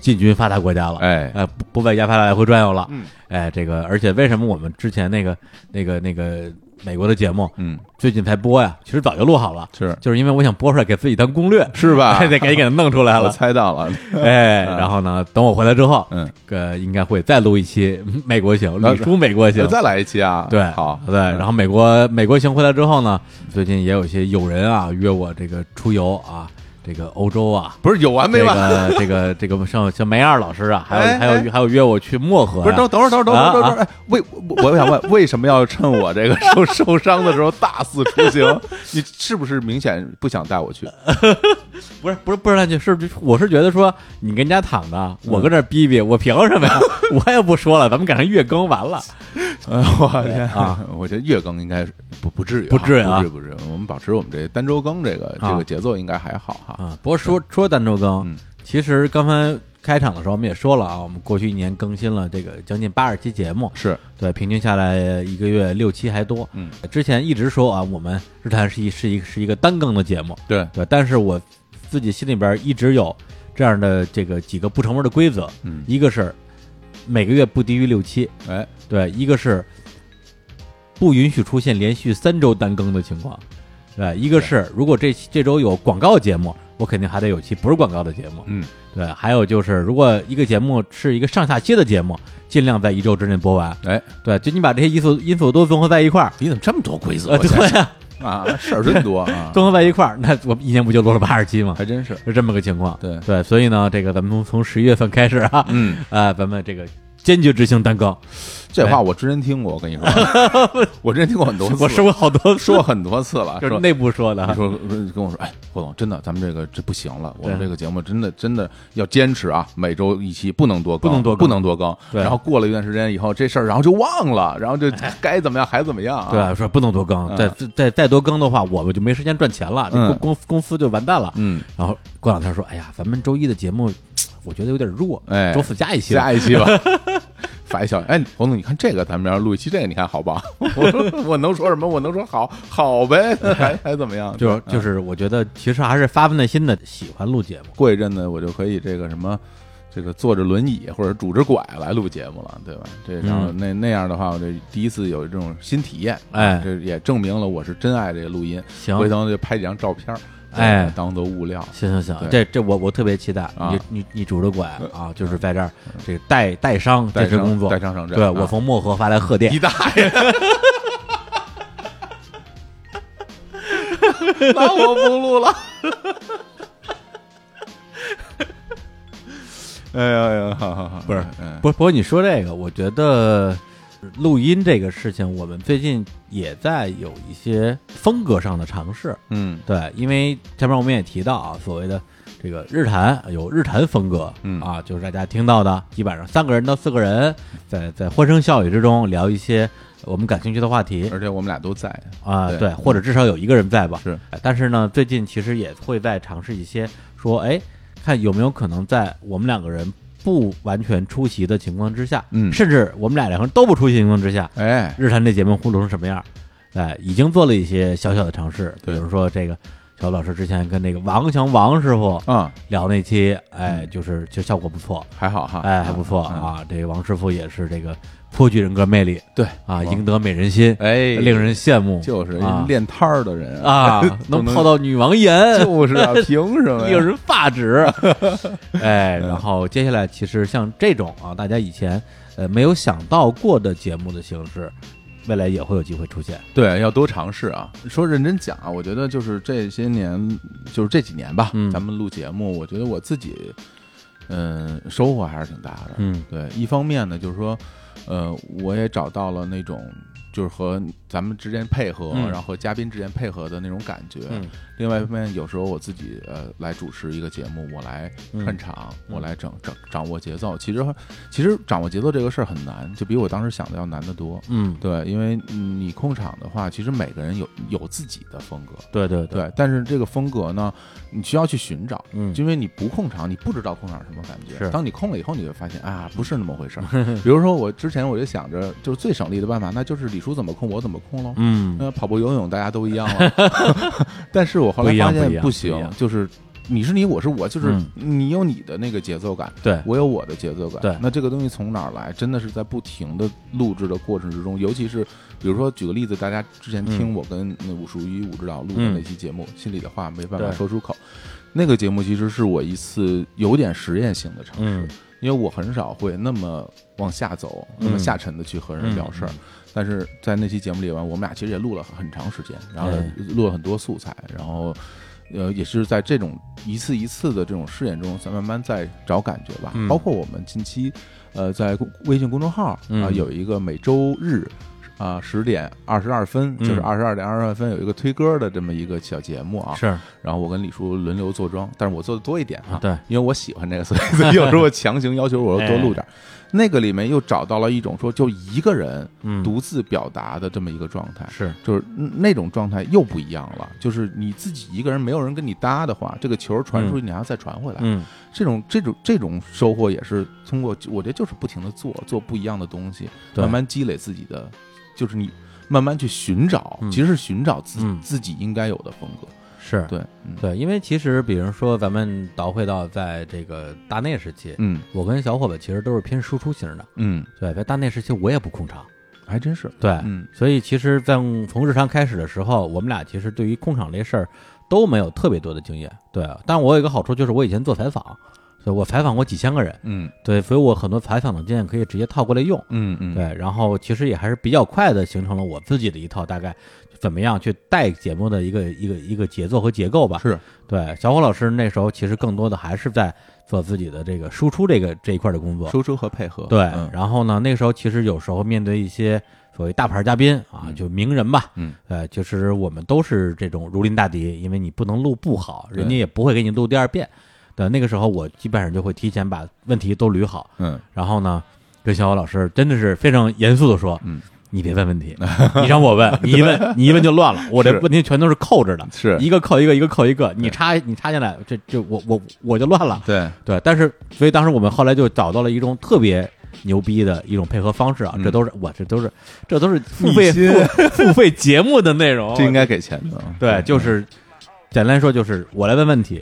Speaker 1: 进军发达国家了。
Speaker 2: 哎
Speaker 1: 呃，不不在亚非拉来回转悠了。
Speaker 3: 嗯，
Speaker 1: 哎，这个，而且为什么我们之前那个那个那个美国的节目
Speaker 2: 嗯，
Speaker 1: 最近才播呀？其实早就录好了，
Speaker 2: 是
Speaker 1: 就是因为我想播出来给自己当攻略，
Speaker 2: 是 吧？
Speaker 1: 得赶紧给它弄出来
Speaker 2: 我
Speaker 1: 了。
Speaker 2: 猜 到了，
Speaker 1: 哎，然后呢，等我回来之后，
Speaker 2: 嗯，
Speaker 1: 呃，应该会再录一期美国行，
Speaker 2: 那
Speaker 1: 旅出美国行。
Speaker 3: 再来一期啊！
Speaker 1: 对，
Speaker 2: 好嗯
Speaker 1: 对。然后美国美国行回来之后呢，最近也有一些友人啊约我这个出游啊，这个欧洲啊，
Speaker 3: 不是有完没
Speaker 1: 这
Speaker 3: 完？
Speaker 1: 个这个 这个像像梅尔老师啊，还有、
Speaker 3: 哎
Speaker 1: 还有还有约我去漠河、呀
Speaker 3: 不是，等等会儿，等会儿，等会儿，等会儿，
Speaker 1: 啊
Speaker 3: 哎，为我我想问，为什么要趁我这个 受受伤的时候大肆出行？你是不是明显不想带我 去？
Speaker 1: 不是不是不是那句是，我是觉得说你跟人家躺着，我跟这儿逼逼，我凭什么 呀？我也不说了，咱们赶上月更完了，
Speaker 2: 我
Speaker 1: 哎
Speaker 2: 天
Speaker 1: 啊！
Speaker 2: 哎我觉得月更应该是不不至于啊，
Speaker 1: 不至于啊
Speaker 2: 不至不至于。我们保持我们这单周更这个
Speaker 1: 啊
Speaker 2: 这个节奏应该还好哈。
Speaker 1: 啊，不过说说单周更，
Speaker 2: 嗯
Speaker 1: 其实刚才开场的时候我们也说了啊，我们过去一年更新了这个将近八十期节目，
Speaker 2: 是，
Speaker 1: 对，平均下来一个月六期还多。
Speaker 2: 嗯，
Speaker 1: 之前一直说啊，我们日坛是一是一是一个单更的节目，
Speaker 2: 对，
Speaker 1: 对，但是我自己心里边一直有这样的这个几个不成文的规则，
Speaker 2: 嗯，
Speaker 1: 一个是每个月不低于六期，
Speaker 2: 哎，
Speaker 1: 对，一个是不允许出现连续三周单更的情况，对，一个是如果这期这周有广告节目，我肯定还得有期不是广告的节目，
Speaker 2: 嗯，
Speaker 1: 对，还有就是如果一个节目是一个上下期的节目，尽量在一周之内播完，
Speaker 2: 哎，
Speaker 1: 对，就你把这些因素因素都综合在一块儿，
Speaker 2: 你怎么这么多规则
Speaker 1: 呃，对呀、，
Speaker 2: 啊，事儿真多 啊
Speaker 1: 综合在一块儿，那我们一年不就录了八十期吗？
Speaker 2: 还真是。
Speaker 1: 是这么个情况。
Speaker 2: 对
Speaker 1: 对，所以呢，这个咱们从从十一月份开始啊，
Speaker 2: 嗯，
Speaker 1: 啊，咱们这个坚决执行单更，
Speaker 2: 这话我真听过，我跟你说， 我真听过很多次，
Speaker 1: 哎我说过好多次
Speaker 2: 说过很多次了，
Speaker 1: 就是
Speaker 2: 说
Speaker 1: 内部说的
Speaker 2: 你
Speaker 1: 啊，
Speaker 2: 说跟我说，哎，霍总，真的，咱们这个这不行了，我们
Speaker 1: 对
Speaker 2: 这个节目真的真的要坚持啊，每周一期，不能多更，
Speaker 1: 不能多更
Speaker 2: 不能多更。
Speaker 1: 对
Speaker 2: 然后过了一段时间以后，这事儿然后就忘了，然 后就该怎么样还怎么样啊。
Speaker 1: 对啊，说不能多更，
Speaker 2: 嗯
Speaker 1: 再再再多更的话，我们就没时间赚钱了，这
Speaker 2: 嗯
Speaker 1: 公公公司就完蛋了。
Speaker 2: 嗯，
Speaker 1: 然后过两天说，哎呀，咱们周一的节目，我觉得有点弱，
Speaker 2: 哎
Speaker 1: 周四加一期吧。
Speaker 2: 下一期吧。 反小，哎，洪总，你看这个，咱们要录一期这个，你看好不 好？我我能说什么？我能说好好呗，还还怎么样？
Speaker 1: 就就是，我觉得其实还是发自内心的喜欢录节目，
Speaker 2: 过一阵子我就可以这个什么，这个坐着轮椅或者拄着拐来录节目了，对吧？这然后
Speaker 1: 嗯
Speaker 2: 那那样的话，我这第一次有这种新体验，
Speaker 1: 哎
Speaker 2: 这也证明了我是真爱这个录音。
Speaker 1: 行
Speaker 2: 回头就拍几张照片儿，
Speaker 1: 哎
Speaker 2: 当做物料。
Speaker 1: 行行行，这
Speaker 2: 对
Speaker 1: 这我我特别期待，
Speaker 2: 啊嗯
Speaker 1: 你你你拄着拐啊，就是在这儿这个带带伤
Speaker 2: 带
Speaker 1: 这份
Speaker 2: 伤
Speaker 1: 工作，
Speaker 2: 带伤上阵
Speaker 1: 对
Speaker 2: 啊
Speaker 1: 我从漠河发来贺电
Speaker 2: 你，大 爷！那我不录了。 哎呀呀，好好好，
Speaker 1: 不是
Speaker 2: 嗯，
Speaker 1: 不不过你说这个，我觉得录音这个事情，我们最近也在有一些风格上的尝试，
Speaker 2: 嗯
Speaker 1: 对，因为前面我们也提到啊，所谓的这个日坛有日坛风格，
Speaker 2: 嗯
Speaker 1: 啊，就是大家听到的，基本上三个人到四个人在在欢声笑语之中聊一些我们感兴趣的话题，
Speaker 2: 而且我们俩都在，
Speaker 1: 啊，
Speaker 2: 对
Speaker 1: 对，或者至少有一个人在吧。
Speaker 2: 是
Speaker 1: 哎，但是呢，最近其实也会在尝试一些说，哎，看有没有可能在我们两个人不完全出席的情况之下，
Speaker 2: 嗯
Speaker 1: 甚至我们俩两个人都不出席情况之下，
Speaker 2: 哎，
Speaker 1: 日坛这节目会录成什么样？哎，已经做了一些小小的尝试，比
Speaker 2: 对
Speaker 1: 如说这个小老师之前跟那个王强王师傅
Speaker 2: 啊，嗯
Speaker 1: 聊那期，哎，就是其实效果不错，
Speaker 2: 还好哈，
Speaker 1: 哎，还不错啊。这个王师傅也是这个颇具人格魅力，
Speaker 2: 对
Speaker 1: 啊，赢得美人心，
Speaker 2: 哎，
Speaker 1: 令人羡慕，
Speaker 2: 就是人
Speaker 1: 啊
Speaker 2: 家练摊儿的人，
Speaker 1: 啊，能泡到女王颜，
Speaker 2: 就是啊，凭什么
Speaker 1: 令
Speaker 2: 呀？
Speaker 1: 人发 指。
Speaker 2: 嗯
Speaker 1: 哎，然后接下来其实像这种啊，大家以前呃没有想到过的节目的形式，未来也会有机会出现。
Speaker 2: 对，要多尝试啊。说认真讲啊，我觉得就是这些年，就是这几年吧，
Speaker 1: 嗯
Speaker 2: 咱们录节目，我觉得我自己，嗯、收获还是挺大的。
Speaker 1: 嗯
Speaker 2: 对，一方面呢，就是说，呃，我也找到了那种。就是和咱们之间配合，
Speaker 1: 嗯
Speaker 2: 然后和嘉宾之间配合的那种感觉。
Speaker 1: 嗯
Speaker 2: 另外一方面，有时候我自己呃来主持一个节目，我来
Speaker 1: 嗯
Speaker 2: 看场，
Speaker 1: 嗯
Speaker 2: 我来掌掌掌握节奏。其实其实掌握节奏这个事儿很难，就比我当时想的要难得多。
Speaker 1: 嗯，
Speaker 2: 对，因为嗯你控场的话，其实每个人有有自己的风格，
Speaker 1: 对对，
Speaker 2: 对，但是这个风格呢，你需要去寻找。
Speaker 1: 嗯
Speaker 2: 因为你不控场，你不知道控场什么感觉
Speaker 1: 是。嗯
Speaker 2: 当你控了以后，你就发现啊，不是那么 回事儿。比如说，我之前我就想着，就是最省力的办法，那就是李叔怎么控我怎么控喽。
Speaker 1: 嗯
Speaker 2: 那跑步、游泳大家都一样 了， 但是我后
Speaker 1: 不
Speaker 2: 来
Speaker 1: 一样不一
Speaker 2: 发现
Speaker 1: 样
Speaker 2: 不
Speaker 1: 不一
Speaker 2: 行
Speaker 1: 样，
Speaker 2: 就是你是你，我是我，就是
Speaker 1: 嗯
Speaker 2: 你有你的那个节奏感，
Speaker 1: 对，
Speaker 2: 我有我的节奏感。
Speaker 1: 对
Speaker 2: 那这个东西从哪儿来？真的是在不停的录制的过程之中，尤其是比如说举个例子，大家之前
Speaker 1: 嗯
Speaker 2: 听我跟那武术与武指导录的那期节目，心里的话没办法
Speaker 1: 对
Speaker 2: 说出口。那个节目其实是我一次有点实验性的尝试，
Speaker 1: 嗯
Speaker 2: 因为我很少会那么往下走，
Speaker 1: 嗯
Speaker 2: 那么下沉的去和人聊事儿。但是在那期节目里边，我们俩其实也录了很长时间，然后
Speaker 1: 哎
Speaker 2: 录了很多素材，然后呃，也是在这种一次一次的这种试验中，才慢慢在找感觉吧。
Speaker 1: 嗯
Speaker 2: 包括我们近期呃，在公微信公众号啊、
Speaker 1: 嗯
Speaker 2: 有一个每周日。啊，十点二十二分，
Speaker 1: 嗯
Speaker 2: 就是二十二点二十二分有一个推歌的这么一个小节目啊。
Speaker 1: 是
Speaker 2: 然后我跟李叔轮流坐庄，但是我做的多一点啊，
Speaker 1: 对，
Speaker 2: 因为我喜欢这个，所以 所以有时候我强行要求我说多录点
Speaker 1: 哎
Speaker 2: 儿。那个里面又找到了一种说就一个人
Speaker 1: 嗯
Speaker 2: 独自表达的这么一个状态，
Speaker 1: 是
Speaker 2: 就是那种状态又不一样了。就是你自己一个人，没有人跟你搭的话，这个球传出去，你还要再传回来。
Speaker 1: 嗯
Speaker 2: 这种这种这种收获也是通过，我觉得就是不停的做，做不一样的东西，
Speaker 1: 对
Speaker 2: 慢慢积累自己的，就是你慢慢去寻找，
Speaker 1: 嗯
Speaker 2: 其实是寻找自、
Speaker 1: 嗯
Speaker 2: 自己应该有的风格。
Speaker 1: 是。
Speaker 2: 对，嗯
Speaker 1: 对，因为其实，比如说，咱们倒回到在这个大内时期，
Speaker 2: 嗯
Speaker 1: 我跟小伙伴其实都是偏输出型的。
Speaker 2: 嗯，
Speaker 1: 对，在大内时期，我也不控场。
Speaker 2: 还真是，
Speaker 1: 对，
Speaker 2: 嗯
Speaker 1: 所以其实，在从日常开始的时候，我们俩其实对于控场这事儿都没有特别多的经验。对，但我有一个好处就是我以前做采访，所以我采访过几千个人，
Speaker 2: 嗯
Speaker 1: 对，所以我很多采访的经验可以直接套过来用。
Speaker 2: 嗯嗯，
Speaker 1: 对，然后其实也还是比较快的形成了我自己的一套大概怎么样去带节目的一个一个一个节奏和结构吧。
Speaker 2: 是
Speaker 1: 对，小火老师那时候其实更多的还是在做自己的这个输出这个这一块的工作。
Speaker 2: 输出和配合，
Speaker 1: 对，
Speaker 2: 嗯
Speaker 1: 然后呢，那个时候其实有时候面对一些所谓大牌嘉宾啊，就名人吧，
Speaker 2: 嗯，
Speaker 1: 呃，其实我们都是这种如临大敌，因为你不能录不好，人家
Speaker 2: 对
Speaker 1: 也不会给你录第二遍。对，那个时候我基本上就会提前把问题都捋好，
Speaker 2: 嗯
Speaker 1: 然后呢，跟小伙老师真的是非常严肃的说，
Speaker 2: 嗯，
Speaker 1: 你别问问 题，你让我问，你一问你一问就乱了，我这
Speaker 2: 是
Speaker 1: 问题全都是扣着的，
Speaker 2: 是
Speaker 1: 一个扣一个，一个扣一个，你插你插进来，这这我我我就乱了。
Speaker 2: 对，
Speaker 1: 对，但是所以当时我们后来就找到了一种特别牛逼的一种配合方式啊，这
Speaker 2: 嗯
Speaker 1: 都是我这都是这都是付费
Speaker 2: 一心
Speaker 1: 付付费节目的内容，
Speaker 2: 这应该给钱的，
Speaker 1: 对，就是简单说就是我来问问题，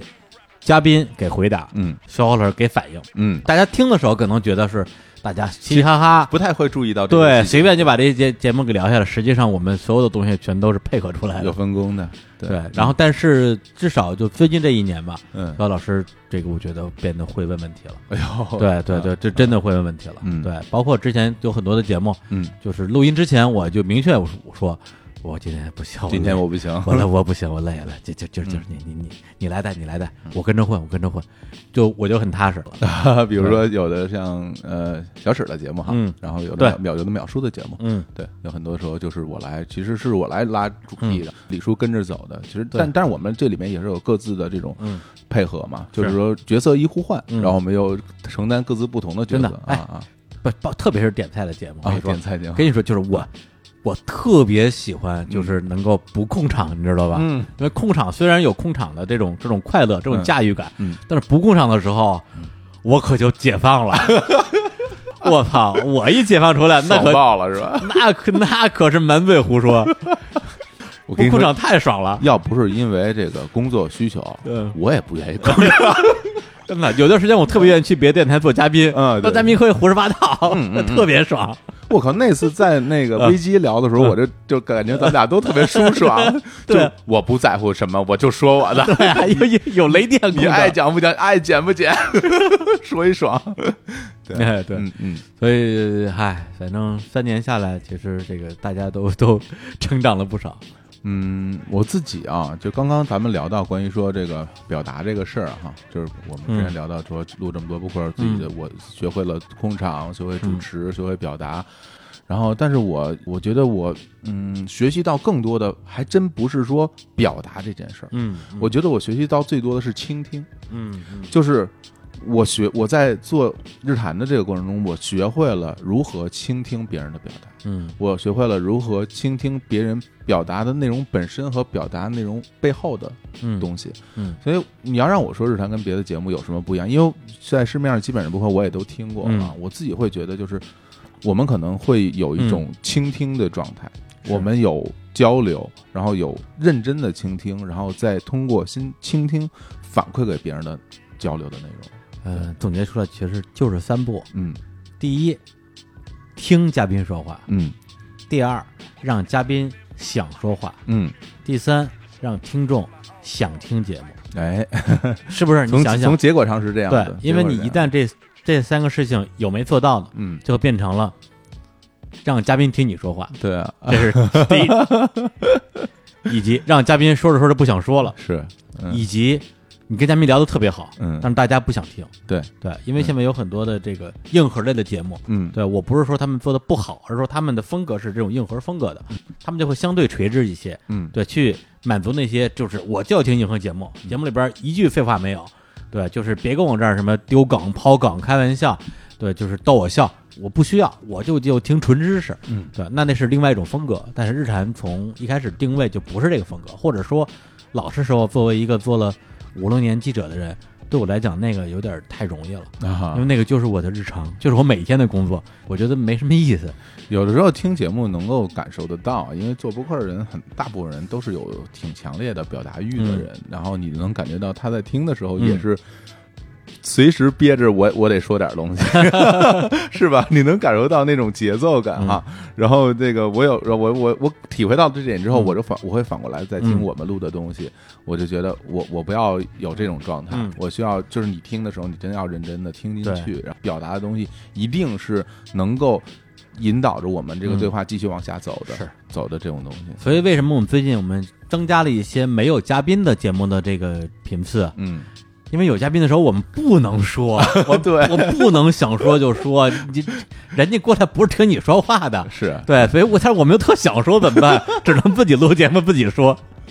Speaker 1: 嘉宾给回答，
Speaker 2: 嗯
Speaker 1: 肖老师给反应，
Speaker 2: 嗯，
Speaker 1: 大家听的时候可能觉得是大家嘻嘻哈哈。
Speaker 2: 不太会注意到这
Speaker 1: 对
Speaker 2: 个，细
Speaker 1: 随便就把这些节节目给聊下来，实际上我们所有的东西全都是配合出来
Speaker 2: 节
Speaker 1: 的。
Speaker 2: 有嗯分工的，对
Speaker 1: 对，然后但是至少就最近这一年吧，
Speaker 2: 嗯，
Speaker 1: 肖老师这个我觉得变得会问问题了。
Speaker 2: 哎呦，
Speaker 1: 对对对，这真的会问问题了。
Speaker 2: 嗯
Speaker 1: 对，包括之前有很多的节目，
Speaker 2: 嗯，
Speaker 1: 就是录音之前我就明确我说我说我今天不行，
Speaker 2: 今天
Speaker 1: 我嗯
Speaker 2: 我不 行，
Speaker 1: 累我累我不行，我累了，就就就就是你你你你来带你来带，我跟着混我跟着混，就我就很踏实了。
Speaker 2: 比如说有的像呃小史的节目哈
Speaker 1: 嗯，
Speaker 2: 然后有的
Speaker 1: 对
Speaker 2: 秒有的秒叔的节目。
Speaker 1: 嗯，
Speaker 2: 对，有很多时候就是我来，其实是我来拉主
Speaker 1: 嗯
Speaker 2: 题的，李叔跟着走的。其实，但但是我们这里面也是有各自的这种
Speaker 1: 嗯
Speaker 2: 配合嘛，就是
Speaker 1: 是
Speaker 2: 说角色一互换，
Speaker 1: 嗯
Speaker 2: 然后我们又承担各自不同的角
Speaker 1: 真
Speaker 2: 色
Speaker 1: 的哎
Speaker 2: 啊
Speaker 1: 不不，特别是点菜的节目，
Speaker 2: 啊
Speaker 1: 我
Speaker 2: 啊！
Speaker 1: 跟
Speaker 2: 点
Speaker 1: 你说，
Speaker 2: 菜节目，
Speaker 1: 跟你说就是我。我特别喜欢，就是能够不控场，你知道吧？
Speaker 2: 嗯，
Speaker 1: 因为控场虽然有控场的这种这种快乐、这种
Speaker 2: 嗯
Speaker 1: 驾驭感，
Speaker 2: 嗯
Speaker 1: 但是不控场的时候，我可就解放 了。我操！
Speaker 2: 啊
Speaker 1: 我一解放出来，那
Speaker 2: 爽
Speaker 1: 可
Speaker 2: 爆了是吧？
Speaker 1: 那可那可是满嘴胡说。
Speaker 2: 我跟你
Speaker 1: 空场
Speaker 2: 说，
Speaker 1: 太爽了，
Speaker 2: 要不是因为这个工作需求，
Speaker 1: 嗯，
Speaker 2: 我也不愿意逛。
Speaker 1: 真的。有段时间我特别愿意去别的电台做嘉宾，
Speaker 2: 嗯对嗯
Speaker 1: 当嘉宾可以胡说八道，那特别爽。
Speaker 2: 我靠，那次在那
Speaker 1: 嗯
Speaker 2: 个危机聊的时候，我就就感觉咱们俩都特别舒爽。就
Speaker 1: 对
Speaker 2: 我不在乎什么，我就说 我的。
Speaker 1: 对啊，有有有雷电功
Speaker 2: 嗯你爱
Speaker 1: 能，
Speaker 2: 讲不讲，爱剪不剪， 说一爽。
Speaker 1: 哎对，
Speaker 2: 嗯嗯，
Speaker 1: 所以嗨，反正三年下来，其实这个大家都都成长了不少。
Speaker 2: 嗯，我自己啊，就刚刚咱们聊到关于说这个表达这个事儿哈、就是我们之前
Speaker 1: 嗯
Speaker 2: 聊到说录这么多播客，自己的我学会了控场，学会主持，学会表达，然后但是我我觉得我嗯学习到更多的还真不是说表达这件事儿，
Speaker 1: 嗯，
Speaker 2: 我觉得我学习到最多的是倾听，
Speaker 1: 嗯嗯
Speaker 2: 就是我学我在做日谈的这个过程中，我学会了如何倾听别人的表达。
Speaker 1: 嗯
Speaker 2: 我学会了如何倾听别人表达的内容本身和表达内容背后的
Speaker 1: 嗯，
Speaker 2: 东西。
Speaker 1: 嗯
Speaker 2: 所以你要让我说日常跟别的节目有什么不一样，因为在市面上基本上不会，我也都听过啊
Speaker 1: 嗯。
Speaker 2: 我自己会觉得就是我们可能会有一种倾听的状态，
Speaker 1: 嗯是
Speaker 2: 我们有交流，然后有认真的倾听，然后再通过新倾听反馈给别人的交流的内容。
Speaker 1: 呃，总结出来其实就是三步：
Speaker 2: 嗯
Speaker 1: 第一，听嘉宾说话；
Speaker 2: 嗯
Speaker 1: 第二，让嘉宾想说话；
Speaker 2: 嗯，
Speaker 1: 第三，让听众想听节目，
Speaker 2: 哎，
Speaker 1: 是不是？你
Speaker 2: 从
Speaker 1: 想
Speaker 2: 从
Speaker 1: 想，
Speaker 2: 结果上是这样
Speaker 1: 对
Speaker 2: 的，，
Speaker 1: 因为
Speaker 2: 结果
Speaker 1: 你
Speaker 2: 是
Speaker 1: 一
Speaker 2: 这样
Speaker 1: 旦这这三个事情有没做到呢，
Speaker 2: 嗯。
Speaker 1: 就变成了让嘉宾听你说话，
Speaker 2: 对啊，
Speaker 1: 这是第一，以及让嘉宾说着说着不想说了，
Speaker 2: 是，嗯
Speaker 1: 以及你跟嘉宾聊的特别好，
Speaker 2: 嗯
Speaker 1: 但是大家不想听，
Speaker 2: 对
Speaker 1: 对，因为现在有很多的这个硬核类的节目，
Speaker 2: 嗯，
Speaker 1: 对我不是说他们做的不好，而是说他们的风格是这种硬核风格的，他们就会相对垂直一些，
Speaker 2: 嗯
Speaker 1: 对，去满足那些就是我就要听硬核节目，节目里边一句废话没有，对，就是别跟我这儿什么丢梗、抛梗、开玩笑，对，就是逗我笑，我不需要，我就就听纯知识，
Speaker 2: 嗯，
Speaker 1: 对，那那是另外一种风格，但是日坛从一开始定位就不是这个风格，或者说老是说作为一个做了五六年记者的人，对我来讲那个有点太容易了。
Speaker 2: 啊
Speaker 1: 因为，那个就是我的日常，就是我每天的工作，我觉得没什么意思。
Speaker 2: 有的时候听节目能够感受得到，因为做播客的人很大部分人都是有挺强烈的表达欲的人，然后你能感觉到他在听的时候
Speaker 1: 嗯
Speaker 2: 也是随时憋着我我得说点 东西，是吧？你能感受到那种节奏感哈。
Speaker 1: 嗯
Speaker 2: 然后这个我有我我我体会到这点之后，
Speaker 1: 嗯
Speaker 2: 我就反我会反过来再听
Speaker 1: 嗯
Speaker 2: 我们录的东西，我就觉得我我不要有这种状态，
Speaker 1: 嗯
Speaker 2: 我需要就是你听的时候，你真的要认真的听进
Speaker 1: 对
Speaker 2: 去，然后表达的东西一定是能够引导着我们这个
Speaker 1: 嗯
Speaker 2: 对话继续往下走的，
Speaker 1: 是
Speaker 2: 走的这种东西。
Speaker 1: 所以为什么我们最近我们增加了一些没有嘉宾的节目的这个频次？啊
Speaker 2: 嗯，
Speaker 1: 因为有嘉宾的时候我们不能说，我
Speaker 2: 对
Speaker 1: 我不能想说就说，你人家过来不是听你说话的。
Speaker 2: 是，
Speaker 1: 对，所以我但是我们又特想说怎么办？只能自己录节目自己说，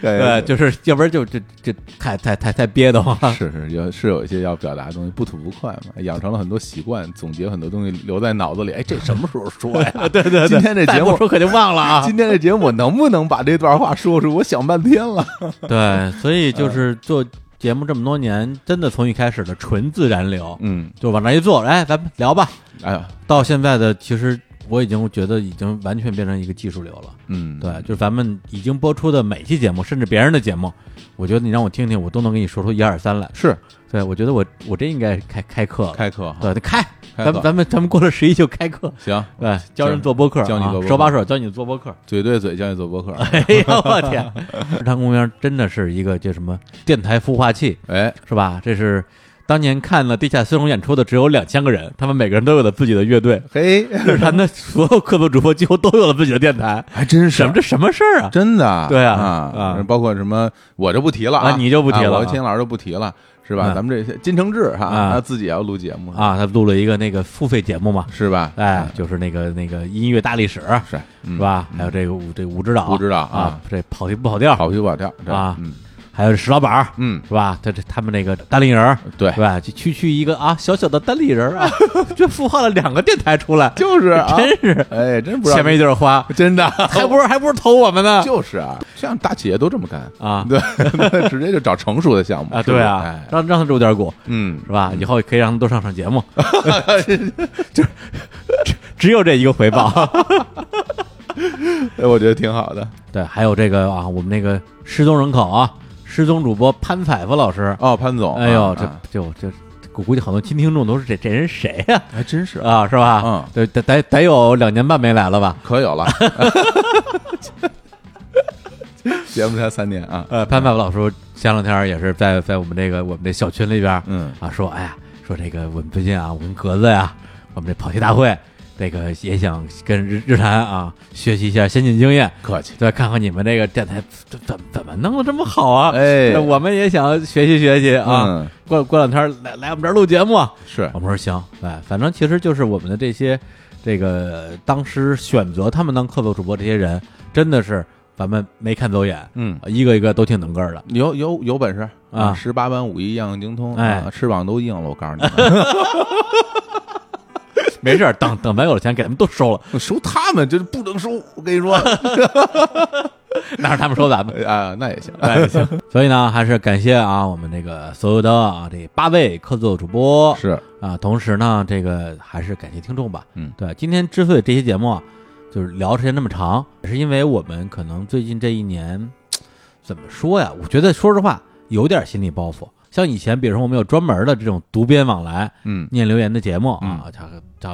Speaker 1: 对，就是啊要不然就这这太太太太憋得慌了。
Speaker 2: 是是有是有一些要表达的东西不吐不快嘛，养成了很多习惯，总结很多东西留在脑子里。哎，这什么时候说呀？
Speaker 1: 对对对，
Speaker 2: 今天这
Speaker 1: 再
Speaker 2: 节
Speaker 1: 不
Speaker 2: 目
Speaker 1: 说可就忘了啊。
Speaker 2: 今天这节目我能不能把这段话说出？我想半天了。
Speaker 1: 对，所以就是做节目这么多年，真的从一开始的纯自然流，
Speaker 2: 嗯，
Speaker 1: 就往那一坐，来咱们聊吧。
Speaker 2: 哎呀，
Speaker 1: 到现在的，其实我已经觉得已经完全变成一个技术流了。
Speaker 2: 嗯，
Speaker 1: 对，就是咱们已经播出的每期节目，甚至别人的节目，我觉得你让我听听，我都能给你说出一二三来。
Speaker 2: 是
Speaker 1: 对，我觉得我我真应该开开课了。
Speaker 2: 开课哈，
Speaker 1: 对，开，咱
Speaker 2: 开课
Speaker 1: 们咱们咱们过了十一就开课。
Speaker 2: 行，
Speaker 1: 对，教人做播客啊，
Speaker 2: 教你做播客
Speaker 1: 手把手教你做播 客。
Speaker 2: 嘴对嘴教你做播 客。
Speaker 1: 哎呀，我天！ 日坛公园真的是一个叫什么电台孵化器，
Speaker 2: 哎，
Speaker 1: 是吧？这是当年看了地下丝绒演出的只有两千个人，他们每个人都有了自己的乐队，
Speaker 2: 嘿，
Speaker 1: 日坛的所有客座主播几乎都有了自己的电台，
Speaker 2: 还真
Speaker 1: 什么这什么事儿啊？
Speaker 2: 真的，
Speaker 1: 对啊啊
Speaker 2: 啊，包括什么，我就不提了
Speaker 1: 啊你就不提了
Speaker 2: 啊我
Speaker 1: 啊
Speaker 2: 和秦老师就不提了，
Speaker 1: 嗯
Speaker 2: 是吧？咱们这些金承志
Speaker 1: 啊
Speaker 2: 哈，他自己也要录节目，
Speaker 1: 啊，他录了一个那个付费节目嘛，
Speaker 2: 是吧？
Speaker 1: 哎，就是那个那个音乐大历史是
Speaker 2: 是，嗯，
Speaker 1: 吧？还有这个武这武指导，
Speaker 2: 武指导
Speaker 1: 啊
Speaker 2: 啊，
Speaker 1: 这跑题不跑调，
Speaker 2: 跑皮不跑跳对
Speaker 1: 啊
Speaker 2: 嗯
Speaker 1: 还有石老板儿
Speaker 2: 嗯，
Speaker 1: 是吧？他这他们那个单立人儿。
Speaker 2: 对
Speaker 1: 是，吧？就区区一个啊，小小的单立人儿啊， 这孵化了两个电台出来，
Speaker 2: 就是啊，
Speaker 1: 真是
Speaker 2: 哎，真不知道
Speaker 1: 前面一对花，
Speaker 2: 真的
Speaker 1: 还不是还不是投我们呢？
Speaker 2: 就是啊，像大企业都这么干，
Speaker 1: 啊
Speaker 2: 对，直接就找成熟的项目
Speaker 1: 啊，对
Speaker 2: 是
Speaker 1: 啊
Speaker 2: 不，是哎
Speaker 1: 让让他入点股
Speaker 2: 嗯，
Speaker 1: 是吧？以后可以让他多上上节目，就只只有这一个回报。
Speaker 2: 哎我觉得挺好的。
Speaker 1: 对，还有这个啊，我们那个失踪人口啊，失踪主播潘采夫老师，
Speaker 2: 哦，潘总，
Speaker 1: 哎呦，
Speaker 2: 啊
Speaker 1: 这就这，我估计很多新听众都是这这人谁呀、
Speaker 2: 还真是，
Speaker 1: 啊？是吧？
Speaker 2: 嗯，
Speaker 1: 对，得得得有两年半没来了吧？
Speaker 2: 可有了。节目才三年啊，
Speaker 1: 呃，潘派夫老师前两天也是在在我们这个我们这小群里边，
Speaker 2: 嗯
Speaker 1: 啊，说哎呀，说这个我们最近啊，我跟格子呀、我们这跑题大会，这个也想跟日日坛啊学习一下先进经验，
Speaker 2: 客气。
Speaker 1: 对，看看你们这个电台怎怎怎么弄得这么好啊？
Speaker 2: 哎
Speaker 1: 我们也想学习学习啊。
Speaker 2: 嗯
Speaker 1: 过过两天来来我们这儿录节目，啊
Speaker 2: 是
Speaker 1: 我们说行，哎，反正其实就是我们的这些这个当时选择他们当客座主播这些人，真的是咱们没看走眼，
Speaker 2: 嗯，
Speaker 1: 一个一个都挺能干 儿的。
Speaker 2: 有有有本事
Speaker 1: 啊
Speaker 2: 十八般武艺样样精通，
Speaker 1: 哎
Speaker 2: 啊翅膀都硬了，我告诉你们，
Speaker 1: 没事儿，等等咱有了钱，给他们都收了，
Speaker 2: 收他们就是不能收，我跟 你说
Speaker 1: 哪是他们收 咱们。
Speaker 2: 啊，那也行，
Speaker 1: 哎，行。所以呢，还是感谢啊，我们这个所有的啊这八位客座主播
Speaker 2: 是
Speaker 1: 啊，同时呢，这个还是感谢听众吧。
Speaker 2: 嗯
Speaker 1: 对，今天之所以这期节目啊，就是聊时间那么长，是因为我们可能最近这一年怎么说呀？我觉得说实话有点心理包袱。像以前，比如说我们有专门的这种读编往来、
Speaker 2: 嗯，
Speaker 1: 念留言的节目啊，叫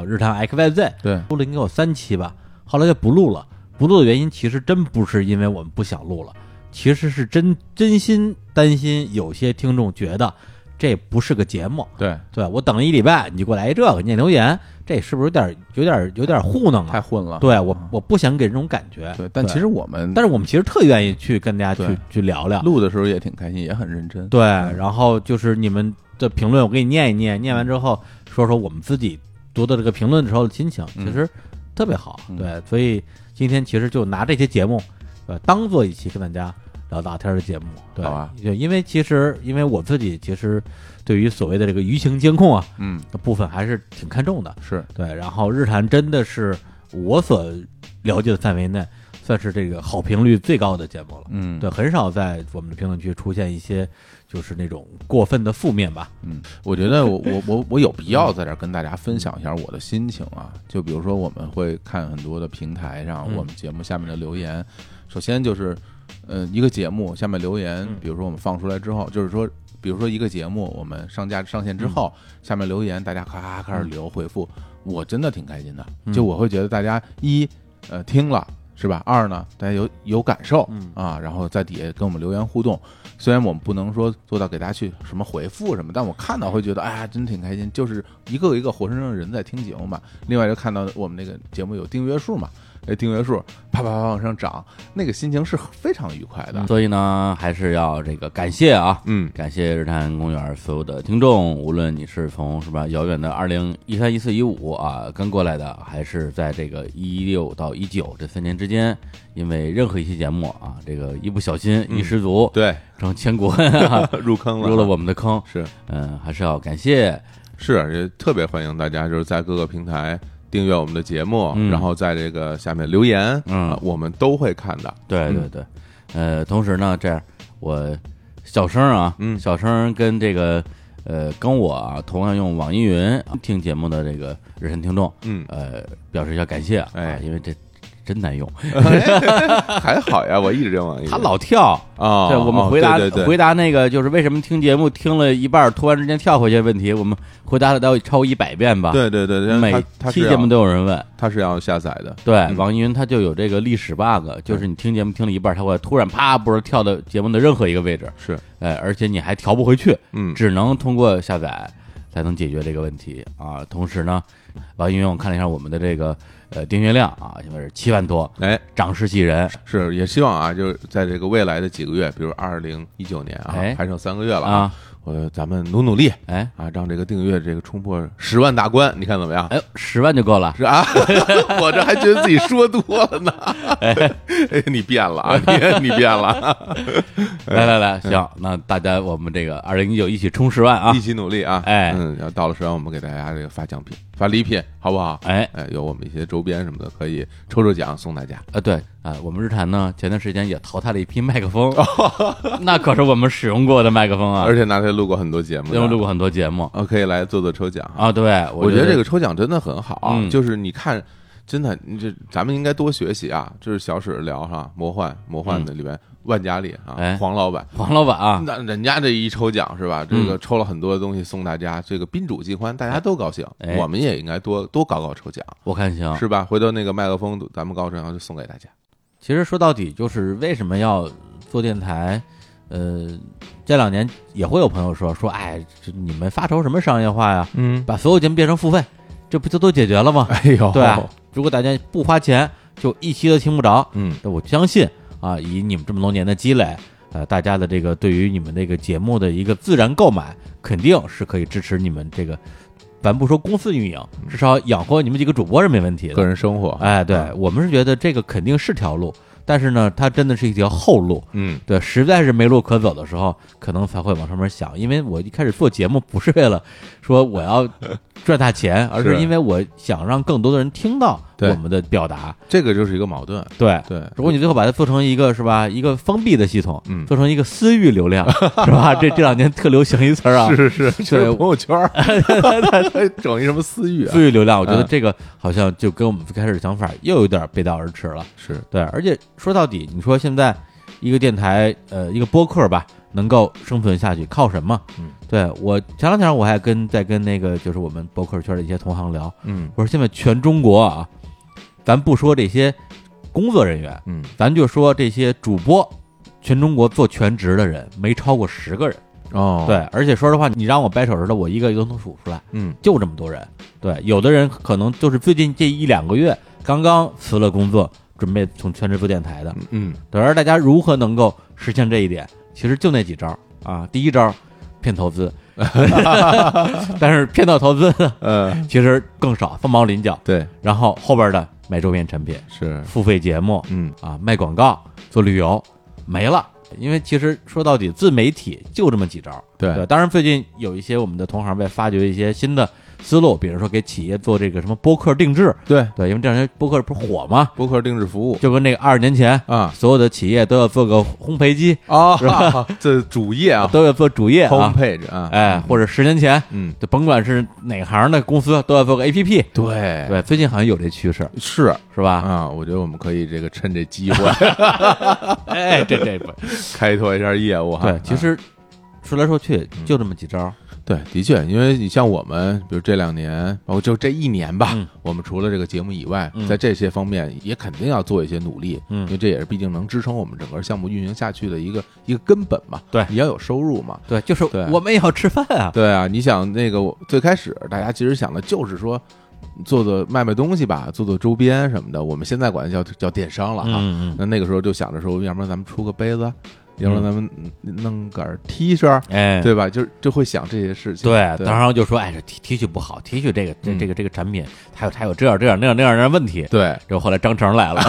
Speaker 1: 叫日常 XYZ，
Speaker 2: 对，
Speaker 1: 录了应该有三期吧，后来就不录了。不录的原因其实真不是因为我们不想录了，其实是真真心担心有些听众觉得这不是个节目，
Speaker 2: 对，
Speaker 1: 对吧我等了一礼拜你就给我来一这个念留言，这是不是有点有点有点糊弄
Speaker 2: 太
Speaker 1: 啊？
Speaker 2: 混了，嗯
Speaker 1: 对我我不想给这种感觉。
Speaker 2: 对，但其实我们
Speaker 1: 但是我们其实特愿意去跟大家去
Speaker 2: 对
Speaker 1: 去聊聊，
Speaker 2: 录的嗯时候也挺开心，也很认真，
Speaker 1: 对，然后就是你们的评论，我给你念一念，念完之后说说我们自己读的这个评论的时候的心情，其实特别好。
Speaker 2: 嗯
Speaker 1: 对，所以今天其实就拿这些节目，呃，当做一期跟大家聊大天儿的节目。对，
Speaker 2: 好啊
Speaker 1: 对，因为其实因为我自己其实对于所谓的这个舆情监控啊
Speaker 2: 嗯，
Speaker 1: 部分还是挺看重的。
Speaker 2: 是
Speaker 1: 对，然后日坛真的是我所了解的范围内，算是这个好评率最高的节目了。
Speaker 2: 嗯，
Speaker 1: 对，很少在我们的评论区出现一些就是那种过分的负面吧。
Speaker 2: 嗯，我觉得我我我我有必要在这儿跟大家分享一下我的心情啊。就比如说，我们会看很多的平台上
Speaker 1: 嗯
Speaker 2: 我们节目下面的留言，首先就是，呃，一个节目下面留言
Speaker 1: 嗯，
Speaker 2: 比如说我们放出来之后，就是说，比如说一个节目我们上架上
Speaker 1: 嗯
Speaker 2: 线之后，下面留言大家咔咔开始
Speaker 4: 嗯
Speaker 2: 留回复，我真的挺开心的。就我会觉得大家一呃听了是吧？二呢，大家有有感受
Speaker 1: 嗯
Speaker 2: 啊，然后在底下跟我们留言互动。虽然我们不能说做到给大家去什么回复什么，但我看到会觉得哎呀，真挺开心，就是一个一个活生生的人在听节目嘛。另外就看到我们那个节目有订阅数嘛，那订阅数啪啪啪往上涨，那个心情是非常愉快
Speaker 4: 嗯
Speaker 2: 的。
Speaker 5: 嗯所以呢，还是要这个感谢啊，
Speaker 2: 嗯，
Speaker 5: 感谢日坛公园所有的听众，无论你是从是吧遥远的二零一三、一四、一五啊跟过来的，还是在这个一六到一九这三年之间，因为任何一期节目啊，这个一不小心一失足、
Speaker 2: 对，
Speaker 5: 成千古恨、啊，
Speaker 4: 嗯 入坑了，
Speaker 5: 入了我们的坑。
Speaker 2: 是
Speaker 5: 嗯，还是要感谢，
Speaker 4: 是也特别欢迎大家就是在各个平台订阅我们的节目，
Speaker 5: 嗯
Speaker 4: 哦然后在这个下面留言，
Speaker 5: 嗯
Speaker 4: 啊我们都会看的。
Speaker 5: 对对对，呃，同时呢，这样我小声啊，
Speaker 4: 嗯
Speaker 5: 小声跟这个呃跟我啊同样用网易云啊听节目的这个日坛听众，
Speaker 4: 嗯，
Speaker 5: 呃，表示一下感谢啊，
Speaker 4: 哎
Speaker 5: 因为这真难用，
Speaker 4: 还好呀，我一直用网易云。
Speaker 5: 它老跳。
Speaker 4: 啊，
Speaker 5: 对，我们回答
Speaker 4: 哦对对对
Speaker 5: 回答那个就是为什么听节目听了一半儿突然之间跳回去的问题，我们回答了得有超过一百遍吧。，
Speaker 4: 对对对，
Speaker 5: 每
Speaker 4: 它它
Speaker 5: 期
Speaker 4: 是
Speaker 5: 节目
Speaker 4: 要
Speaker 5: 都有人问。
Speaker 4: 它是要下载的，
Speaker 5: 对，网易云它就有这个历史 bug，就是你
Speaker 4: 哎
Speaker 5: 听节目听了一半儿，它会突然啪，不知道跳到节目的任何一个位置。
Speaker 4: 是，
Speaker 5: 哎，而且你还调不回去，
Speaker 4: 嗯
Speaker 5: 只能通过下载才能解决这个问题啊。同时呢，网易云我看了一下我们的这个呃订阅量啊，现在是七万多，
Speaker 4: 哎，
Speaker 5: 涨势喜人。
Speaker 4: 是也希望啊，就是在这个未来的几个月，比如二零一九年啊，
Speaker 5: 哎
Speaker 4: 还剩三个月了
Speaker 5: 啊，
Speaker 4: 我咱们努努力
Speaker 5: 哎
Speaker 4: 啊，让这个订阅这个冲破十万大关，你看怎么 样？
Speaker 5: 哎，十万就够了。
Speaker 4: 是啊，我这还觉得自己说多了呢。哎，你变 了啊，你你变了，
Speaker 5: 来来来，行，那大家我们这个二零一九一起冲十万啊
Speaker 4: 哎一！起努力啊！
Speaker 5: 哎
Speaker 4: 嗯，要到了十万，我们给大家这个发奖品、发礼品，好不好？
Speaker 5: 哎
Speaker 4: 哎，有我们一些周边什么的，可以抽抽奖送大家。
Speaker 5: 啊，对啊，我们日坛呢前段时间也淘汰了一批麦克风， 那可是我们使用过的麦克风啊
Speaker 4: 而，且拿它录过很多节目呢，
Speaker 5: 因为录过很多节目
Speaker 4: 啊，可以来做做抽奖啊。
Speaker 5: 啊。对，
Speaker 4: 我
Speaker 5: 觉
Speaker 4: 觉得这个抽奖真的很好，
Speaker 5: 嗯
Speaker 4: 啊就是你看。真的，你这咱们应该多学习啊！这是小史聊哈，魔幻魔幻的里边，万家丽
Speaker 5: 嗯
Speaker 4: 啊，
Speaker 5: 哎
Speaker 4: 黄老板，
Speaker 5: 黄老板啊，
Speaker 4: 那人家这一抽奖是吧？这
Speaker 5: 嗯
Speaker 4: 个抽了很多东西送大家，这个宾主尽欢，大家都高兴
Speaker 5: 哎。
Speaker 4: 我们也应该多多搞搞抽奖，
Speaker 5: 我看行。
Speaker 4: 是吧？回头那个麦克风，咱们搞抽奖就啊送给大家。
Speaker 5: 其实说到底，就是为什么要做电台？呃，这两年也会有朋友说说，哎，这你们发愁什么商业化呀？
Speaker 2: 嗯，
Speaker 5: 把所有节目变成付费，这不就都解决了吗？
Speaker 2: 哎呦，
Speaker 5: 对吧、如果大家不花钱，就一期都听不着。
Speaker 4: 嗯，
Speaker 5: 那我相信啊，以你们这么多年的积累，呃，大家的这个对于你们这个节目的一个自然购买，肯定是可以支持你们这个，咱不说公司运营，至少养活你们几个主播是没问题的。
Speaker 4: 个人生活，
Speaker 5: 哎，对
Speaker 4: 嗯
Speaker 5: 我们是觉得这个肯定是条路，但是呢，它真的是一条后路。
Speaker 4: 嗯，
Speaker 5: 对，实在是没路可走的时候，可能才会往上面想。因为我一开始做节目不是为了说我要赚大钱，而是
Speaker 4: 是
Speaker 5: 因为我想让更多的人听到
Speaker 4: 对
Speaker 5: 我们的表达。
Speaker 4: 这个就是一个矛盾。
Speaker 5: 对，
Speaker 4: 对，
Speaker 5: 如果你最后把它做成一个是吧，一个封闭的系统，
Speaker 4: 嗯
Speaker 5: 做成一个私域流 量是吧？这这两年特流行一词儿啊，
Speaker 4: 是是是，就是朋友圈 儿整一什么私域啊，
Speaker 5: 私域流量。我觉得
Speaker 4: 嗯
Speaker 5: 这个好像就跟我们最开始的想法又有点背道而驰了。
Speaker 4: 是
Speaker 5: 对，而且说到底，你说现在一个电台，呃，一个播客吧，能够生存下去，靠什么？
Speaker 4: 嗯，
Speaker 5: 对我前两天我还跟在跟那个就是我们播客圈的一些同行聊，
Speaker 4: 嗯
Speaker 5: 我说现在全中国啊，咱不说这些工作人员，
Speaker 4: 嗯
Speaker 5: 咱就说这些主播，全中国做全职的人没超过十个人。
Speaker 4: 哦，
Speaker 5: 对，，而且说实话，你让我掰手指头，我一个一个都能数出来。
Speaker 4: 嗯
Speaker 5: 就这么多人。对，有的人可能就是最近这一两个月刚刚辞了工作，准备从全职做电台的。
Speaker 4: 嗯
Speaker 5: 对，而大家如何能够实现这一点，其实就那几招啊。第一招，骗投资，但是骗到投资呢
Speaker 4: 呃，
Speaker 5: 其实更少，凤毛麟角。
Speaker 4: 对，
Speaker 5: 然后后边的买周边产品、
Speaker 4: 是，
Speaker 5: 付费节目
Speaker 4: 嗯
Speaker 5: 啊、卖广告、做旅游，没了。因为其实说到底，自媒体就这么几招。对，
Speaker 4: 对，
Speaker 5: 当然最近有一些我们的同行在发掘一些新的思路，比如说给企业做这个什么播客定制，
Speaker 4: 对，
Speaker 5: 对，因为这两年播客不是火吗？
Speaker 4: 博客定制服务
Speaker 5: 就跟那个二十年前，
Speaker 4: 啊
Speaker 5: 所有的企业都要做个烘焙机，
Speaker 4: 啊， 这主页啊
Speaker 5: 都要做主页啊，
Speaker 4: ，homepage 啊，
Speaker 5: 哎，或者十年前，
Speaker 4: 嗯，
Speaker 5: 就甭管是哪行的公司，都要做个 APP。
Speaker 4: 对，
Speaker 5: 对，最近好像有这趋势，
Speaker 4: 是
Speaker 5: 是吧？
Speaker 4: 啊，我觉得我们可以这个趁这机会啊
Speaker 5: 哎，这这不
Speaker 4: 开拓一下业务哈。
Speaker 5: 对，其实说来说去
Speaker 4: 嗯
Speaker 5: 就这么几招，
Speaker 4: 对，的确，因为你像我们，比如这两年，包括就这一年吧，
Speaker 5: 嗯
Speaker 4: 我们除了这个节目以外，
Speaker 5: 嗯
Speaker 4: 在这些方面也肯定要做一些努力，
Speaker 5: 嗯
Speaker 4: 因为这也是毕竟能支撑我们整个项目运行下去的一个一个根本嘛。
Speaker 5: 对
Speaker 4: 你要有收入嘛。
Speaker 5: 对，就是
Speaker 4: 对
Speaker 5: 我们也要吃饭啊，
Speaker 4: 对啊，你想那个我最开始大家其实想的就是说，做做卖卖东西吧，做做周边什么的，我们现在管它叫叫电商了啊。
Speaker 5: 嗯嗯，
Speaker 4: 那那个时候就想着说，要不然咱们出个杯子，要不然咱们弄个儿 T 恤，
Speaker 5: 哎，
Speaker 4: 对吧？就就会想这些事情。
Speaker 5: 对，
Speaker 4: 对
Speaker 5: 当然就说，哎，这 T T 恤不好，T 恤这个这
Speaker 4: 嗯
Speaker 5: 这个这个产品，还有还有这样这样那样那样那样问题。
Speaker 4: 对，
Speaker 5: 然后后来张成 来了，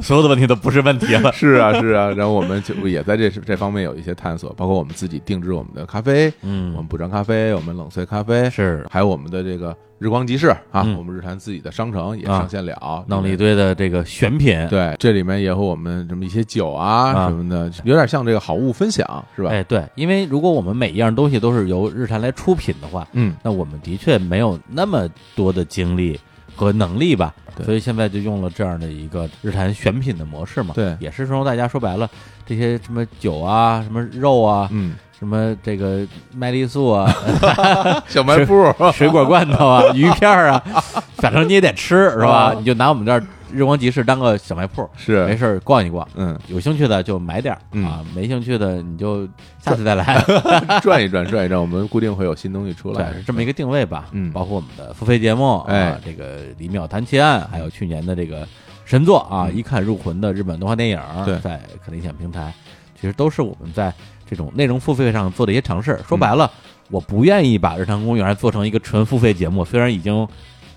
Speaker 5: 所有的问题都不是问 题了。
Speaker 4: 是啊，是啊，然后我们就也在这这方面有一些探索，包括我们自己定制我们的咖啡，我
Speaker 5: 嗯
Speaker 4: 们，补装咖啡，我们冷萃咖啡，
Speaker 5: 是
Speaker 4: 还有我们的这个日光集市啊，
Speaker 5: 嗯
Speaker 4: 我们日坛自己的商城也
Speaker 5: 啊
Speaker 4: 上线了，
Speaker 5: 弄了一
Speaker 4: 里面。
Speaker 5: 堆的这个选品，
Speaker 4: 对，这里面也有我们什么一些酒啊
Speaker 5: 啊
Speaker 4: 什么的，有点像这个好物分享，是吧？
Speaker 5: 哎，对，因为如果我们每一样东西都是由日产来出品的话，
Speaker 4: 嗯，
Speaker 5: 那我们的确没有那么多的精力和能力吧，
Speaker 4: 对
Speaker 5: 所以现在就用了这样的一个日产选品的模式嘛，
Speaker 4: 对
Speaker 5: 也是说大家说白了，这些什么酒啊、什么肉啊、
Speaker 4: 嗯，
Speaker 5: 什么这个麦丽素啊、
Speaker 4: 小卖部，
Speaker 5: 水果罐头啊、 鱼片儿啊，反正你也得吃，是吧
Speaker 4: 啊？
Speaker 5: 你就拿我们这儿日光集市当个小卖铺，没
Speaker 4: 是，
Speaker 5: 事儿逛一逛，
Speaker 4: 嗯，
Speaker 5: 有兴趣的就买点儿
Speaker 4: 嗯
Speaker 5: 啊，没兴趣的你就下次再来。
Speaker 4: 转一转，转一转，我们固定会有新东西出来
Speaker 5: 对，，是这么一个定位吧。
Speaker 4: 嗯
Speaker 5: 包括我们的付费节目，啊
Speaker 4: 哎，
Speaker 5: 这个《李淼谈奇案》，还有去年的这个神作啊，
Speaker 4: 嗯
Speaker 5: 一看入魂的日本动画电影，
Speaker 4: 对
Speaker 5: 在可理想平台，其实都是我们在这种内容付费上做的一些尝试。说白了，我不愿意把《日常公园》做成一个纯付费节目，虽然已经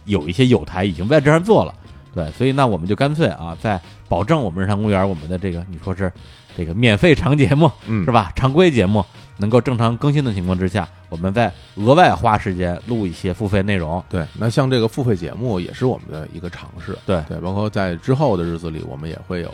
Speaker 5: 有一些有台已经在这上做了，对，所以那我们就干脆啊，在保证我们《日常公园》我们的这个你说是这个免费长节目，
Speaker 4: 嗯
Speaker 5: 是吧？常规节目能够正常更新的情况之下，我们再额外花时间录一些付费内容。
Speaker 4: 对，那像这个付费节目也是我们的一个尝试，
Speaker 5: 对
Speaker 4: 对，包括在之后的日子里，我们也会有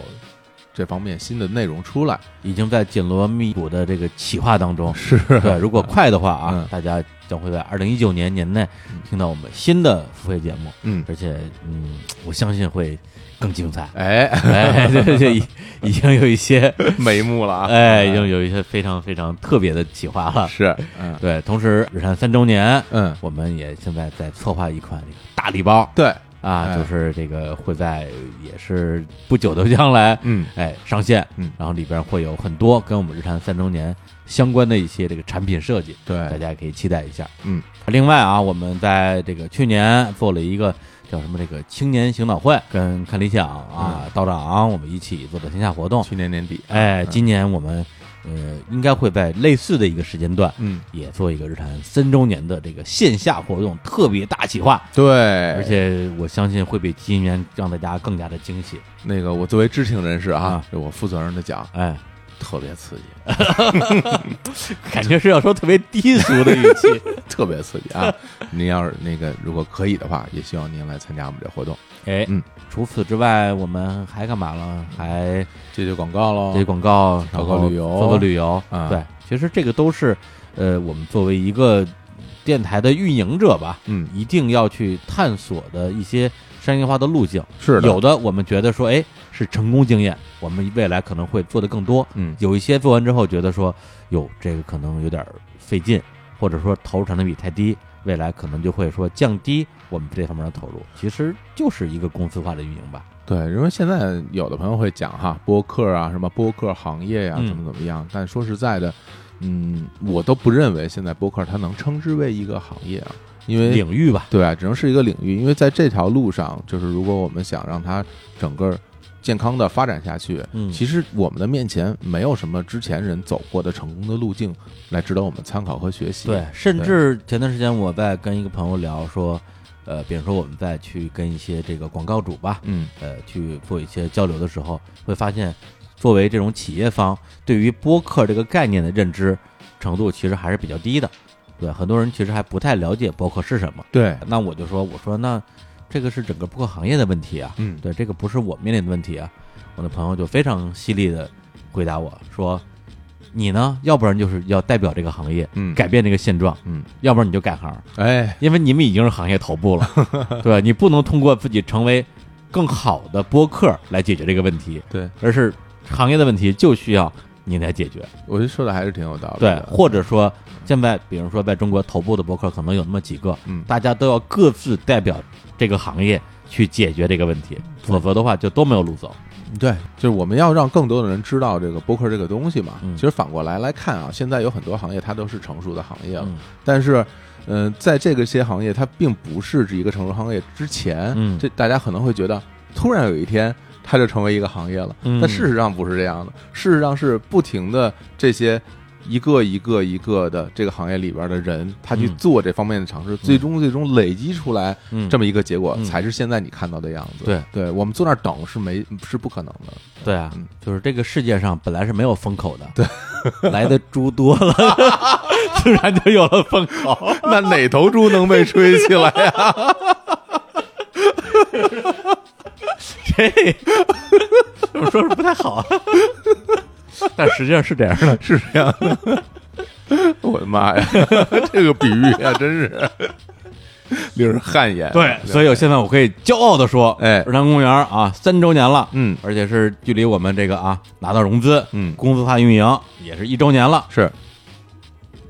Speaker 2: 这方面新的内容出来。
Speaker 5: 已经在紧锣密鼓的这个企划当中。
Speaker 2: 是
Speaker 5: 对，如果快的话啊，
Speaker 2: 嗯
Speaker 5: 大家将会在二零一九年年内听到我们新的付费节目，
Speaker 2: 嗯，。
Speaker 5: 而且嗯，我相信会更精彩
Speaker 2: 哎，
Speaker 5: 哎，对对，已已经有一些，
Speaker 2: 眉目了啊，
Speaker 5: 哎，已经有一些非常非常特别的企划了。
Speaker 2: 是，嗯
Speaker 5: 对，同时日产三周年，
Speaker 2: 嗯，
Speaker 5: 我们也现在在策划一款这个大礼包
Speaker 2: 对，
Speaker 5: 啊，
Speaker 2: 哎
Speaker 5: 就是这个会在也是不久的将来，
Speaker 2: 嗯
Speaker 5: 哎上线，
Speaker 2: 嗯
Speaker 5: 然后里边会有很多跟我们日产三周年相关的一些这个产品设计，大
Speaker 2: 对，
Speaker 5: 家也可以期待一下。
Speaker 2: 嗯，
Speaker 5: 另外啊，我们在这个去年做了一个叫什么这个青年行导会，跟看理想
Speaker 2: 嗯
Speaker 5: 啊、道长我们一起做的线下活动。
Speaker 2: 去年年底，
Speaker 5: 哎，今年我们呃应该会在类似的一个时间段。
Speaker 2: 嗯，
Speaker 5: 也做一个日产三周年的这个线下活动，特别大企划，
Speaker 2: 对，
Speaker 5: 而且我相信会比今年让大家更加的惊喜。
Speaker 2: 那个我作为知情人士啊
Speaker 5: 啊，
Speaker 2: 我负责任的讲，
Speaker 5: 哎，
Speaker 2: 特别刺激，
Speaker 5: 感觉是要说特别低俗的语气。
Speaker 2: 特别刺激啊！您要是那个如果可以的话，也希望您来参加我们这活动。
Speaker 5: 哎，
Speaker 2: 嗯，
Speaker 5: 除此之外，我们还干嘛了？还
Speaker 2: 这就广告喽
Speaker 5: 接广告，
Speaker 2: 搞
Speaker 5: 然
Speaker 2: 搞
Speaker 5: 后
Speaker 2: 哦旅游
Speaker 5: 做做旅游。
Speaker 2: 啊
Speaker 5: 对，其实这个都是，呃，我们作为一个电台的运营者吧，
Speaker 2: 嗯，
Speaker 5: 一定要去探索的一些商业化的路径。
Speaker 2: 是的，
Speaker 5: 有的我们觉得说，哎，是成功经验，我们未来可能会做的更多。
Speaker 2: 嗯
Speaker 5: 有一些做完之后觉得说，哟，这个可能有点儿费劲，或者说投入产能比太低，未来可能就会说降低我们这方面的投入。其实就是一个公司化的运营吧。
Speaker 2: 对，因为现在有的朋友会讲哈，播客啊，什么播客行业呀、
Speaker 5: 嗯
Speaker 2: 怎么怎么样，但说实在的，嗯，我都不认为现在播客它能称之为一个行业啊，因为
Speaker 5: 领域吧，
Speaker 2: 对啊，只能是一个领域，因为在这条路上，就是如果我们想让它整个健康的发展下去，
Speaker 5: 嗯
Speaker 2: 其实我们的面前没有什么之前人走过的成功的路径来值得我们参考和学习。
Speaker 5: 对，呃甚至前段时间我在跟一个朋友聊说，呃，比如说我们在去跟一些这个广告主吧，
Speaker 2: 嗯，
Speaker 5: 呃，去做一些交流的时候，会发现，作为这种企业方，对于播客这个概念的认知程度其实还是比较低的，对，很多人其实还不太了解播客是什么。
Speaker 2: 对，
Speaker 5: 那我就说，我说那这个是整个播客行业的问题啊，
Speaker 2: 嗯，
Speaker 5: 对，这个不是我面临的问题啊。我的朋友就非常犀利的回答我说：“你呢，要不然就是要代表这个行业，
Speaker 2: 嗯
Speaker 5: 改变这个现状，
Speaker 2: 嗯，
Speaker 5: 要不然你就改行，
Speaker 2: 哎，
Speaker 5: 因为你们已经是行业头部了， 对，你不能通过自己成为更好的播客来解决这个问题，
Speaker 2: 对，
Speaker 5: 而是行业的问题就需要你来解决，
Speaker 2: 我觉得说的还是挺有道理
Speaker 5: 对，
Speaker 2: 的。
Speaker 5: 或者说现在比如说在中国头部的播客可能有那么几个，
Speaker 2: 嗯
Speaker 5: 大家都要各自代表这个行业去解决这个问题，否则的话就都没有路走。
Speaker 2: 对，就是我们要让更多的人知道这个播客这个东西嘛。
Speaker 5: 嗯
Speaker 2: 其实反过来来看啊，现在有很多行业它都是成熟的行业了，
Speaker 5: 嗯
Speaker 2: 但是。嗯、在这个些行业，它并不是一个成熟行业之前，
Speaker 5: 嗯
Speaker 2: 这大家可能会觉得，突然有一天它就成为一个行业了。
Speaker 5: 嗯
Speaker 2: 但事实上不是这样的，事实上是不停的这些一个一个一个的这个行业里边的人，他去
Speaker 5: 嗯
Speaker 2: 做这方面的尝试，最终最终累积出来
Speaker 5: 嗯，
Speaker 2: 这
Speaker 5: 么
Speaker 2: 么一个结果，
Speaker 5: 嗯
Speaker 2: 才是现在你看到的样子。
Speaker 5: 对，
Speaker 2: 对我们坐那儿等是没是不可能的。
Speaker 5: 对啊
Speaker 2: 嗯，
Speaker 5: 就是这个世界上本来是没有风口的，对， 来的猪多了， 突然就有了风口。
Speaker 2: 那哪头猪能被吹起来呀、
Speaker 5: 这这么说是不太好 啊，但实际上是这样的。
Speaker 2: 是这 样的。我的妈呀，这个比喻啊，真 是令人汗颜。
Speaker 5: 对，所以我现在我可以骄傲的说，
Speaker 2: 哎
Speaker 5: 日坛公园啊，三周年了，
Speaker 2: 嗯，
Speaker 5: 而且是距离我们这个啊拿到融资，
Speaker 2: 嗯
Speaker 5: 公司化运营也是一周年了。
Speaker 2: 是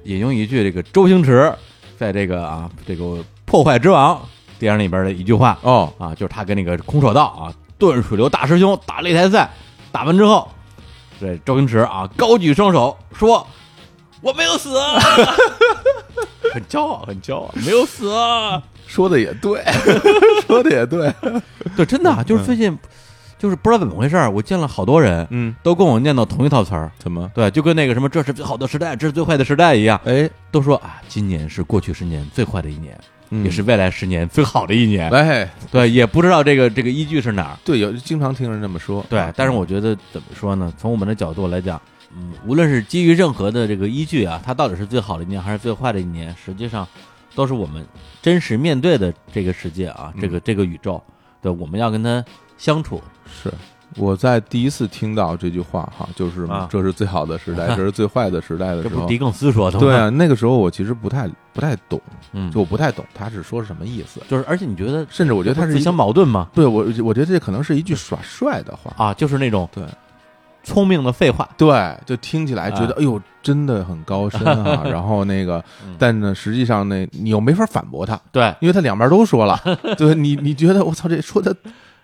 Speaker 5: 引用一句这个周星驰在这个啊这个《破坏之王》电影里边的一句话
Speaker 2: 哦，
Speaker 5: 啊，就是他跟那个空手道啊顿水流大师兄打擂台赛，打完之后，这周星驰啊高举双手说：“我没有死 啊。” 很骄傲，很骄傲，没有死 啊！
Speaker 2: 说的也 对，说的也对。
Speaker 5: 对，真的
Speaker 2: 嗯
Speaker 5: 啊就是最近，就是不知道怎么回事儿，我见了好多人
Speaker 2: 嗯，
Speaker 5: 都跟我念叨同一套词儿，
Speaker 2: 怎么？
Speaker 5: 对，就跟那个什么“这是最好的时代，这是最坏的时代”一样，
Speaker 2: 哎，
Speaker 5: 都说啊，今年是过去十年最坏的一年，
Speaker 2: 嗯
Speaker 5: 也是未来十年最好的一年。
Speaker 2: 哎，
Speaker 5: 对，也不知道这个这个依据是哪儿。
Speaker 2: 对，有经常听人这么说。
Speaker 5: 对，但是我觉得怎么说呢？从我们的角度来讲，嗯，无论是基于任何的这个依据啊，它到底是最好的一年还是最坏的一年，实际上都是我们真实面
Speaker 2: 嗯
Speaker 5: 对的这个世界啊，这个这个宇宙，对，我们要跟它相处，
Speaker 2: 是我在第一次听到这句话哈，就是
Speaker 6: 啊
Speaker 2: 这是最好的时代， 这是最坏的时代的时
Speaker 5: 这不是
Speaker 2: 候
Speaker 5: 狄。更斯说的吗？
Speaker 2: 对啊，那个时候我其实不太不太懂，
Speaker 5: 嗯，
Speaker 2: 就我不太懂他是说什么意思，
Speaker 5: 就是，而且你觉得
Speaker 2: 甚至我
Speaker 5: 我
Speaker 2: 觉得他是
Speaker 5: 自
Speaker 2: 一
Speaker 5: 相矛盾吗？
Speaker 2: 对我，我觉得这可能是一句耍帅的话。
Speaker 5: 啊，就是那种
Speaker 2: 对
Speaker 5: 聪明的废话，
Speaker 2: 对，就听起来觉
Speaker 5: 啊
Speaker 2: 得，哎呦，真的很高深啊。 然后那个
Speaker 5: 嗯，
Speaker 2: 但呢，实际上呢，你又没法反驳他，
Speaker 5: 对，
Speaker 2: 因为他两边都 说了。对你，你觉得我操，这说的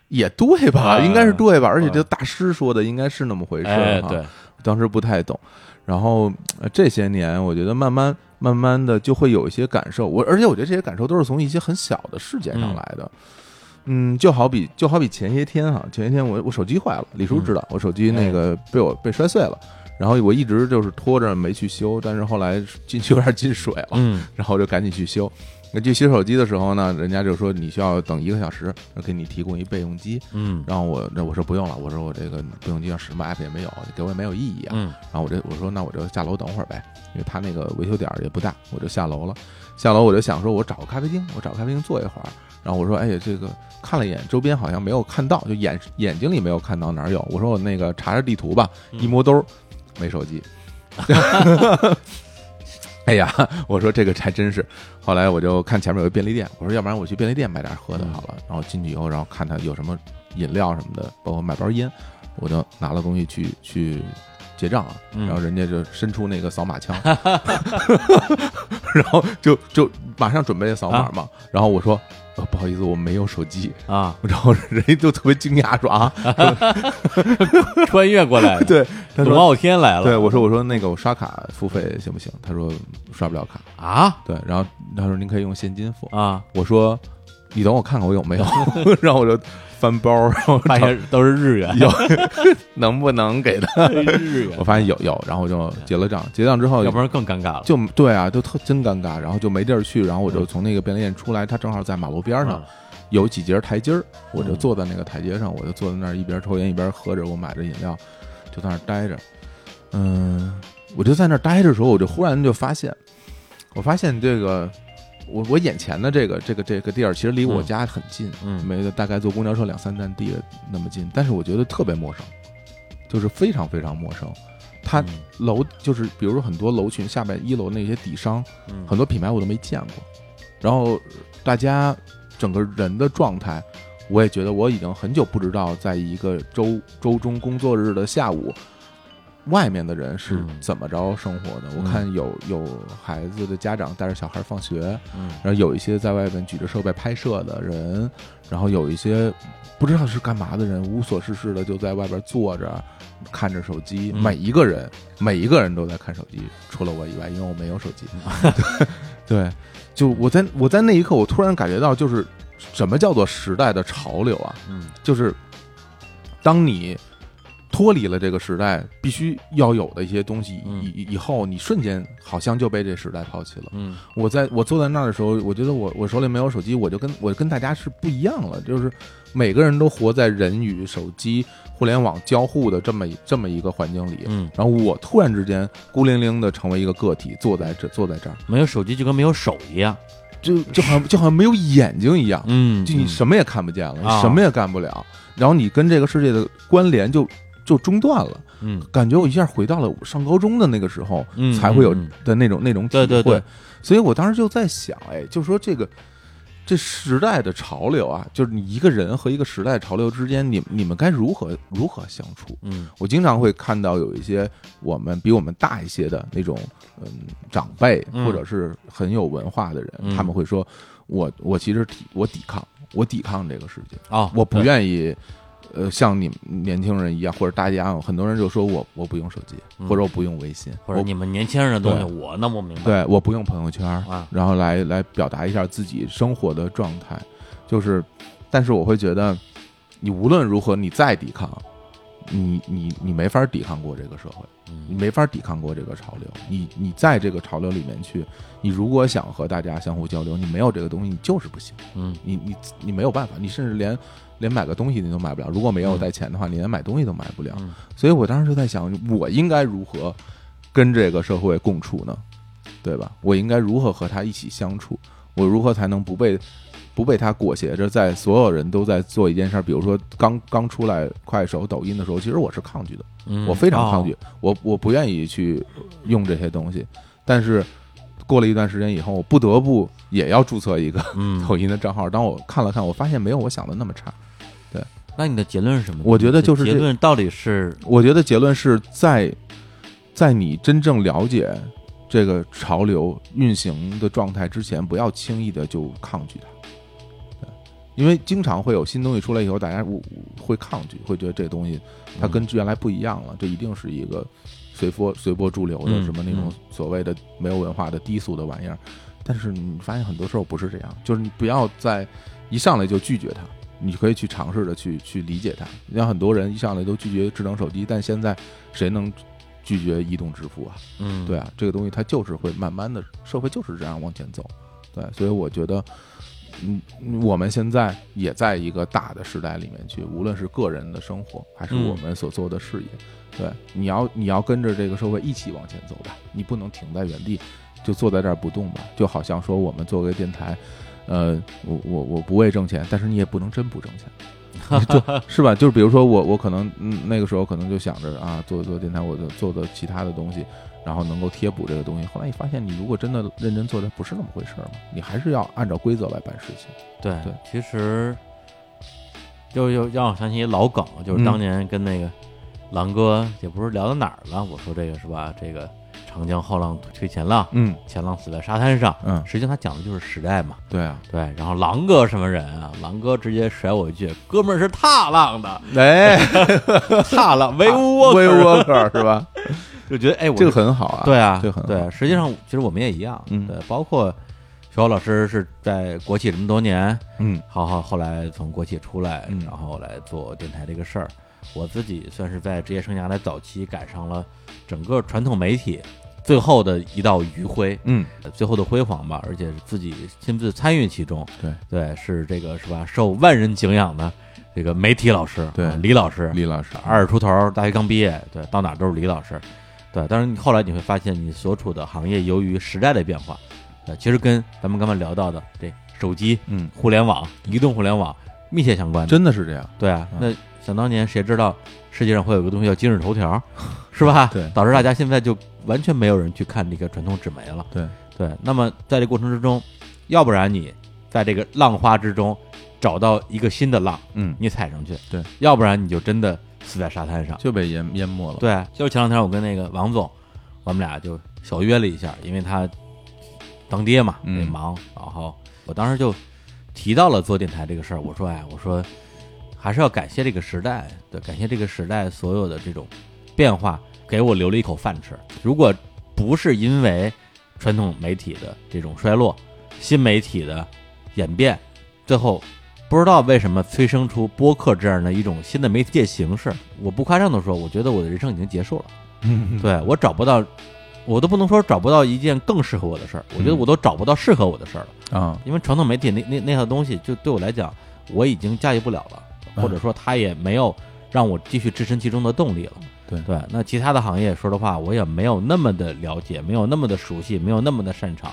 Speaker 2: 也对吧？
Speaker 5: 嗯
Speaker 2: 应该是对吧？而且这大师说的应该是那么回事
Speaker 5: 哎，
Speaker 2: 啊。
Speaker 5: 对，
Speaker 2: 当时不太懂，然后呃这些年，我觉得慢慢慢慢的就会有一些感受。我而且我觉得这些感受都是从一些很小的事件上来的。嗯，就好比就好比前些天哈、前些天我我手机坏了，李叔知道、我手机那个被我被摔碎了，然后我一直就是拖着没去修，但是后来进去有点进水了，
Speaker 5: 嗯，
Speaker 2: 然后我就赶紧去修。那去修手机的时候呢，人家就说你需要等一个小时，给你提供一备用机。
Speaker 5: 嗯，
Speaker 2: 然后我那我说不用了，我说我这个备用机上什么 app 也没有，给我也没有意义啊。
Speaker 5: 嗯，
Speaker 2: 然后我这我说那我就下楼等会儿呗，因为他那个维修点儿也不大，我就下楼了。下楼我就想说，我找个咖啡厅，我找咖啡厅坐一会儿。然后我说，哎呀，这个看了一眼周边好像没有看到，就眼眼睛里没有看到哪儿有。我说我那个查查地图吧，一摸兜儿没手机。 哎呀，我说这个还真是。后来我就看前面有个便利店，我说要不然我去便利店买点喝的好了。然后进去以后，然后看他有什么饮料什么的，包括买包烟，我就拿了东西去去结账啊。
Speaker 5: 嗯
Speaker 2: 然后人家就伸出那个扫码枪， 然后就就马上准备扫码嘛。然后我说、呃不好意思，我没有手机。
Speaker 5: 啊，
Speaker 2: 然后人家就特别惊讶说啊，
Speaker 5: 穿越过来的，
Speaker 2: 对，他
Speaker 5: 董
Speaker 2: 说。
Speaker 5: 傲天来了，
Speaker 2: 对，我说我说那个我刷卡付费行不行？他说刷不了卡。
Speaker 5: 啊
Speaker 2: 对，然后他说您可以用现金付。
Speaker 5: 啊，
Speaker 2: 我说你等我看看我有 没有，然后我就翻包，然后
Speaker 5: 发
Speaker 2: 找
Speaker 5: 现都是日 元，
Speaker 2: 有能不能给他？
Speaker 5: 日元
Speaker 2: 我，发现有有，然后我就结了账，结账之后
Speaker 5: 要不然更尴尬了。
Speaker 2: 就对啊，就特真尴尬，然后就没地儿去，然后我就从那个便利店出来，他正好在马路边上
Speaker 5: 嗯
Speaker 2: 有几节台阶儿，我就坐在那个台阶上，我就坐在那儿一边抽烟一边喝着我买着饮料，就在那儿待着，嗯，我就在那儿待着的时候，我就忽然就发现，我发现这个。我我眼前的这个这个这个地儿，其实离我
Speaker 5: 嗯
Speaker 2: 家很近，
Speaker 5: 嗯
Speaker 2: 没大概坐公交车两三站地那么近，但是我觉得特别陌生，就是非常非常陌生。它
Speaker 5: 嗯
Speaker 2: 楼就是比如说很多楼群下面一楼那些底商，
Speaker 5: 嗯
Speaker 2: 很多品牌我都没见过。然后大家整个人的状态，我也觉得我已经很久不知道，在一个周周中工作日的下午，外面的人是
Speaker 5: 嗯
Speaker 2: 怎么着生活的。我
Speaker 5: 嗯
Speaker 2: 看有有孩子的家长带着小孩放学，
Speaker 5: 嗯
Speaker 2: 然后有一些在外面举着设备拍摄的人，然后有一些不知道是干嘛的人，无所事事的就在外边坐着看着手机。
Speaker 5: 嗯
Speaker 2: 每一个人，每一个人都在看手机，除了我以外，因为我没有手机。 对，就我在我在那一刻，我突然感觉到，就是什么叫做时代的潮流啊？
Speaker 5: 嗯
Speaker 2: 就是当你脱离了这个时代必须要有的一些东西
Speaker 5: 嗯
Speaker 2: 以以以后，你瞬间好像就被这时代抛弃了。
Speaker 5: 嗯
Speaker 2: 我在我坐在那儿的时候，我觉得我我手里没有手机，我就跟我跟大家是不一样了，就是每个人都活在人与手机、互联网交互的这么一这么一个环境里。
Speaker 5: 嗯，
Speaker 2: 然后我突然之间孤零零的成为一个个体，坐在这坐在这儿，
Speaker 5: 没有手机就跟没有手一样。
Speaker 2: 就就好像就好像没有眼睛一样，
Speaker 5: 嗯
Speaker 2: 就你什么也看不见了，
Speaker 5: 啊
Speaker 2: 你什么也干不了，然后你跟这个世界的关联就就中断了，
Speaker 5: 嗯
Speaker 2: 感觉我一下回到了我上高中的那个时候，
Speaker 5: 嗯
Speaker 2: 才会有
Speaker 5: 嗯
Speaker 2: 的那种那种体
Speaker 5: 对
Speaker 2: 会。
Speaker 5: 对对
Speaker 2: 所以我当时就在想，哎，就说这个这时代的潮流啊，就是你一个人和一个时代潮流之间，你你们该如何如何相处？
Speaker 5: 嗯
Speaker 2: 我经常会看到有一些我们比我们大一些的那种，嗯，长辈
Speaker 5: 嗯
Speaker 2: 或者是很有文化的人，
Speaker 5: 嗯
Speaker 2: 他们会说，我我其实抵我抵抗，我抵抗这个世界，
Speaker 5: 啊，
Speaker 2: 我不
Speaker 5: 对
Speaker 2: 愿意，呃，像你们年轻人一样，或者大家很多人就说我我不用手机，
Speaker 5: 嗯
Speaker 2: 或者我不用微信，
Speaker 5: 或者
Speaker 2: 我
Speaker 5: 你们年轻人的东西，
Speaker 2: 对
Speaker 5: 我弄不明白。
Speaker 2: 对我不用朋友圈儿
Speaker 5: 啊
Speaker 2: 然后来来表达一下自己生活的状态，就是，但是我会觉得，你无论如何你再抵抗，你你你没法抵抗过这个社会，你
Speaker 5: 嗯
Speaker 2: 没法抵抗过这个潮流，你你在这个潮流里面去，你如果想和大家相互交流，你没有这个东西，你就是不行，
Speaker 5: 嗯
Speaker 2: 你你你没有办法，你甚至连连买个东西你都买不了，如果没有带钱的话，你连买东西都买不了，
Speaker 5: 嗯
Speaker 2: 所以我当时就在想，我应该如何跟这个社会共处呢？对吧？我应该如何和他一起相处？我如何才能不被不被它裹挟着，在所有人都在做一件事儿，比如说刚刚出来快手、抖音的时候，其实我是抗拒的，
Speaker 5: 嗯
Speaker 2: 我非常抗拒，我我不愿意去用这些东西。但是过了一段时间以后，我不得不也要注册一个
Speaker 5: 嗯，
Speaker 2: 抖音的账号。当我看了看，我发现没有我想的那么差。
Speaker 5: 那你的结论是什么？
Speaker 2: 我觉得就是
Speaker 5: 结
Speaker 2: 这
Speaker 5: 论到底是
Speaker 2: 我觉得结论是在在你真正了解这个潮流运行的状态之前，不要轻易的就抗拒它。对因为经常会有新东西出来以后，大家会会抗拒，会觉得这东西它跟原来不一样了，这一定是一个随波随波逐流的
Speaker 5: 嗯
Speaker 2: 什么那种
Speaker 5: 嗯
Speaker 2: 所谓的没有文化的低俗的玩意儿。但是你发现很多时候不是这样，就是你不要在一上来就拒绝它，你可以去尝试的去去理解它。你像很多人一上来都拒绝智能手机，但现在谁能拒绝移动支付啊？
Speaker 5: 嗯，
Speaker 2: 对啊，这个东西它就是会慢慢的，社会就是这样往前走。对，所以我觉得，嗯，我们现在也在一个大的时代里面去，无论是个人的生活，还是
Speaker 5: 嗯
Speaker 2: 我们所做的事业，对，你要你要跟着这个社会一起往前走吧，你不能停在原地，就坐在这儿不动吧。就好像说我们做个电台，呃，我我我不为挣钱，但是你也不能真不挣钱。对，是吧？就是比如说我，我可能嗯那个时候可能就想着啊，做做电台，我就做做其他的东西，然后能够贴补这个东西。后来你发现，你如果真的认真做，它不是那么回事儿嘛，你还是要按照规则来办事情。
Speaker 5: 对
Speaker 2: 对
Speaker 5: 其实就又让我想起老梗，就是
Speaker 2: 嗯
Speaker 5: 当年跟那个狼哥也不是聊到哪儿了，我说这个是吧？这个长江后浪推前浪，
Speaker 2: 嗯
Speaker 5: 前浪死在沙滩上。
Speaker 2: 嗯，
Speaker 5: 实际上他讲的就是时代嘛，
Speaker 2: 对啊，
Speaker 5: 对。然后狼哥什么人啊？狼哥直接甩我一句：“哥们儿是踏浪的，
Speaker 2: 哎
Speaker 5: 踏浪威武
Speaker 2: ，Way Walker 是吧？
Speaker 5: 就觉得哎，我
Speaker 2: 这个很好啊。
Speaker 5: 对啊，
Speaker 2: 这个很好
Speaker 5: 对。实际上，其实我们也一样，
Speaker 2: 嗯
Speaker 5: 对。包括小欧老师是在国企这么多年，
Speaker 2: 嗯
Speaker 5: 好好，后来从国企出来，
Speaker 2: 嗯
Speaker 5: 然后来做电台这个事儿。我自己算是在职业生涯的早期赶上了整个传统媒体最后的一道余晖，
Speaker 2: 嗯，
Speaker 5: 呃最后的辉煌吧，而且自己亲自参与其中。
Speaker 2: 对
Speaker 5: 对，是这个是吧？受万人敬仰的这个媒体老师，
Speaker 2: 对
Speaker 5: 啊李老师，
Speaker 2: 李老师，
Speaker 5: 二十出头，大学刚毕业，对，到哪儿都是李老师，对。但是你后来你会发现，你所处的行业由于时代的变化，呃，其实跟咱们刚才聊到的这手机、
Speaker 2: 嗯，
Speaker 5: 互联网、移动互联网密切相关的。
Speaker 2: 真的是这样。
Speaker 5: 对啊
Speaker 2: 啊，
Speaker 5: 那想当年谁知道世界上会有个东西叫今日头条，是吧？
Speaker 2: 对
Speaker 5: 导致大家现在就完全没有人去看这个传统纸媒了。
Speaker 2: 对
Speaker 5: 对，那么在这过程之中，要不然你在这个浪花之中找到一个新的浪，
Speaker 2: 嗯，
Speaker 5: 你踩上去；
Speaker 2: 对，
Speaker 5: 要不然你就真的死在沙滩上。
Speaker 2: 就被淹淹没了。
Speaker 5: 对，就是前两天我跟那个王总，我们俩就小约了一下，因为他当爹嘛，
Speaker 2: 嗯
Speaker 5: 也忙。然后我当时就提到了做电台这个事儿，我说哎，我说还是要感谢这个时代，对，感谢这个时代所有的这种变化，给我留了一口饭吃。如果不是因为传统媒体的这种衰落，新媒体的演变，最后不知道为什么催生出播客这样的一种新的媒介形式。我不夸张的说，我觉得我的人生已经结束了。
Speaker 2: 嗯，
Speaker 5: 对我找不到，我都不能说找不到一件更适合我的事儿，我觉
Speaker 2: 嗯
Speaker 5: 得我都找不到适合我的事儿 了。
Speaker 2: 啊，
Speaker 5: 因为传统媒体那那那套东西，就对我来讲，我已经驾驭不了了，
Speaker 2: 嗯
Speaker 5: 或者说它也没有让我继续置身其中的动力了。
Speaker 2: 对
Speaker 5: 对，那其他的行业，说实话，我也没有那么的了解，没有那么的熟悉，没有那么的擅长。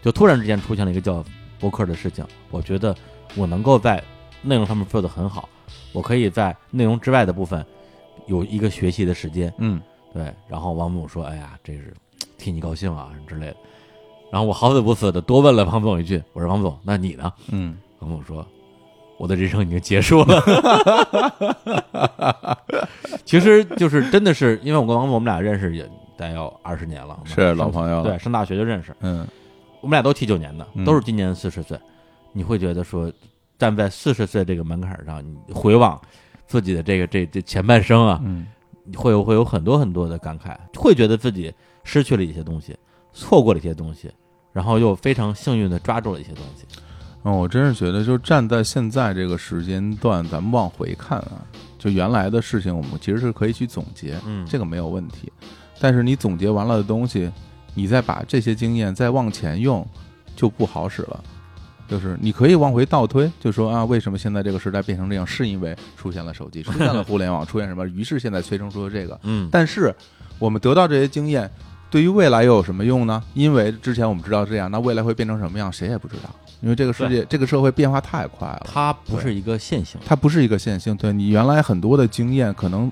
Speaker 5: 就突然之间出现了一个叫博客的事情，我觉得我能够在内容上面做得很好，我可以在内容之外的部分有一个学习的时间，
Speaker 2: 嗯，
Speaker 5: 对，然后王总说：“哎呀，这是替你高兴啊什么之类的。”然后我好死不死的多问了王总一句：“我说王总，那你呢
Speaker 2: 嗯，？”
Speaker 5: 王总说：“我的人生已经结束了。” 其实就是真的是，因为我跟王总我们俩认识也得有二十年了，
Speaker 2: 是老朋友了
Speaker 5: 对，上大学就认识，
Speaker 2: 嗯，
Speaker 5: 我们俩都七九年的，
Speaker 2: 嗯
Speaker 5: 都是今年四十岁，你会觉得说，站在四十岁这个门槛上，你回望自己的这个这这前半生啊，
Speaker 2: 嗯，
Speaker 5: 会有会有很多很多的感慨，会觉得自己失去了一些东西，错过了一些东西，然后又非常幸运的抓住了一些东西。
Speaker 2: 嗯，我真是觉得，就站在现在这个时间段，咱们往回看啊，就原来的事情，我们其实是可以去总结，
Speaker 5: 嗯
Speaker 2: 这个没有问题。但是你总结完了的东西，你再把这些经验再往前用，就不好使了。就是你可以往回倒推，就说啊，为什么现在这个时代变成这样，是因为出现了手机，出现了互联网，出现什么，于是现在催生出了这个。
Speaker 5: 嗯，
Speaker 2: 但是我们得到这些经验，对于未来又有什么用呢？因为之前我们知道这样，那未来会变成什么样，谁也不知道。因为这个世界、这个社会变化太快了，
Speaker 1: 它不是一个线性的，
Speaker 2: 它不是一个线性。对你原来很多的经验，可能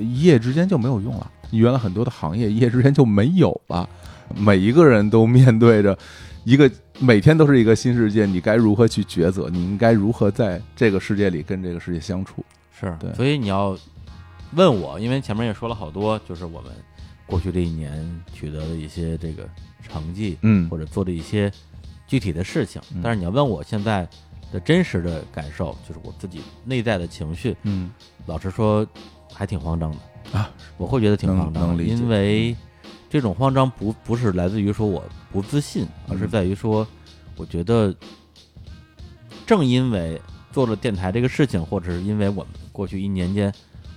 Speaker 2: 一夜之间就没有用了。你原来很多的行业，一夜之间就没有了。每一个人都面对着一个每天都是一个新世界，你该如何去抉择？你应该如何在这个世界里跟这个世界相处？
Speaker 1: 是
Speaker 2: 对
Speaker 1: 所以你要问我，因为前面也说了好多，就是我们过去这一年取得的一些这个成绩，
Speaker 2: 嗯
Speaker 1: 或者做的一些具体的事情
Speaker 2: 嗯。
Speaker 1: 但是你要问我现在的真实的感受，就是我自己内在的情绪，
Speaker 2: 嗯
Speaker 1: 老实说，还挺慌张的
Speaker 2: 啊，
Speaker 1: 我会觉得挺
Speaker 2: 能
Speaker 1: 慌张
Speaker 2: 能
Speaker 1: 的，
Speaker 2: 理解嗯
Speaker 1: 因为这种慌张不不是来自于说我不自信，而
Speaker 2: 嗯
Speaker 1: 是在于说，我觉得正因为做了电台这个事情，或者是因为我们过去一年间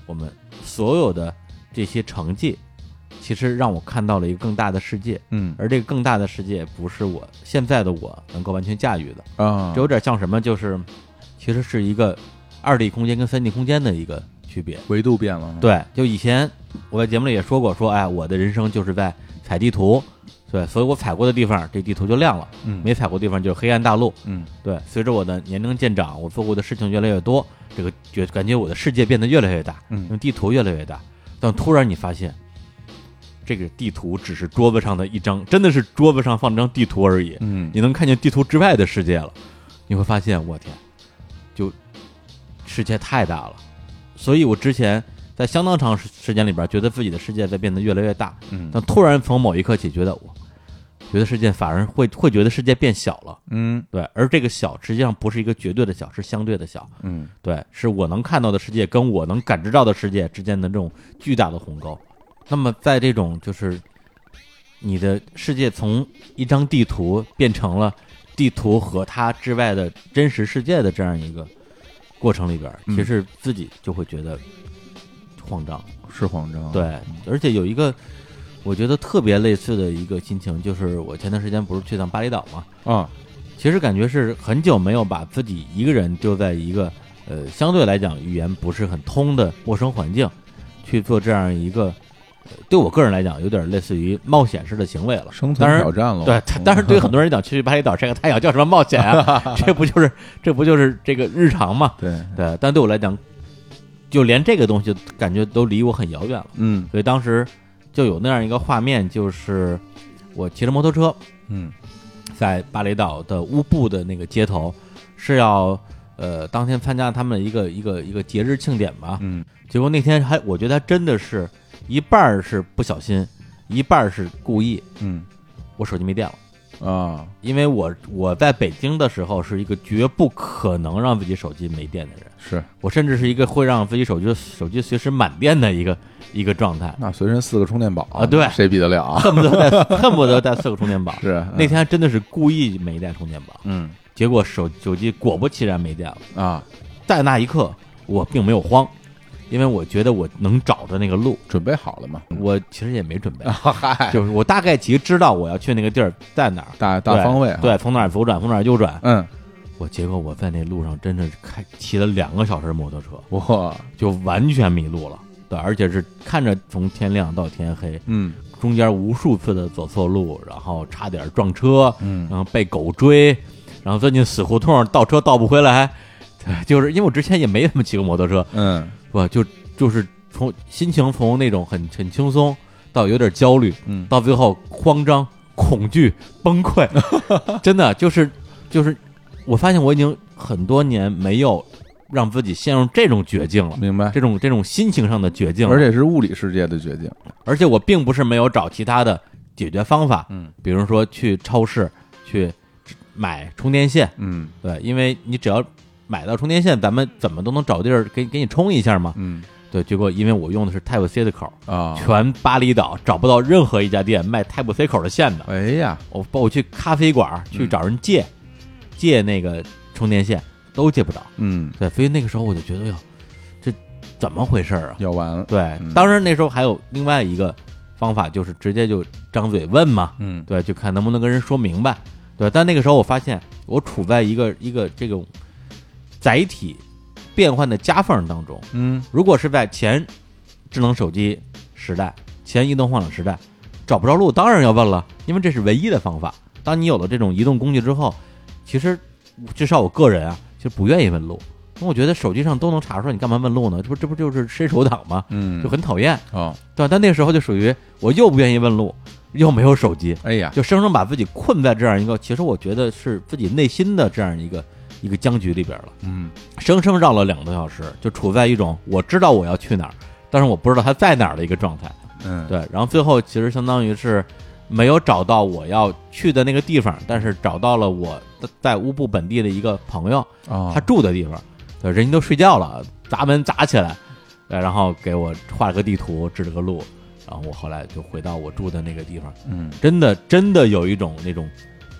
Speaker 1: 我们所有的这些成绩，其实让我看到了一个更大的世界，
Speaker 2: 嗯
Speaker 1: 而这个更大的世界不是我现在的我能够完全驾驭的，
Speaker 2: 啊
Speaker 1: 这有点像什么，就是其实是一个二 D 空间跟三 D 空间的一个区别。
Speaker 2: 维度变了，，
Speaker 1: 对，就以前我在节目里也说过，说哎，我的人生就是在踩地图，对，所以我踩过的地方，这地图就亮了；
Speaker 2: 嗯
Speaker 1: 没踩过的地方就是黑暗大陆。
Speaker 2: 嗯
Speaker 1: 对，随着我的年龄渐长，我做过的事情越来越多，这个觉感觉我的世界变得越来越大，
Speaker 2: 嗯
Speaker 1: 用地图越来越大。但突然你发现，这个地图只是桌子上的一张，真的是桌子上放张地图而已。
Speaker 2: 嗯
Speaker 1: 你能看见地图之外的世界了，你会发现，我天，就世界太大了。所以我之前在相当长时时间里边，觉得自己的世界在变得越来越大，
Speaker 2: 嗯
Speaker 1: 但突然从某一刻起，觉得我觉得世界反而会会觉得世界变小了。
Speaker 2: 嗯
Speaker 1: 对，而这个小实际上不是一个绝对的小，是相对的小。
Speaker 2: 嗯
Speaker 1: 对，是我能看到的世界跟我能感知到的世界之间的这种巨大的鸿沟。那么，在这种就是你的世界从一张地图变成了地图和它之外的真实世界的这样一个过程里边儿，
Speaker 2: 嗯嗯
Speaker 1: 其实自己就会觉得慌张。
Speaker 2: 是慌张，，
Speaker 1: 对，而且有一个我觉得特别类似的一个心情，就是我前段时间不是去趟巴厘岛嘛，
Speaker 2: 啊
Speaker 1: 其实感觉是很久没有把自己一个人丢在一个呃相对来讲语言不是很通的陌生环境，去做这样一个、呃对我个人来讲有点类似于冒险式的行为了。
Speaker 2: 生
Speaker 1: 当
Speaker 2: 存
Speaker 1: 然
Speaker 2: 挑战了，
Speaker 1: 对， 但是对于很多人讲，去巴厘岛晒个太阳叫什么冒险啊？这不就是这不就是这个日常嘛？
Speaker 2: 对，
Speaker 1: 对，但对我来讲，就连这个东西感觉都离我很遥远了。
Speaker 2: 嗯
Speaker 1: 所以当时就有那样一个画面，就是我骑着摩托车，
Speaker 2: 嗯
Speaker 1: 在巴厘岛的乌布的那个街头，是要呃当天参加他们一个一个一个节日庆典吧。
Speaker 2: 嗯
Speaker 1: 结果那天还我觉得还真的是一半儿是不小心，一半儿是故意，
Speaker 2: 嗯
Speaker 1: 我手机没电了。
Speaker 2: 啊
Speaker 1: 因为我我在北京的时候是一个绝不可能让自己手机没电的人，
Speaker 2: 是，
Speaker 1: 我甚至是一个会让自己手机手机随时满电的一个一个状态，
Speaker 2: 那随身四个充电宝
Speaker 1: 啊对
Speaker 2: 谁比得 了 啊？
Speaker 1: 恨不得带恨不得带四个充电宝。
Speaker 2: 是
Speaker 1: 那天还真的是故意没带充电宝，
Speaker 2: 嗯
Speaker 1: 结果手手机果不其然没电了。
Speaker 2: 啊，
Speaker 1: 在那一刻，我并没有慌，因为我觉得我能找着那个路。
Speaker 2: 准备好了嘛？
Speaker 1: 我其实也没准备，
Speaker 2: 啊嗨，
Speaker 1: 就是我大概其实知道我要去那个地儿在哪儿，
Speaker 2: 大大
Speaker 1: 对
Speaker 2: 方位啊，
Speaker 1: 对，从哪儿左转，从哪儿右转。
Speaker 2: 嗯，
Speaker 1: 我结果我在那路上真的是开骑了两个小时摩托车，
Speaker 2: 哇，
Speaker 1: 就完全迷路了。对，而且是看着从天亮到天黑，
Speaker 2: 嗯
Speaker 1: 中间无数次的走错路，然后差点撞车，
Speaker 2: 嗯
Speaker 1: 然后被狗追，然后钻进死胡同，倒车倒不回来。 对，就是因为我之前也没怎么骑过摩托车，
Speaker 2: 嗯
Speaker 1: 不就就是从心情从那种很很轻松到有点焦虑，
Speaker 2: 嗯
Speaker 1: 到最后慌张、恐惧、崩 溃，真的就是就是，我发现我已经很多年没有让自己陷入这种绝境了，
Speaker 2: 明白。
Speaker 1: 这种这种心情上的绝境了，
Speaker 2: 而且是物理世界的决定，
Speaker 1: 而且我并不是没有找其他的解决方法，
Speaker 2: 嗯
Speaker 1: 比如说去超市去买充电线，
Speaker 2: 嗯
Speaker 1: 对，因为你只要买到充电线，咱们怎么都能找地儿给给你充一下嘛。
Speaker 2: 嗯
Speaker 1: 对，结果因为我用的是 Type C 的口，
Speaker 2: 啊，
Speaker 1: 全巴厘岛找不到任何一家店卖 Type C 口的线的。
Speaker 2: 哎呀，
Speaker 1: 我包括去咖啡馆儿去找人借、借那个充电线，都借不着。
Speaker 2: 嗯，
Speaker 1: 对，所以那个时候我就觉得，哟，这怎么回事儿啊？
Speaker 2: 要完了，
Speaker 1: 对
Speaker 2: 嗯，
Speaker 1: 当然那时候还有另外一个方法，就是直接就张嘴问嘛。
Speaker 2: 嗯
Speaker 1: 对，就看能不能跟人说明白。对，但那个时候我发现我处在一个一个这种载体变换的夹缝当中。
Speaker 2: 嗯
Speaker 1: 如果是在前智能手机时代、前移动互联网时代，找不着路，当然要问了，因为这是唯一的方法。当你有了这种移动工具之后，其实
Speaker 5: 至少我个人啊，就不愿意问路。因为我觉得手机上都能查出来，你干嘛问路呢？这不这不就是伸手党吗？
Speaker 2: 嗯
Speaker 5: 就很讨厌，
Speaker 2: 哦，
Speaker 5: 对吧？但那时候就属于我又不愿意问路，又没有手机，
Speaker 2: 哎呀，
Speaker 5: 就生生把自己困在这样一个，其实我觉得是自己内心的这样一个一个僵局里边了，
Speaker 2: 嗯，
Speaker 5: 生生绕了两个多小时，就处在一种我知道我要去哪儿，但是我不知道它在哪儿的一个状态。
Speaker 2: 嗯，
Speaker 5: 对，然后最后其实相当于是没有找到我要去的那个地方，但是找到了我在在乌布本地的一个朋友，
Speaker 2: 哦
Speaker 5: 他住的地方，对，人家都睡觉了，砸门砸起来，对，然后给我画了个地图，指了个路，然后我后来就回到我住的那个地方，
Speaker 2: 嗯，
Speaker 5: 真的真的有一种那种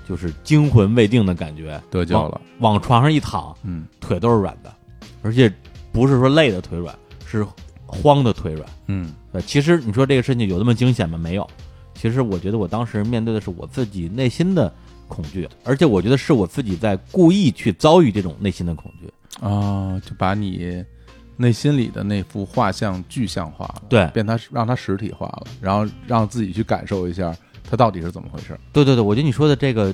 Speaker 5: 就是惊魂未定的感觉，
Speaker 2: 得救了，
Speaker 5: 往床上一躺，
Speaker 2: 嗯，
Speaker 5: 腿都是软的，而且不是说累的腿软，是慌的腿软。
Speaker 2: 嗯，
Speaker 5: 呃，其实你说这个事情有那么惊险吗？没有。其实我觉得我当时面对的是我自己内心的恐惧，而且我觉得是我自己在故意去遭遇这种内心的恐惧。
Speaker 2: 哦，就把你内心里的那幅画像具象化了，
Speaker 5: 对
Speaker 2: 变它让它实体化了，然后让自己去感受一下它到底是怎么回事。
Speaker 5: 对对对，我觉得你说的这个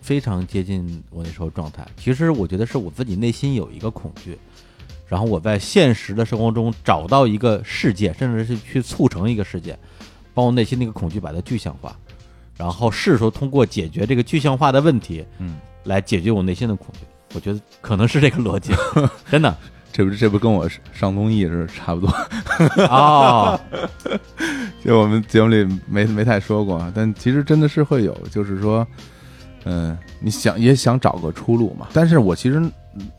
Speaker 5: 非常接近我那时候状态。其实我觉得是我自己内心有一个恐惧，然后我在现实的生活中找到一个世界，甚至是去促成一个世界，帮我内心那个恐惧把它具象化，然后是时候通过解决这个具象化的问题，
Speaker 2: 嗯，
Speaker 5: 来解决我内心的恐惧。我觉得可能是这个逻辑，真的
Speaker 2: 这不这不跟我上综艺是差不多，
Speaker 5: 哦，
Speaker 2: 就我们节目里没没太说过啊，但其实真的是会有，就是说，嗯、你想也想找个出路嘛。但是我其实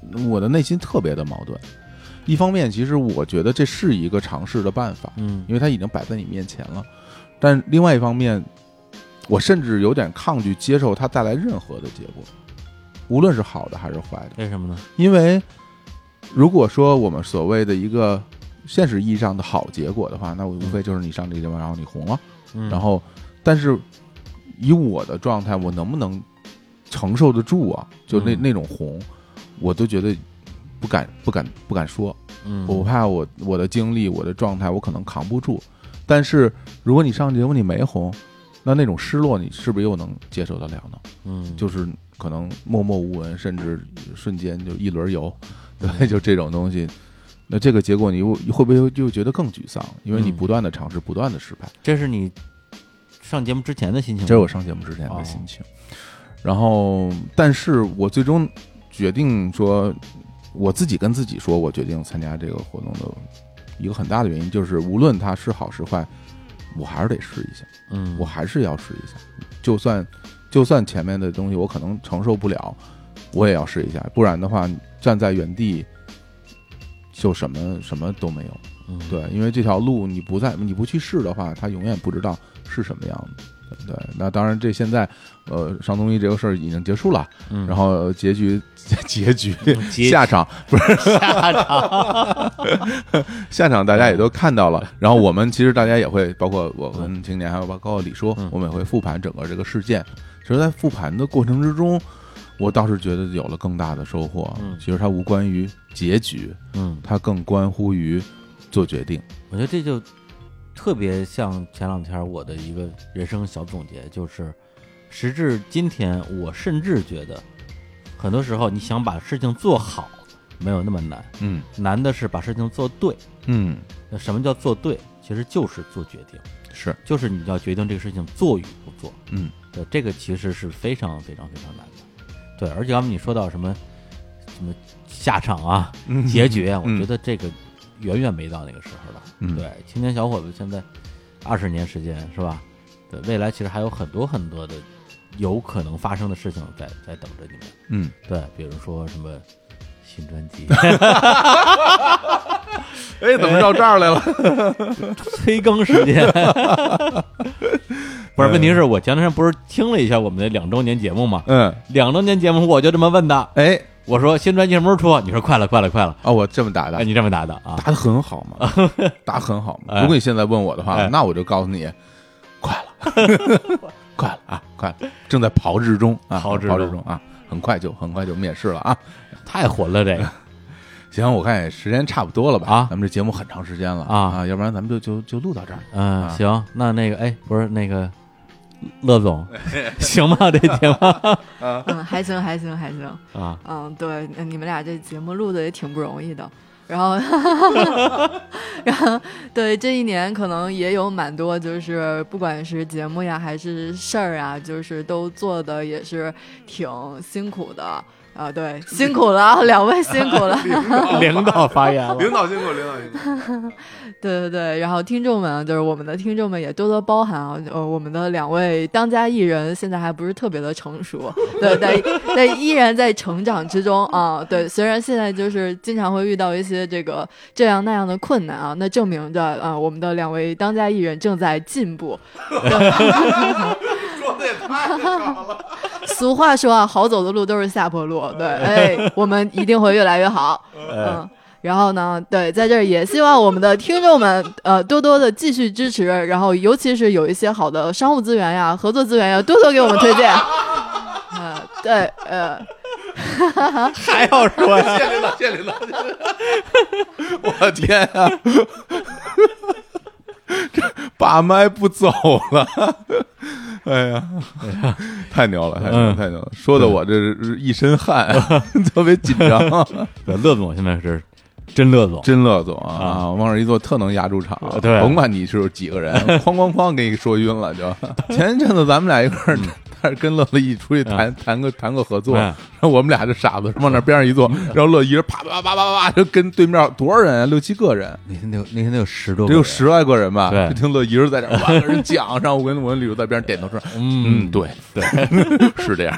Speaker 2: 嗯我的内心特别的矛盾，一方面其实我觉得这是一个尝试的办法，
Speaker 5: 嗯
Speaker 2: 因为它已经摆在你面前了，但另外一方面，我甚至有点抗拒接受它带来任何的结果，无论是好的还是坏的。
Speaker 5: 为什么呢？
Speaker 2: 因为如果说我们所谓的一个现实意义上的好结果的话，那无非就是你上这个地方，然后你红了，
Speaker 5: 嗯，
Speaker 2: 然后，但是以我的状态，我能不能承受得住啊？就那
Speaker 5: 嗯
Speaker 2: 那种红，我都觉得不敢不敢不敢说，
Speaker 5: 嗯，
Speaker 2: 我怕我我的精力、我的状态，我可能扛不住。但是如果你上节目你没红，那那种失落你是不是又能接受得了呢？
Speaker 5: 嗯，
Speaker 2: 就是可能默默无闻，甚至瞬间就一轮游，对，就这种东西。那这个结果你又会不会就觉得更沮丧？因为你
Speaker 5: 嗯
Speaker 2: 不断的尝试，不断的失败。
Speaker 5: 这是你上节目之前的心情吗，
Speaker 2: 这是我上节目之前的心情。然后，但是我最终决定说，我自己跟自己说，我决定参加这个活动的一个很大的原因就是，无论它是好是坏，我还是得试一下。
Speaker 5: 嗯，
Speaker 2: 我还是要试一下，就算就算前面的东西我可能承受不了，我也要试一下，不然的话站在原地就什么什么都没有。
Speaker 5: 嗯
Speaker 2: 对，因为这条路你不在你不去试的话，他永远不知道是什么样的。对，那当然，这现在，呃，上综艺这个事儿已经结束了，
Speaker 5: 嗯
Speaker 2: 然后呃结局 结局
Speaker 5: 结
Speaker 2: 下场
Speaker 5: 下场，
Speaker 2: 下场大家也都看到了，然后我们其实大家也会，包括我跟青年，还有包括李叔
Speaker 5: 嗯，
Speaker 2: 我们也会复盘整个这个事件。其实，在复盘的过程之中，我倒是觉得有了更大的收获
Speaker 5: 嗯。
Speaker 2: 其实它无关于结局，
Speaker 5: 嗯，
Speaker 2: 它更关乎于做决定。
Speaker 5: 我觉得这就特别像前两天我的一个人生小总结，就是时至今天，我甚至觉得，很多时候你想把事情做好没有那么难，
Speaker 2: 嗯
Speaker 5: 难的是把事情做对。
Speaker 2: 嗯，
Speaker 5: 那什么叫做对？其实就是做决定，
Speaker 2: 是
Speaker 5: 就是你要决定这个事情做与不做。
Speaker 2: 嗯，
Speaker 5: 对，这个其实是非常非常非常难的。对，而且刚才你说到什么什么下场啊、结局啊，我
Speaker 2: 嗯
Speaker 5: 觉得这个远远没到那个时候了。
Speaker 2: 嗯
Speaker 5: 对，青年小伙子现在二十年时间是吧？对，未来其实还有很多很多的有可能发生的事情在在等着你们。
Speaker 2: 嗯，
Speaker 5: 对，比如说什么新专辑，
Speaker 2: 哎，怎么绕这儿来了？
Speaker 5: 催更时 间。不是，问题是我前段时间不是听了一下我们的两周年节目嘛？
Speaker 2: 嗯，
Speaker 5: 两周年节目我就这么问的，
Speaker 2: 哎，
Speaker 5: 我说新专辑什么时候出？你说快了，快了，快了。
Speaker 2: 哦，我这么打的
Speaker 5: 哎，，你这么答的啊？
Speaker 2: 答的很好嘛， 答得很好嘛。
Speaker 5: 哎
Speaker 2: 如果你现在问我的话，
Speaker 5: 哎
Speaker 2: 那我就告诉你，快 了，快了啊，快了，正在炮制中啊，
Speaker 5: 炮
Speaker 2: 炮
Speaker 5: 制
Speaker 2: 制
Speaker 5: 中
Speaker 2: 中啊，很快就很快就面试了啊。
Speaker 5: 太混了，这个。
Speaker 2: 行，我看也时间差不多了吧？
Speaker 5: 啊
Speaker 2: 咱们这节目很长时间了
Speaker 5: 啊
Speaker 2: 要不然咱们就就就录到这儿。
Speaker 5: 嗯，
Speaker 2: 啊
Speaker 5: 行，那那个，哎，不是那个，
Speaker 1: 乐总，行吗？这节目
Speaker 7: 嗯，还行还行还行，
Speaker 1: 啊，
Speaker 7: 嗯，对，嗯你们俩这节目录的也挺不容易的。然后，然后，对这一年可能也有蛮多，就是不管是节目呀，还是事儿啊，就是都做的也是挺辛苦的啊。对，辛苦了啊，两位辛苦了。
Speaker 1: 领导发言了，
Speaker 8: 领导辛苦，领导辛苦。
Speaker 7: 对对对，然后听众们啊就是我们的听众们也多多包涵啊，呃，我们的两位当家艺人现在还不是特别的成熟，对，但但依然在成长之中啊。对，虽然现在就是经常会遇到一些这个这样那样的困难啊，那证明着啊，我们的两位当家艺人正在进步。
Speaker 8: 说的也太好了，
Speaker 7: 俗话说啊，好走的路都是下坡路，对，哎，我们一定会越来越好。嗯，然后呢，对，在这儿也希望我们的听众们，呃，多多的继续支持，然后尤其是有一些好的商务资源呀、合作资源呀，多多给我们推荐。呃，对，呃，
Speaker 1: 还要说呀？
Speaker 8: 谢谢领导，谢谢领导。我天啊！
Speaker 2: 把麦不走了，哎 呀，太牛了，太
Speaker 5: 嗯
Speaker 2: 牛了，太牛了！说的我这是一身 汗，特别紧张。
Speaker 1: 对乐总现在是真乐总，
Speaker 2: 真乐总啊，往这一坐特能压住场，
Speaker 1: 对
Speaker 2: 甭管你是几个人，哐哐哐给你说晕了就。前一阵子咱们俩一块儿，他是跟乐乐一出去谈谈个谈个合作，
Speaker 1: 嗯
Speaker 2: 然后我们俩这傻子往那边上一坐，然后乐一人啪啪啪啪啪啪就跟对面多少人啊，六七个人。
Speaker 1: 那天得有那天得有十多，
Speaker 2: 得有，十来个人吧，
Speaker 1: 对
Speaker 2: 就听乐一人在这儿哇跟人讲，然后我跟我跟李叔在边上点头说，嗯，
Speaker 1: 嗯，
Speaker 2: 对对，是这样，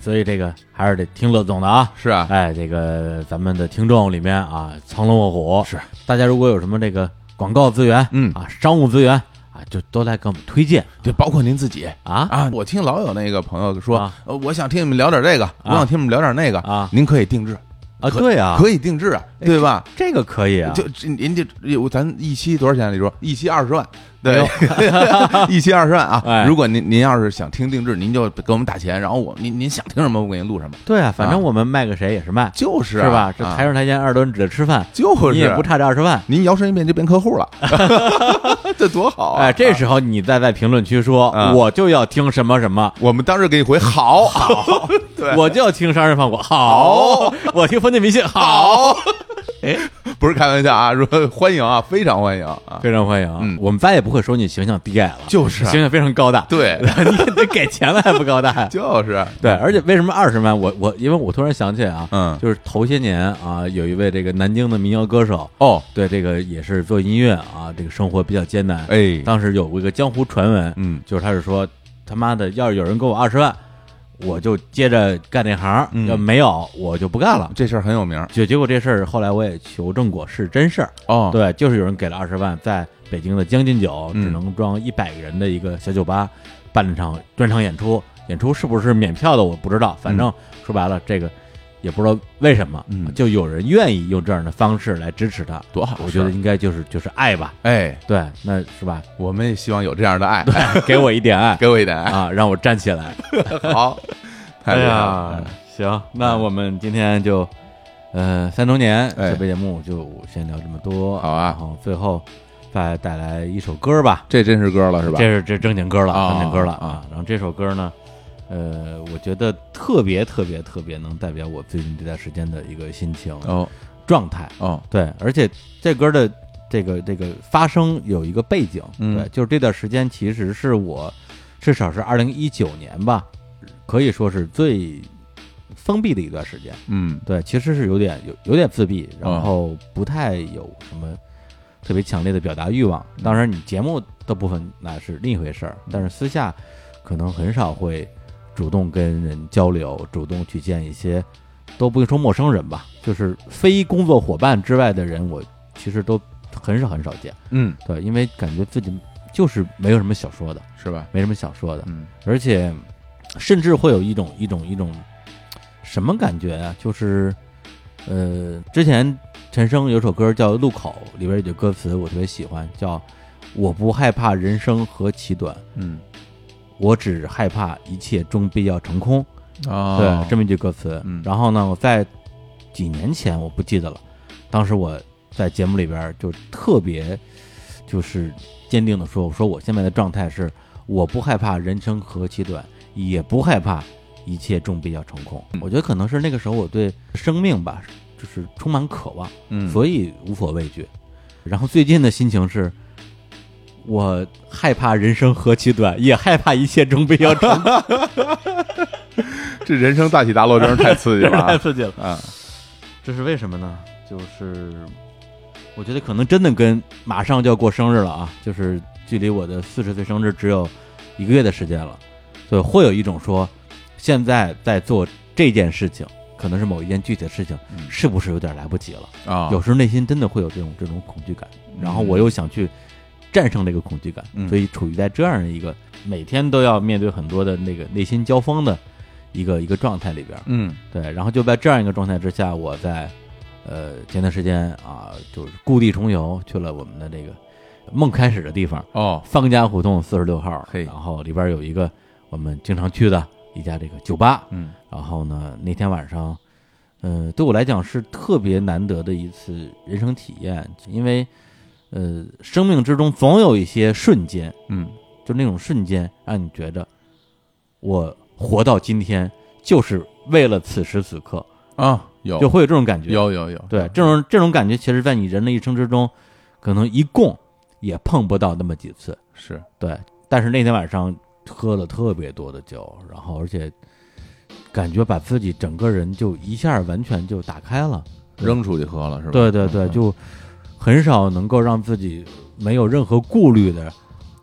Speaker 1: 所以这个还是得听乐总的啊。
Speaker 2: 是啊，
Speaker 1: 哎，这个咱们的听众里面啊，藏龙卧虎
Speaker 2: 是。
Speaker 1: 大家如果有什么这个广告资源，
Speaker 2: 嗯
Speaker 1: 啊，商务资源啊，就都来给我们推荐
Speaker 2: 对，包括您自己
Speaker 1: 啊。
Speaker 2: 啊，我听老有那个朋友说
Speaker 1: 啊，
Speaker 2: 呃我想听你们聊点这个，我想听你们聊点那个
Speaker 1: 啊
Speaker 2: 您可以定制，
Speaker 1: 啊，
Speaker 2: 可
Speaker 1: 对啊，
Speaker 2: 可以定制啊，对吧？
Speaker 1: 这个可以啊，
Speaker 2: 就这您这我咱一期多少钱啊？李叔，一期二十万，对， 一期二十万啊
Speaker 1: 哎！
Speaker 2: 如果您您要是想听定制，您就给我们打钱，然后我您您想听什么，我给您录什么，
Speaker 1: 对啊，反
Speaker 2: 啊
Speaker 1: 正我们卖给谁也是卖，
Speaker 2: 就是啊
Speaker 1: 是啊吧？这
Speaker 2: 啊
Speaker 1: 台上台前二顿指着吃饭，
Speaker 2: 就是啊
Speaker 1: 你也不差这二十万。
Speaker 2: 您摇身一变就变客 户了，这多好啊！
Speaker 1: 哎，这
Speaker 2: 啊
Speaker 1: 时候你再在评论区说，
Speaker 2: 啊
Speaker 1: 我就要听什么什 么，
Speaker 2: 我们当时给你回好，好，对，
Speaker 1: 我就要听商人放火，好；我听封建迷信，好，
Speaker 2: 好，哎，不是开玩笑啊，说欢迎啊，非常欢迎啊，
Speaker 1: 非常欢迎。
Speaker 2: 嗯
Speaker 1: 我们再也不会说你形象低矮了，
Speaker 2: 就是啊
Speaker 1: 形象非常高大。
Speaker 2: 对，
Speaker 1: 你得给钱了还不高大呀？
Speaker 2: 就是，
Speaker 1: 对，而且为什么二十万？我我因为我突然想起来啊，
Speaker 2: 嗯
Speaker 1: 就是头些年啊，有一位这个南京的民谣歌手，
Speaker 2: 哦，
Speaker 1: 对这个也是做音乐啊，这个生活比较艰难。
Speaker 2: 哎，
Speaker 1: 当时有过一个江湖传闻，
Speaker 2: 嗯，
Speaker 1: 就是他是说他妈的，要是有人给我二十万，我就接着干这行；
Speaker 2: 嗯
Speaker 1: 要没有，我就不干了。
Speaker 2: 这事儿很有名儿
Speaker 1: 就结果这事儿后来我也求证过是真事儿，
Speaker 2: 哦，
Speaker 1: 对，就是有人给了二十万，在北京的将进酒
Speaker 2: 嗯
Speaker 1: 只能装一百个人的一个小酒吧办了场专场演出，演出是不是免票的我不知道，反正说白了这个也不知道为什么，
Speaker 2: 嗯
Speaker 1: 就有人愿意用这样的方式来支持他，
Speaker 2: 多好事儿，
Speaker 1: 我觉得应该就是就是爱吧，
Speaker 2: 哎，
Speaker 1: 对，那是吧？
Speaker 2: 我们也希望有这样的爱，
Speaker 1: 给我一点爱
Speaker 2: 给我一点爱，
Speaker 1: 啊，让我站起来。
Speaker 2: 好，太
Speaker 1: 啊
Speaker 2: 厉害了，，
Speaker 1: 行，那我们今天就。呃，三周年
Speaker 2: 哎
Speaker 1: 特别节目就先聊这么多，
Speaker 2: 好啊
Speaker 1: 然后最后再带来一首歌吧，
Speaker 2: 这真是歌了是吧
Speaker 1: 这？是这正经歌了，
Speaker 2: 啊
Speaker 1: 正经歌了
Speaker 2: 啊！
Speaker 1: 然后这首歌呢，呃，我觉得特别特别特别能代表我最近这段时间的一个心情、
Speaker 2: 哦
Speaker 1: 状态。
Speaker 2: 哦，
Speaker 1: 对，而且这歌的这个这个发生有一个背景，
Speaker 2: 嗯
Speaker 1: 对，就是这段时间其实是我至少是二零一九年吧，可以说是最封闭的一段时间。
Speaker 2: 嗯
Speaker 1: 对，其实是有点有有点自闭，
Speaker 2: 哦
Speaker 1: 然后不太有什么特别强烈的表达欲望。当然，你节目的部分那是另一回事儿，
Speaker 2: 嗯
Speaker 1: 但是私下可能很少会主动跟人交流，主动去见一些都不用说陌生人吧，就是非工作伙伴之外的人，我其实都很少很少见。
Speaker 2: 嗯，
Speaker 1: 对，因为感觉自己就是没有什么想说的，
Speaker 2: 是吧？
Speaker 1: 没什么想说的。
Speaker 2: 嗯
Speaker 1: 而且甚至会有一种一种一种什么感觉啊？就是呃，之前陈升有首歌叫《路口》，里边有句歌词我特别喜欢，叫“我不害怕人生何其短，
Speaker 2: 嗯，
Speaker 1: 我只害怕一切终必要成空”
Speaker 2: 哦
Speaker 1: 对，，这么一句歌词。
Speaker 2: 嗯
Speaker 1: 然后呢，我在几年前我不记得了，当时我在节目里边就特别就是坚定的说，我说我现在的状态是。我不害怕人生何其短，也不害怕一切终必要成空。
Speaker 2: 嗯
Speaker 1: 我觉得可能是那个时候我对生命吧，就是充满渴望，
Speaker 2: 嗯，
Speaker 1: 所以无所畏惧。然后最近的心情是。我害怕人生何其短，也害怕一切终必要成空，
Speaker 5: 这人生大起大落真是太刺激了
Speaker 1: 太
Speaker 5: 啊。
Speaker 1: 刺激了。
Speaker 5: 嗯，
Speaker 1: 这是为什么呢？就是我觉得可能真的跟马上就要过生日了啊，就是距离我的四十岁生日只有一个月的时间了，所以会有一种说，现在在做这件事情，可能是某一件具体的事情，
Speaker 2: 嗯
Speaker 1: 是不是有点来不及了？
Speaker 2: 啊，
Speaker 1: 有时候内心真的会有这种这种恐惧感，然后我又想去战胜这个恐惧感，
Speaker 2: 嗯
Speaker 1: 所以处于在这样一个每天都要面对很多的那个内心交锋的一个一个状态里边，
Speaker 2: 嗯
Speaker 1: 对，然后就在这样一个状态之下，我在呃前段时间啊，就是故地重游去了我们的这个梦开始的地方
Speaker 2: 哦，
Speaker 1: 方家胡同四十六号，
Speaker 2: 嘿
Speaker 1: 然后里边有一个我们经常去的一家这个酒吧，
Speaker 2: 嗯
Speaker 1: 然后呢那天晚上，呃对我来讲是特别难得的一次人生体验，因为呃生命之中总有一些瞬间，
Speaker 2: 嗯
Speaker 1: 就那种瞬间，让你觉得我活到今天就是为了此时此刻，
Speaker 2: 啊，有
Speaker 1: 就会有这种感觉。
Speaker 2: 有有有，
Speaker 1: 对这种这种感觉，其实在你人的一生之中，可能一共也碰不到那么几次。
Speaker 2: 是
Speaker 1: 对，但是那天晚上喝了特别多的酒，然后而且感觉把自己整个人就一下完全就打开了。
Speaker 2: 扔出去喝了是吧？
Speaker 1: 对对对，
Speaker 2: 嗯
Speaker 1: 就很少能够让自己没有任何顾虑的，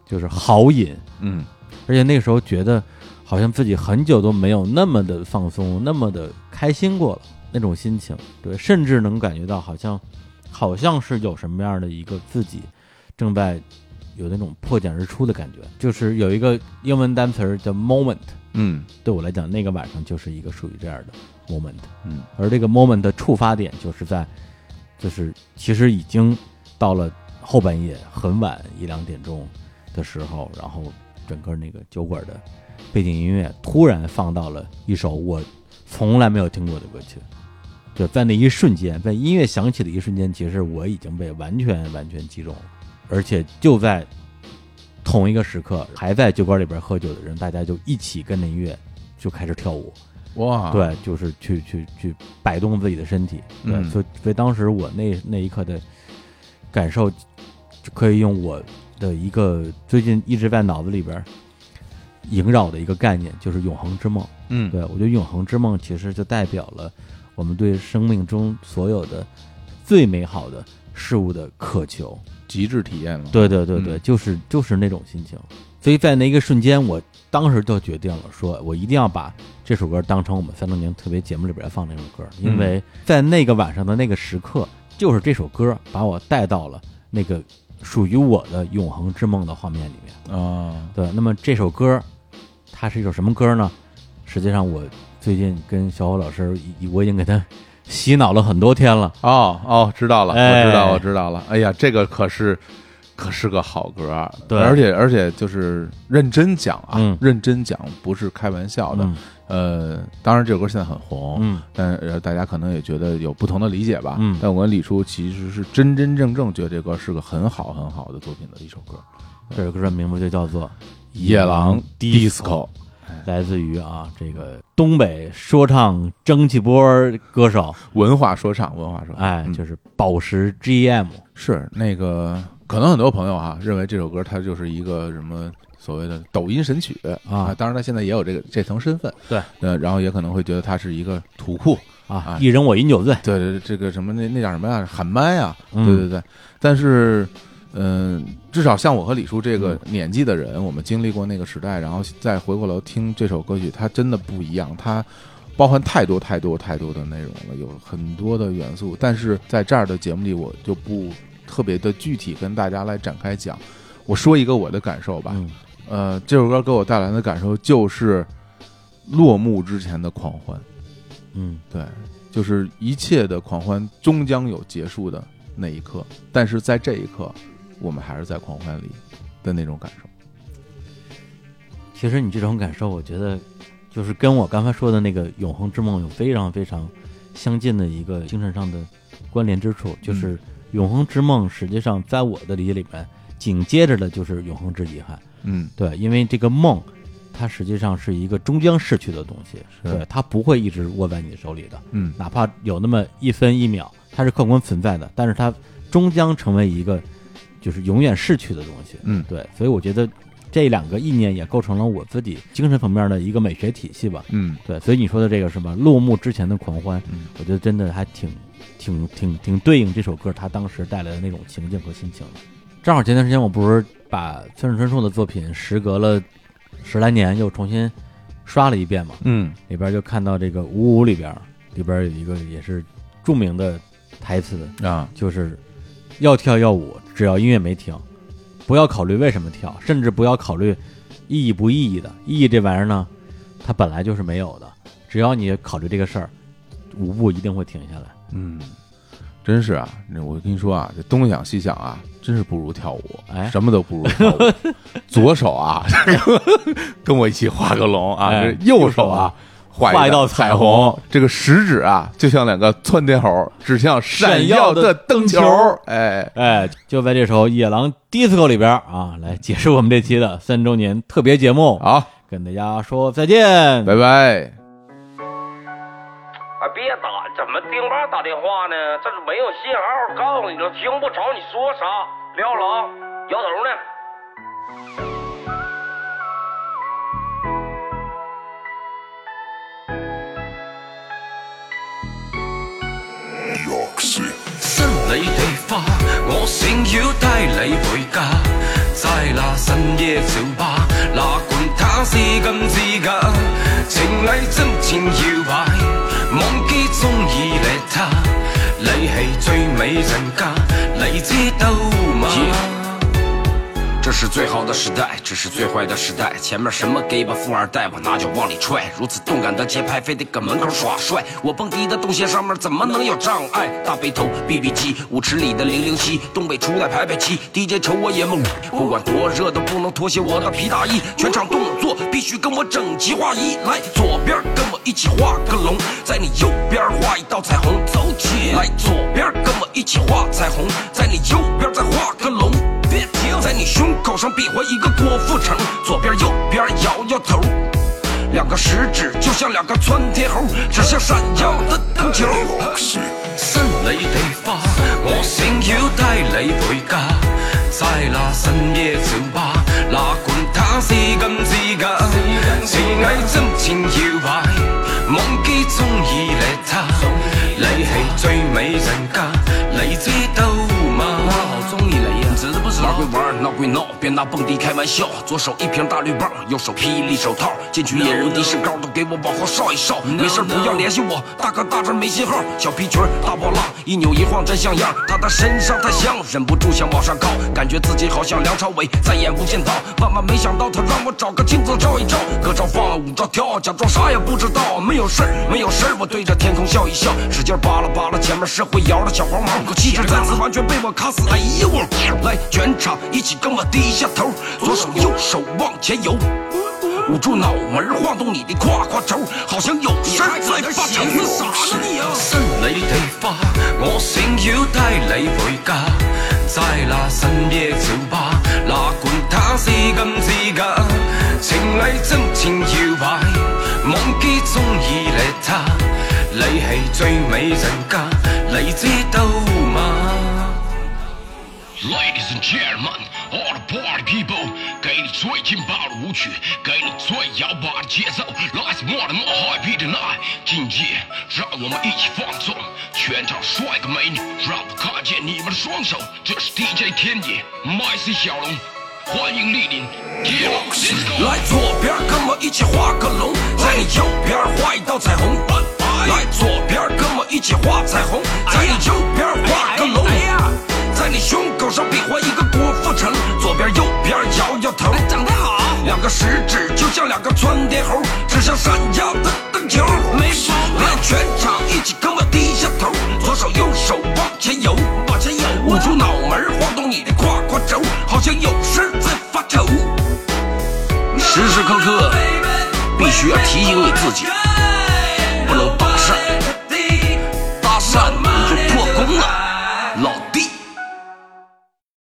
Speaker 1: 就是豪饮。
Speaker 2: 嗯
Speaker 1: 而且那个时候觉得好像自己很久都没有那么的放松，那么的开心过了那种心情，对，甚至能感觉到好像好像是有什么样的一个自己正在有那种破茧而出的感觉，就是有一个英文单词儿叫 moment，
Speaker 2: 嗯
Speaker 1: 对我来讲，那个晚上就是一个属于这样的 moment，
Speaker 2: 嗯，
Speaker 1: 而这个 moment 的触发点就是在就是其实已经到了后半夜很晚一两点钟的时候，然后整个那个酒馆的背景音乐突然放到了一首我从来没有听过的歌曲，就在那一瞬间，在音乐响起的一瞬间，其实我已经被完全完全击中了，而且就在同一个时刻，还在酒馆里边喝酒的人，大家就一起跟着音乐就开始跳舞，
Speaker 2: 哇，
Speaker 1: 对，就是去去去摆动自己的身体，对，
Speaker 2: 嗯
Speaker 1: 所以所以当时我那那一刻的感受，就可以用我的一个最近一直在脑子里边萦绕的一个概念，就是永恒之梦。
Speaker 2: 嗯
Speaker 1: 对我觉得永恒之梦其实就代表了我们对生命中所有的最美好的事物的渴求。
Speaker 2: 极致体验了，
Speaker 1: 对对对对，
Speaker 2: 嗯
Speaker 1: 就是就是那种心情。所以在那一个瞬间，我当时就决定了，说我一定要把这首歌当成我们三周年特别节目里边放那首歌，因为在那个晚上的那个时刻，就是这首歌把我带到了那个属于我的永恒之梦的画面里面。
Speaker 2: 啊，
Speaker 1: 对，那么这首歌，它是一首什么歌呢？实际上，我最近跟小虎老师，已我已经给他洗脑了很多天了。
Speaker 5: 哦哦，知道了，
Speaker 1: 哎
Speaker 5: 我知道，
Speaker 2: 我
Speaker 5: 我知
Speaker 2: 知道了，哎呀，这个可是可是个好歌啊，
Speaker 1: 对
Speaker 2: 而且而且就是认真讲啊，
Speaker 1: 嗯
Speaker 2: 认真讲不是开玩笑的，呃，当然这首歌现在很红，
Speaker 1: 嗯
Speaker 2: 但呃大家可能也觉得有不同的理解吧，
Speaker 1: 嗯
Speaker 2: 但我跟李叔其实是真真正正觉得这歌是个很好很好的作品的一首歌，
Speaker 1: 嗯，这首歌的名字就叫做《
Speaker 2: 《夜郎
Speaker 1: disco
Speaker 2: disco》。
Speaker 1: 来自于啊这个东北说唱蒸汽波儿歌手，
Speaker 2: 文化说唱，文化说唱，
Speaker 1: 哎，
Speaker 2: 嗯
Speaker 1: 就是宝石 GM，
Speaker 2: 是那个，可能很多朋友哈、认为这首歌它就是一个什么所谓的抖音神曲
Speaker 1: 啊
Speaker 2: 当然它现在也有这个这层身份，
Speaker 1: 对，
Speaker 2: 呃，然后也可能会觉得它是一个土库，
Speaker 1: 啊
Speaker 2: 哎，
Speaker 1: 一人我饮酒醉，
Speaker 2: 对对，对这个什么那那叫什么呀，喊麦啊，
Speaker 1: 嗯
Speaker 2: 对对对，但是。嗯，至少像我和李叔这个年纪的人，我们经历过那个时代，然后再回过头听这首歌曲，它真的不一样，它包含太多太多太多的内容了，有很多的元素。但是在这儿的节目里，我就不特别的具体跟大家来展开讲。我说一个我的感受吧，
Speaker 1: 嗯
Speaker 2: 呃，这首歌给我带来的感受就是落幕之前的狂欢，
Speaker 1: 嗯
Speaker 2: 对，就是一切的狂欢终将有结束的那一刻，但是在这一刻，我们还是在狂欢里的那种感受。
Speaker 1: 其实你这种感受，我觉得就是跟我刚才说的那个《永恒之梦》有非常非常相近的一个精神上的关联之处，就是《永恒之梦》实际上在我的理解里面，紧接着的就是《永恒之遗憾》，
Speaker 4: 嗯，
Speaker 1: 对，因为这个梦，它实际上是一个终将逝去的东西，
Speaker 4: 是
Speaker 1: 对，它不会一直握在你手里的，
Speaker 4: 嗯，
Speaker 1: 哪怕有那么一分一秒，它是客观存在的，但是它终将成为一个就是永远逝去的东西，
Speaker 4: 嗯
Speaker 1: 对，所以我觉得这两个意念也构成了我自己精神层面的一个美学体系吧，
Speaker 4: 嗯
Speaker 1: 对，所以你说的这个什么落幕之前的狂欢，
Speaker 4: 嗯
Speaker 1: 我觉得真的还挺挺挺挺对应这首歌它当时带来的那种情境和心情的。正好前段时间我不是把村上春树的作品时隔了十来年又重新刷了一遍嘛，
Speaker 4: 嗯
Speaker 1: 里边就看到这个《五五》里边里边有一个也是著名的台词，
Speaker 4: 啊，
Speaker 1: 就是要跳要舞，只要音乐没停，不要考虑为什么跳，甚至不要考虑意义不意义的。意义这玩意儿呢，它本来就是没有的。只要你考虑这个事儿，舞步一定会停下来。
Speaker 4: 嗯，真是啊，那我跟你说啊，这东想西想啊，真是不如跳舞，啊
Speaker 1: 哎
Speaker 4: 什么都不如跳舞。左手啊， 跟我一起画个龙啊，
Speaker 1: 哎
Speaker 4: 这右手啊。
Speaker 1: 画
Speaker 4: 画
Speaker 1: 一道彩
Speaker 4: 彩虹，这个食指啊，就像两个窜天猴，指向闪
Speaker 1: 闪耀
Speaker 4: 耀
Speaker 1: 的
Speaker 4: 的灯
Speaker 1: 球
Speaker 4: 球。哎，
Speaker 1: 哎，就在这首《野狼 DISCO》里边啊，来结束我们这期的三周年特别节目，
Speaker 4: 好，
Speaker 1: 跟大家说再见，
Speaker 4: 拜拜。
Speaker 9: 啊，别打，怎么钉吧打电话呢？这是没有信号，告诉你了，听不着你说啥。撂了啊，摇头呢。
Speaker 10: 新理地花，我想要帶你回家。在那深夜酒吧，哪管他是金是假，情侶真前搖擺，忘記中意你他，你係最美人家，你知道嗎
Speaker 9: 这是最好的时代，这是最坏的时代。前面什么 gay 吧富二代，我拿脚往里踹。如此动感的节拍，非得搁门口耍帅。我蹦迪的动线上面怎么能有障碍？大背头、BB 机，舞池里的零零七，东北初代排排七，DJ 瞅我也懵。不管多热都不能脱下我的皮大衣，全场动作必须跟我整齐划一。来，左边跟我一起画个龙，在你右边画一道彩虹，走起来。左边跟我一起画彩虹，在你右边再画个龙。别停，在你胸口上比划一个郭富城，左边右边摇摇头，两个食指就像两个窜天猴，指向闪耀的灯球。
Speaker 10: 新理地花，我想要帶你回家。在那深夜酒吧，哪管他是金是假，是偽真前搖擺，忘記中意你他，你係最美人家，你知道嗎？
Speaker 9: 我好中意雷呀，知道不知道？玩归玩，闹归闹，别拿蹦迪开玩笑。左手一瓶大绿棒，右手霹雳手套，进去野人的身高都给我往后稍一稍。没事不要联系我，大哥大这没信号。小皮裙儿大波浪，一扭一晃真像样。她的身上太香，忍不住想往上靠，感觉自己好像梁朝伟在演《无间道》。万万没想到她让我找个镜子照一照，歌照放，舞照跳，假装啥也不知道。没有事儿，没有事儿，我对着天空笑一笑，使劲扒拉扒拉前面社会摇的小黄毛，可气质再次完全被我卡死。哎呦我，来全场一起跟我低下头，左手右手往前游。捂住脑门，晃动你的胯胯轴，好像有事儿在发愁。是啥呢你啊？
Speaker 10: 新理地花，我想要帶你回家。在那深夜酒吧，哪管他是金是假，情侶真情搖擺，忘記中意你他，你係最美人家，你知道嗎？
Speaker 11: Ladies and gentlemen, all the party people，给你最劲爆的舞曲，给你最摇摆的节奏。Let's more and more happy tonight，今夜让我们一起放纵，全场帅哥美女，让我看见你们的双手。这是 DJ 天野麦 C 小龙，欢迎莅临夜郎 disco。
Speaker 9: 来左边跟我一起画个龙，在你右边画一道彩虹。来左边跟我一起画彩虹，在你右边画个
Speaker 11: 哎
Speaker 9: 龙。在你胸口上比划一个郭富城，左边右边摇摇头。哎长得好，两个食指就像两个窜天猴，指向闪耀的灯球。没错，来全场一起跟我低下头，左手右手往前游，往前游，捂住脑门儿晃动你的胯胯轴，好像有事儿在发愁。时时刻刻必须要提醒你自己，